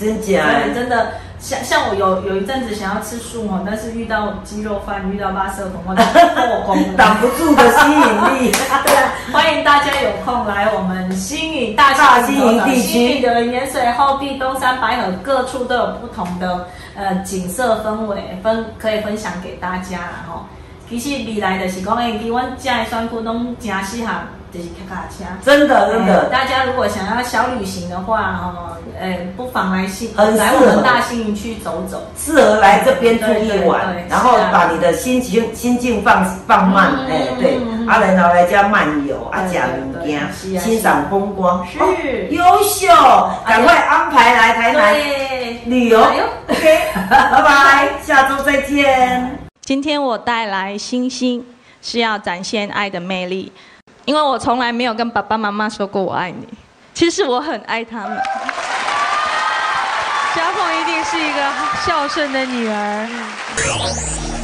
Speaker 1: 真正
Speaker 2: 对，
Speaker 1: 的，
Speaker 2: 真的，像像我有有一阵子想要吃素哦，但是遇到鸡肉饭，遇到八色粉，我就破功
Speaker 1: [LAUGHS]
Speaker 2: 了。
Speaker 1: 挡不住的吸引力，
Speaker 2: [LAUGHS] 啊，对啊，
Speaker 1: 大兴营地
Speaker 2: 西
Speaker 1: 区
Speaker 2: 域的盐水、后壁、东山、白河各处都有不同的呃景色氛围，分可以分享给大家啦吼。其实未来就是讲，哎诶，阮遮的选区拢真适合，就是骑脚踏车。
Speaker 1: 真的真
Speaker 2: 哎
Speaker 1: 的，
Speaker 2: 大家如果想要小旅行的话，哦，呃，不妨来新
Speaker 1: 很适合
Speaker 2: 来我们大兴营区走走。
Speaker 1: 适合来这边住一
Speaker 2: 对对
Speaker 1: 晚
Speaker 2: 对，
Speaker 1: 然后
Speaker 2: 是啊
Speaker 1: 把你的心情心境放放慢，
Speaker 2: 嗯
Speaker 1: 哎
Speaker 2: 嗯
Speaker 1: 对
Speaker 2: 嗯，
Speaker 1: 啊然后来家漫游，啊
Speaker 2: 对
Speaker 1: 假
Speaker 2: 对
Speaker 1: 物
Speaker 2: 对是
Speaker 1: 件，
Speaker 2: 啊
Speaker 1: 欣赏风光，
Speaker 2: 是啊
Speaker 1: 哦优秀，赶快安排来台南
Speaker 2: 哎对，
Speaker 1: 旅游
Speaker 2: 哎呦
Speaker 1: ，OK，拜拜，下周再见。
Speaker 4: 今天我带来星星，是要展现爱的魅力，因为我从来没有跟爸爸妈妈说过我爱你，其实我很爱他们。小凤一定是一个孝顺的女儿。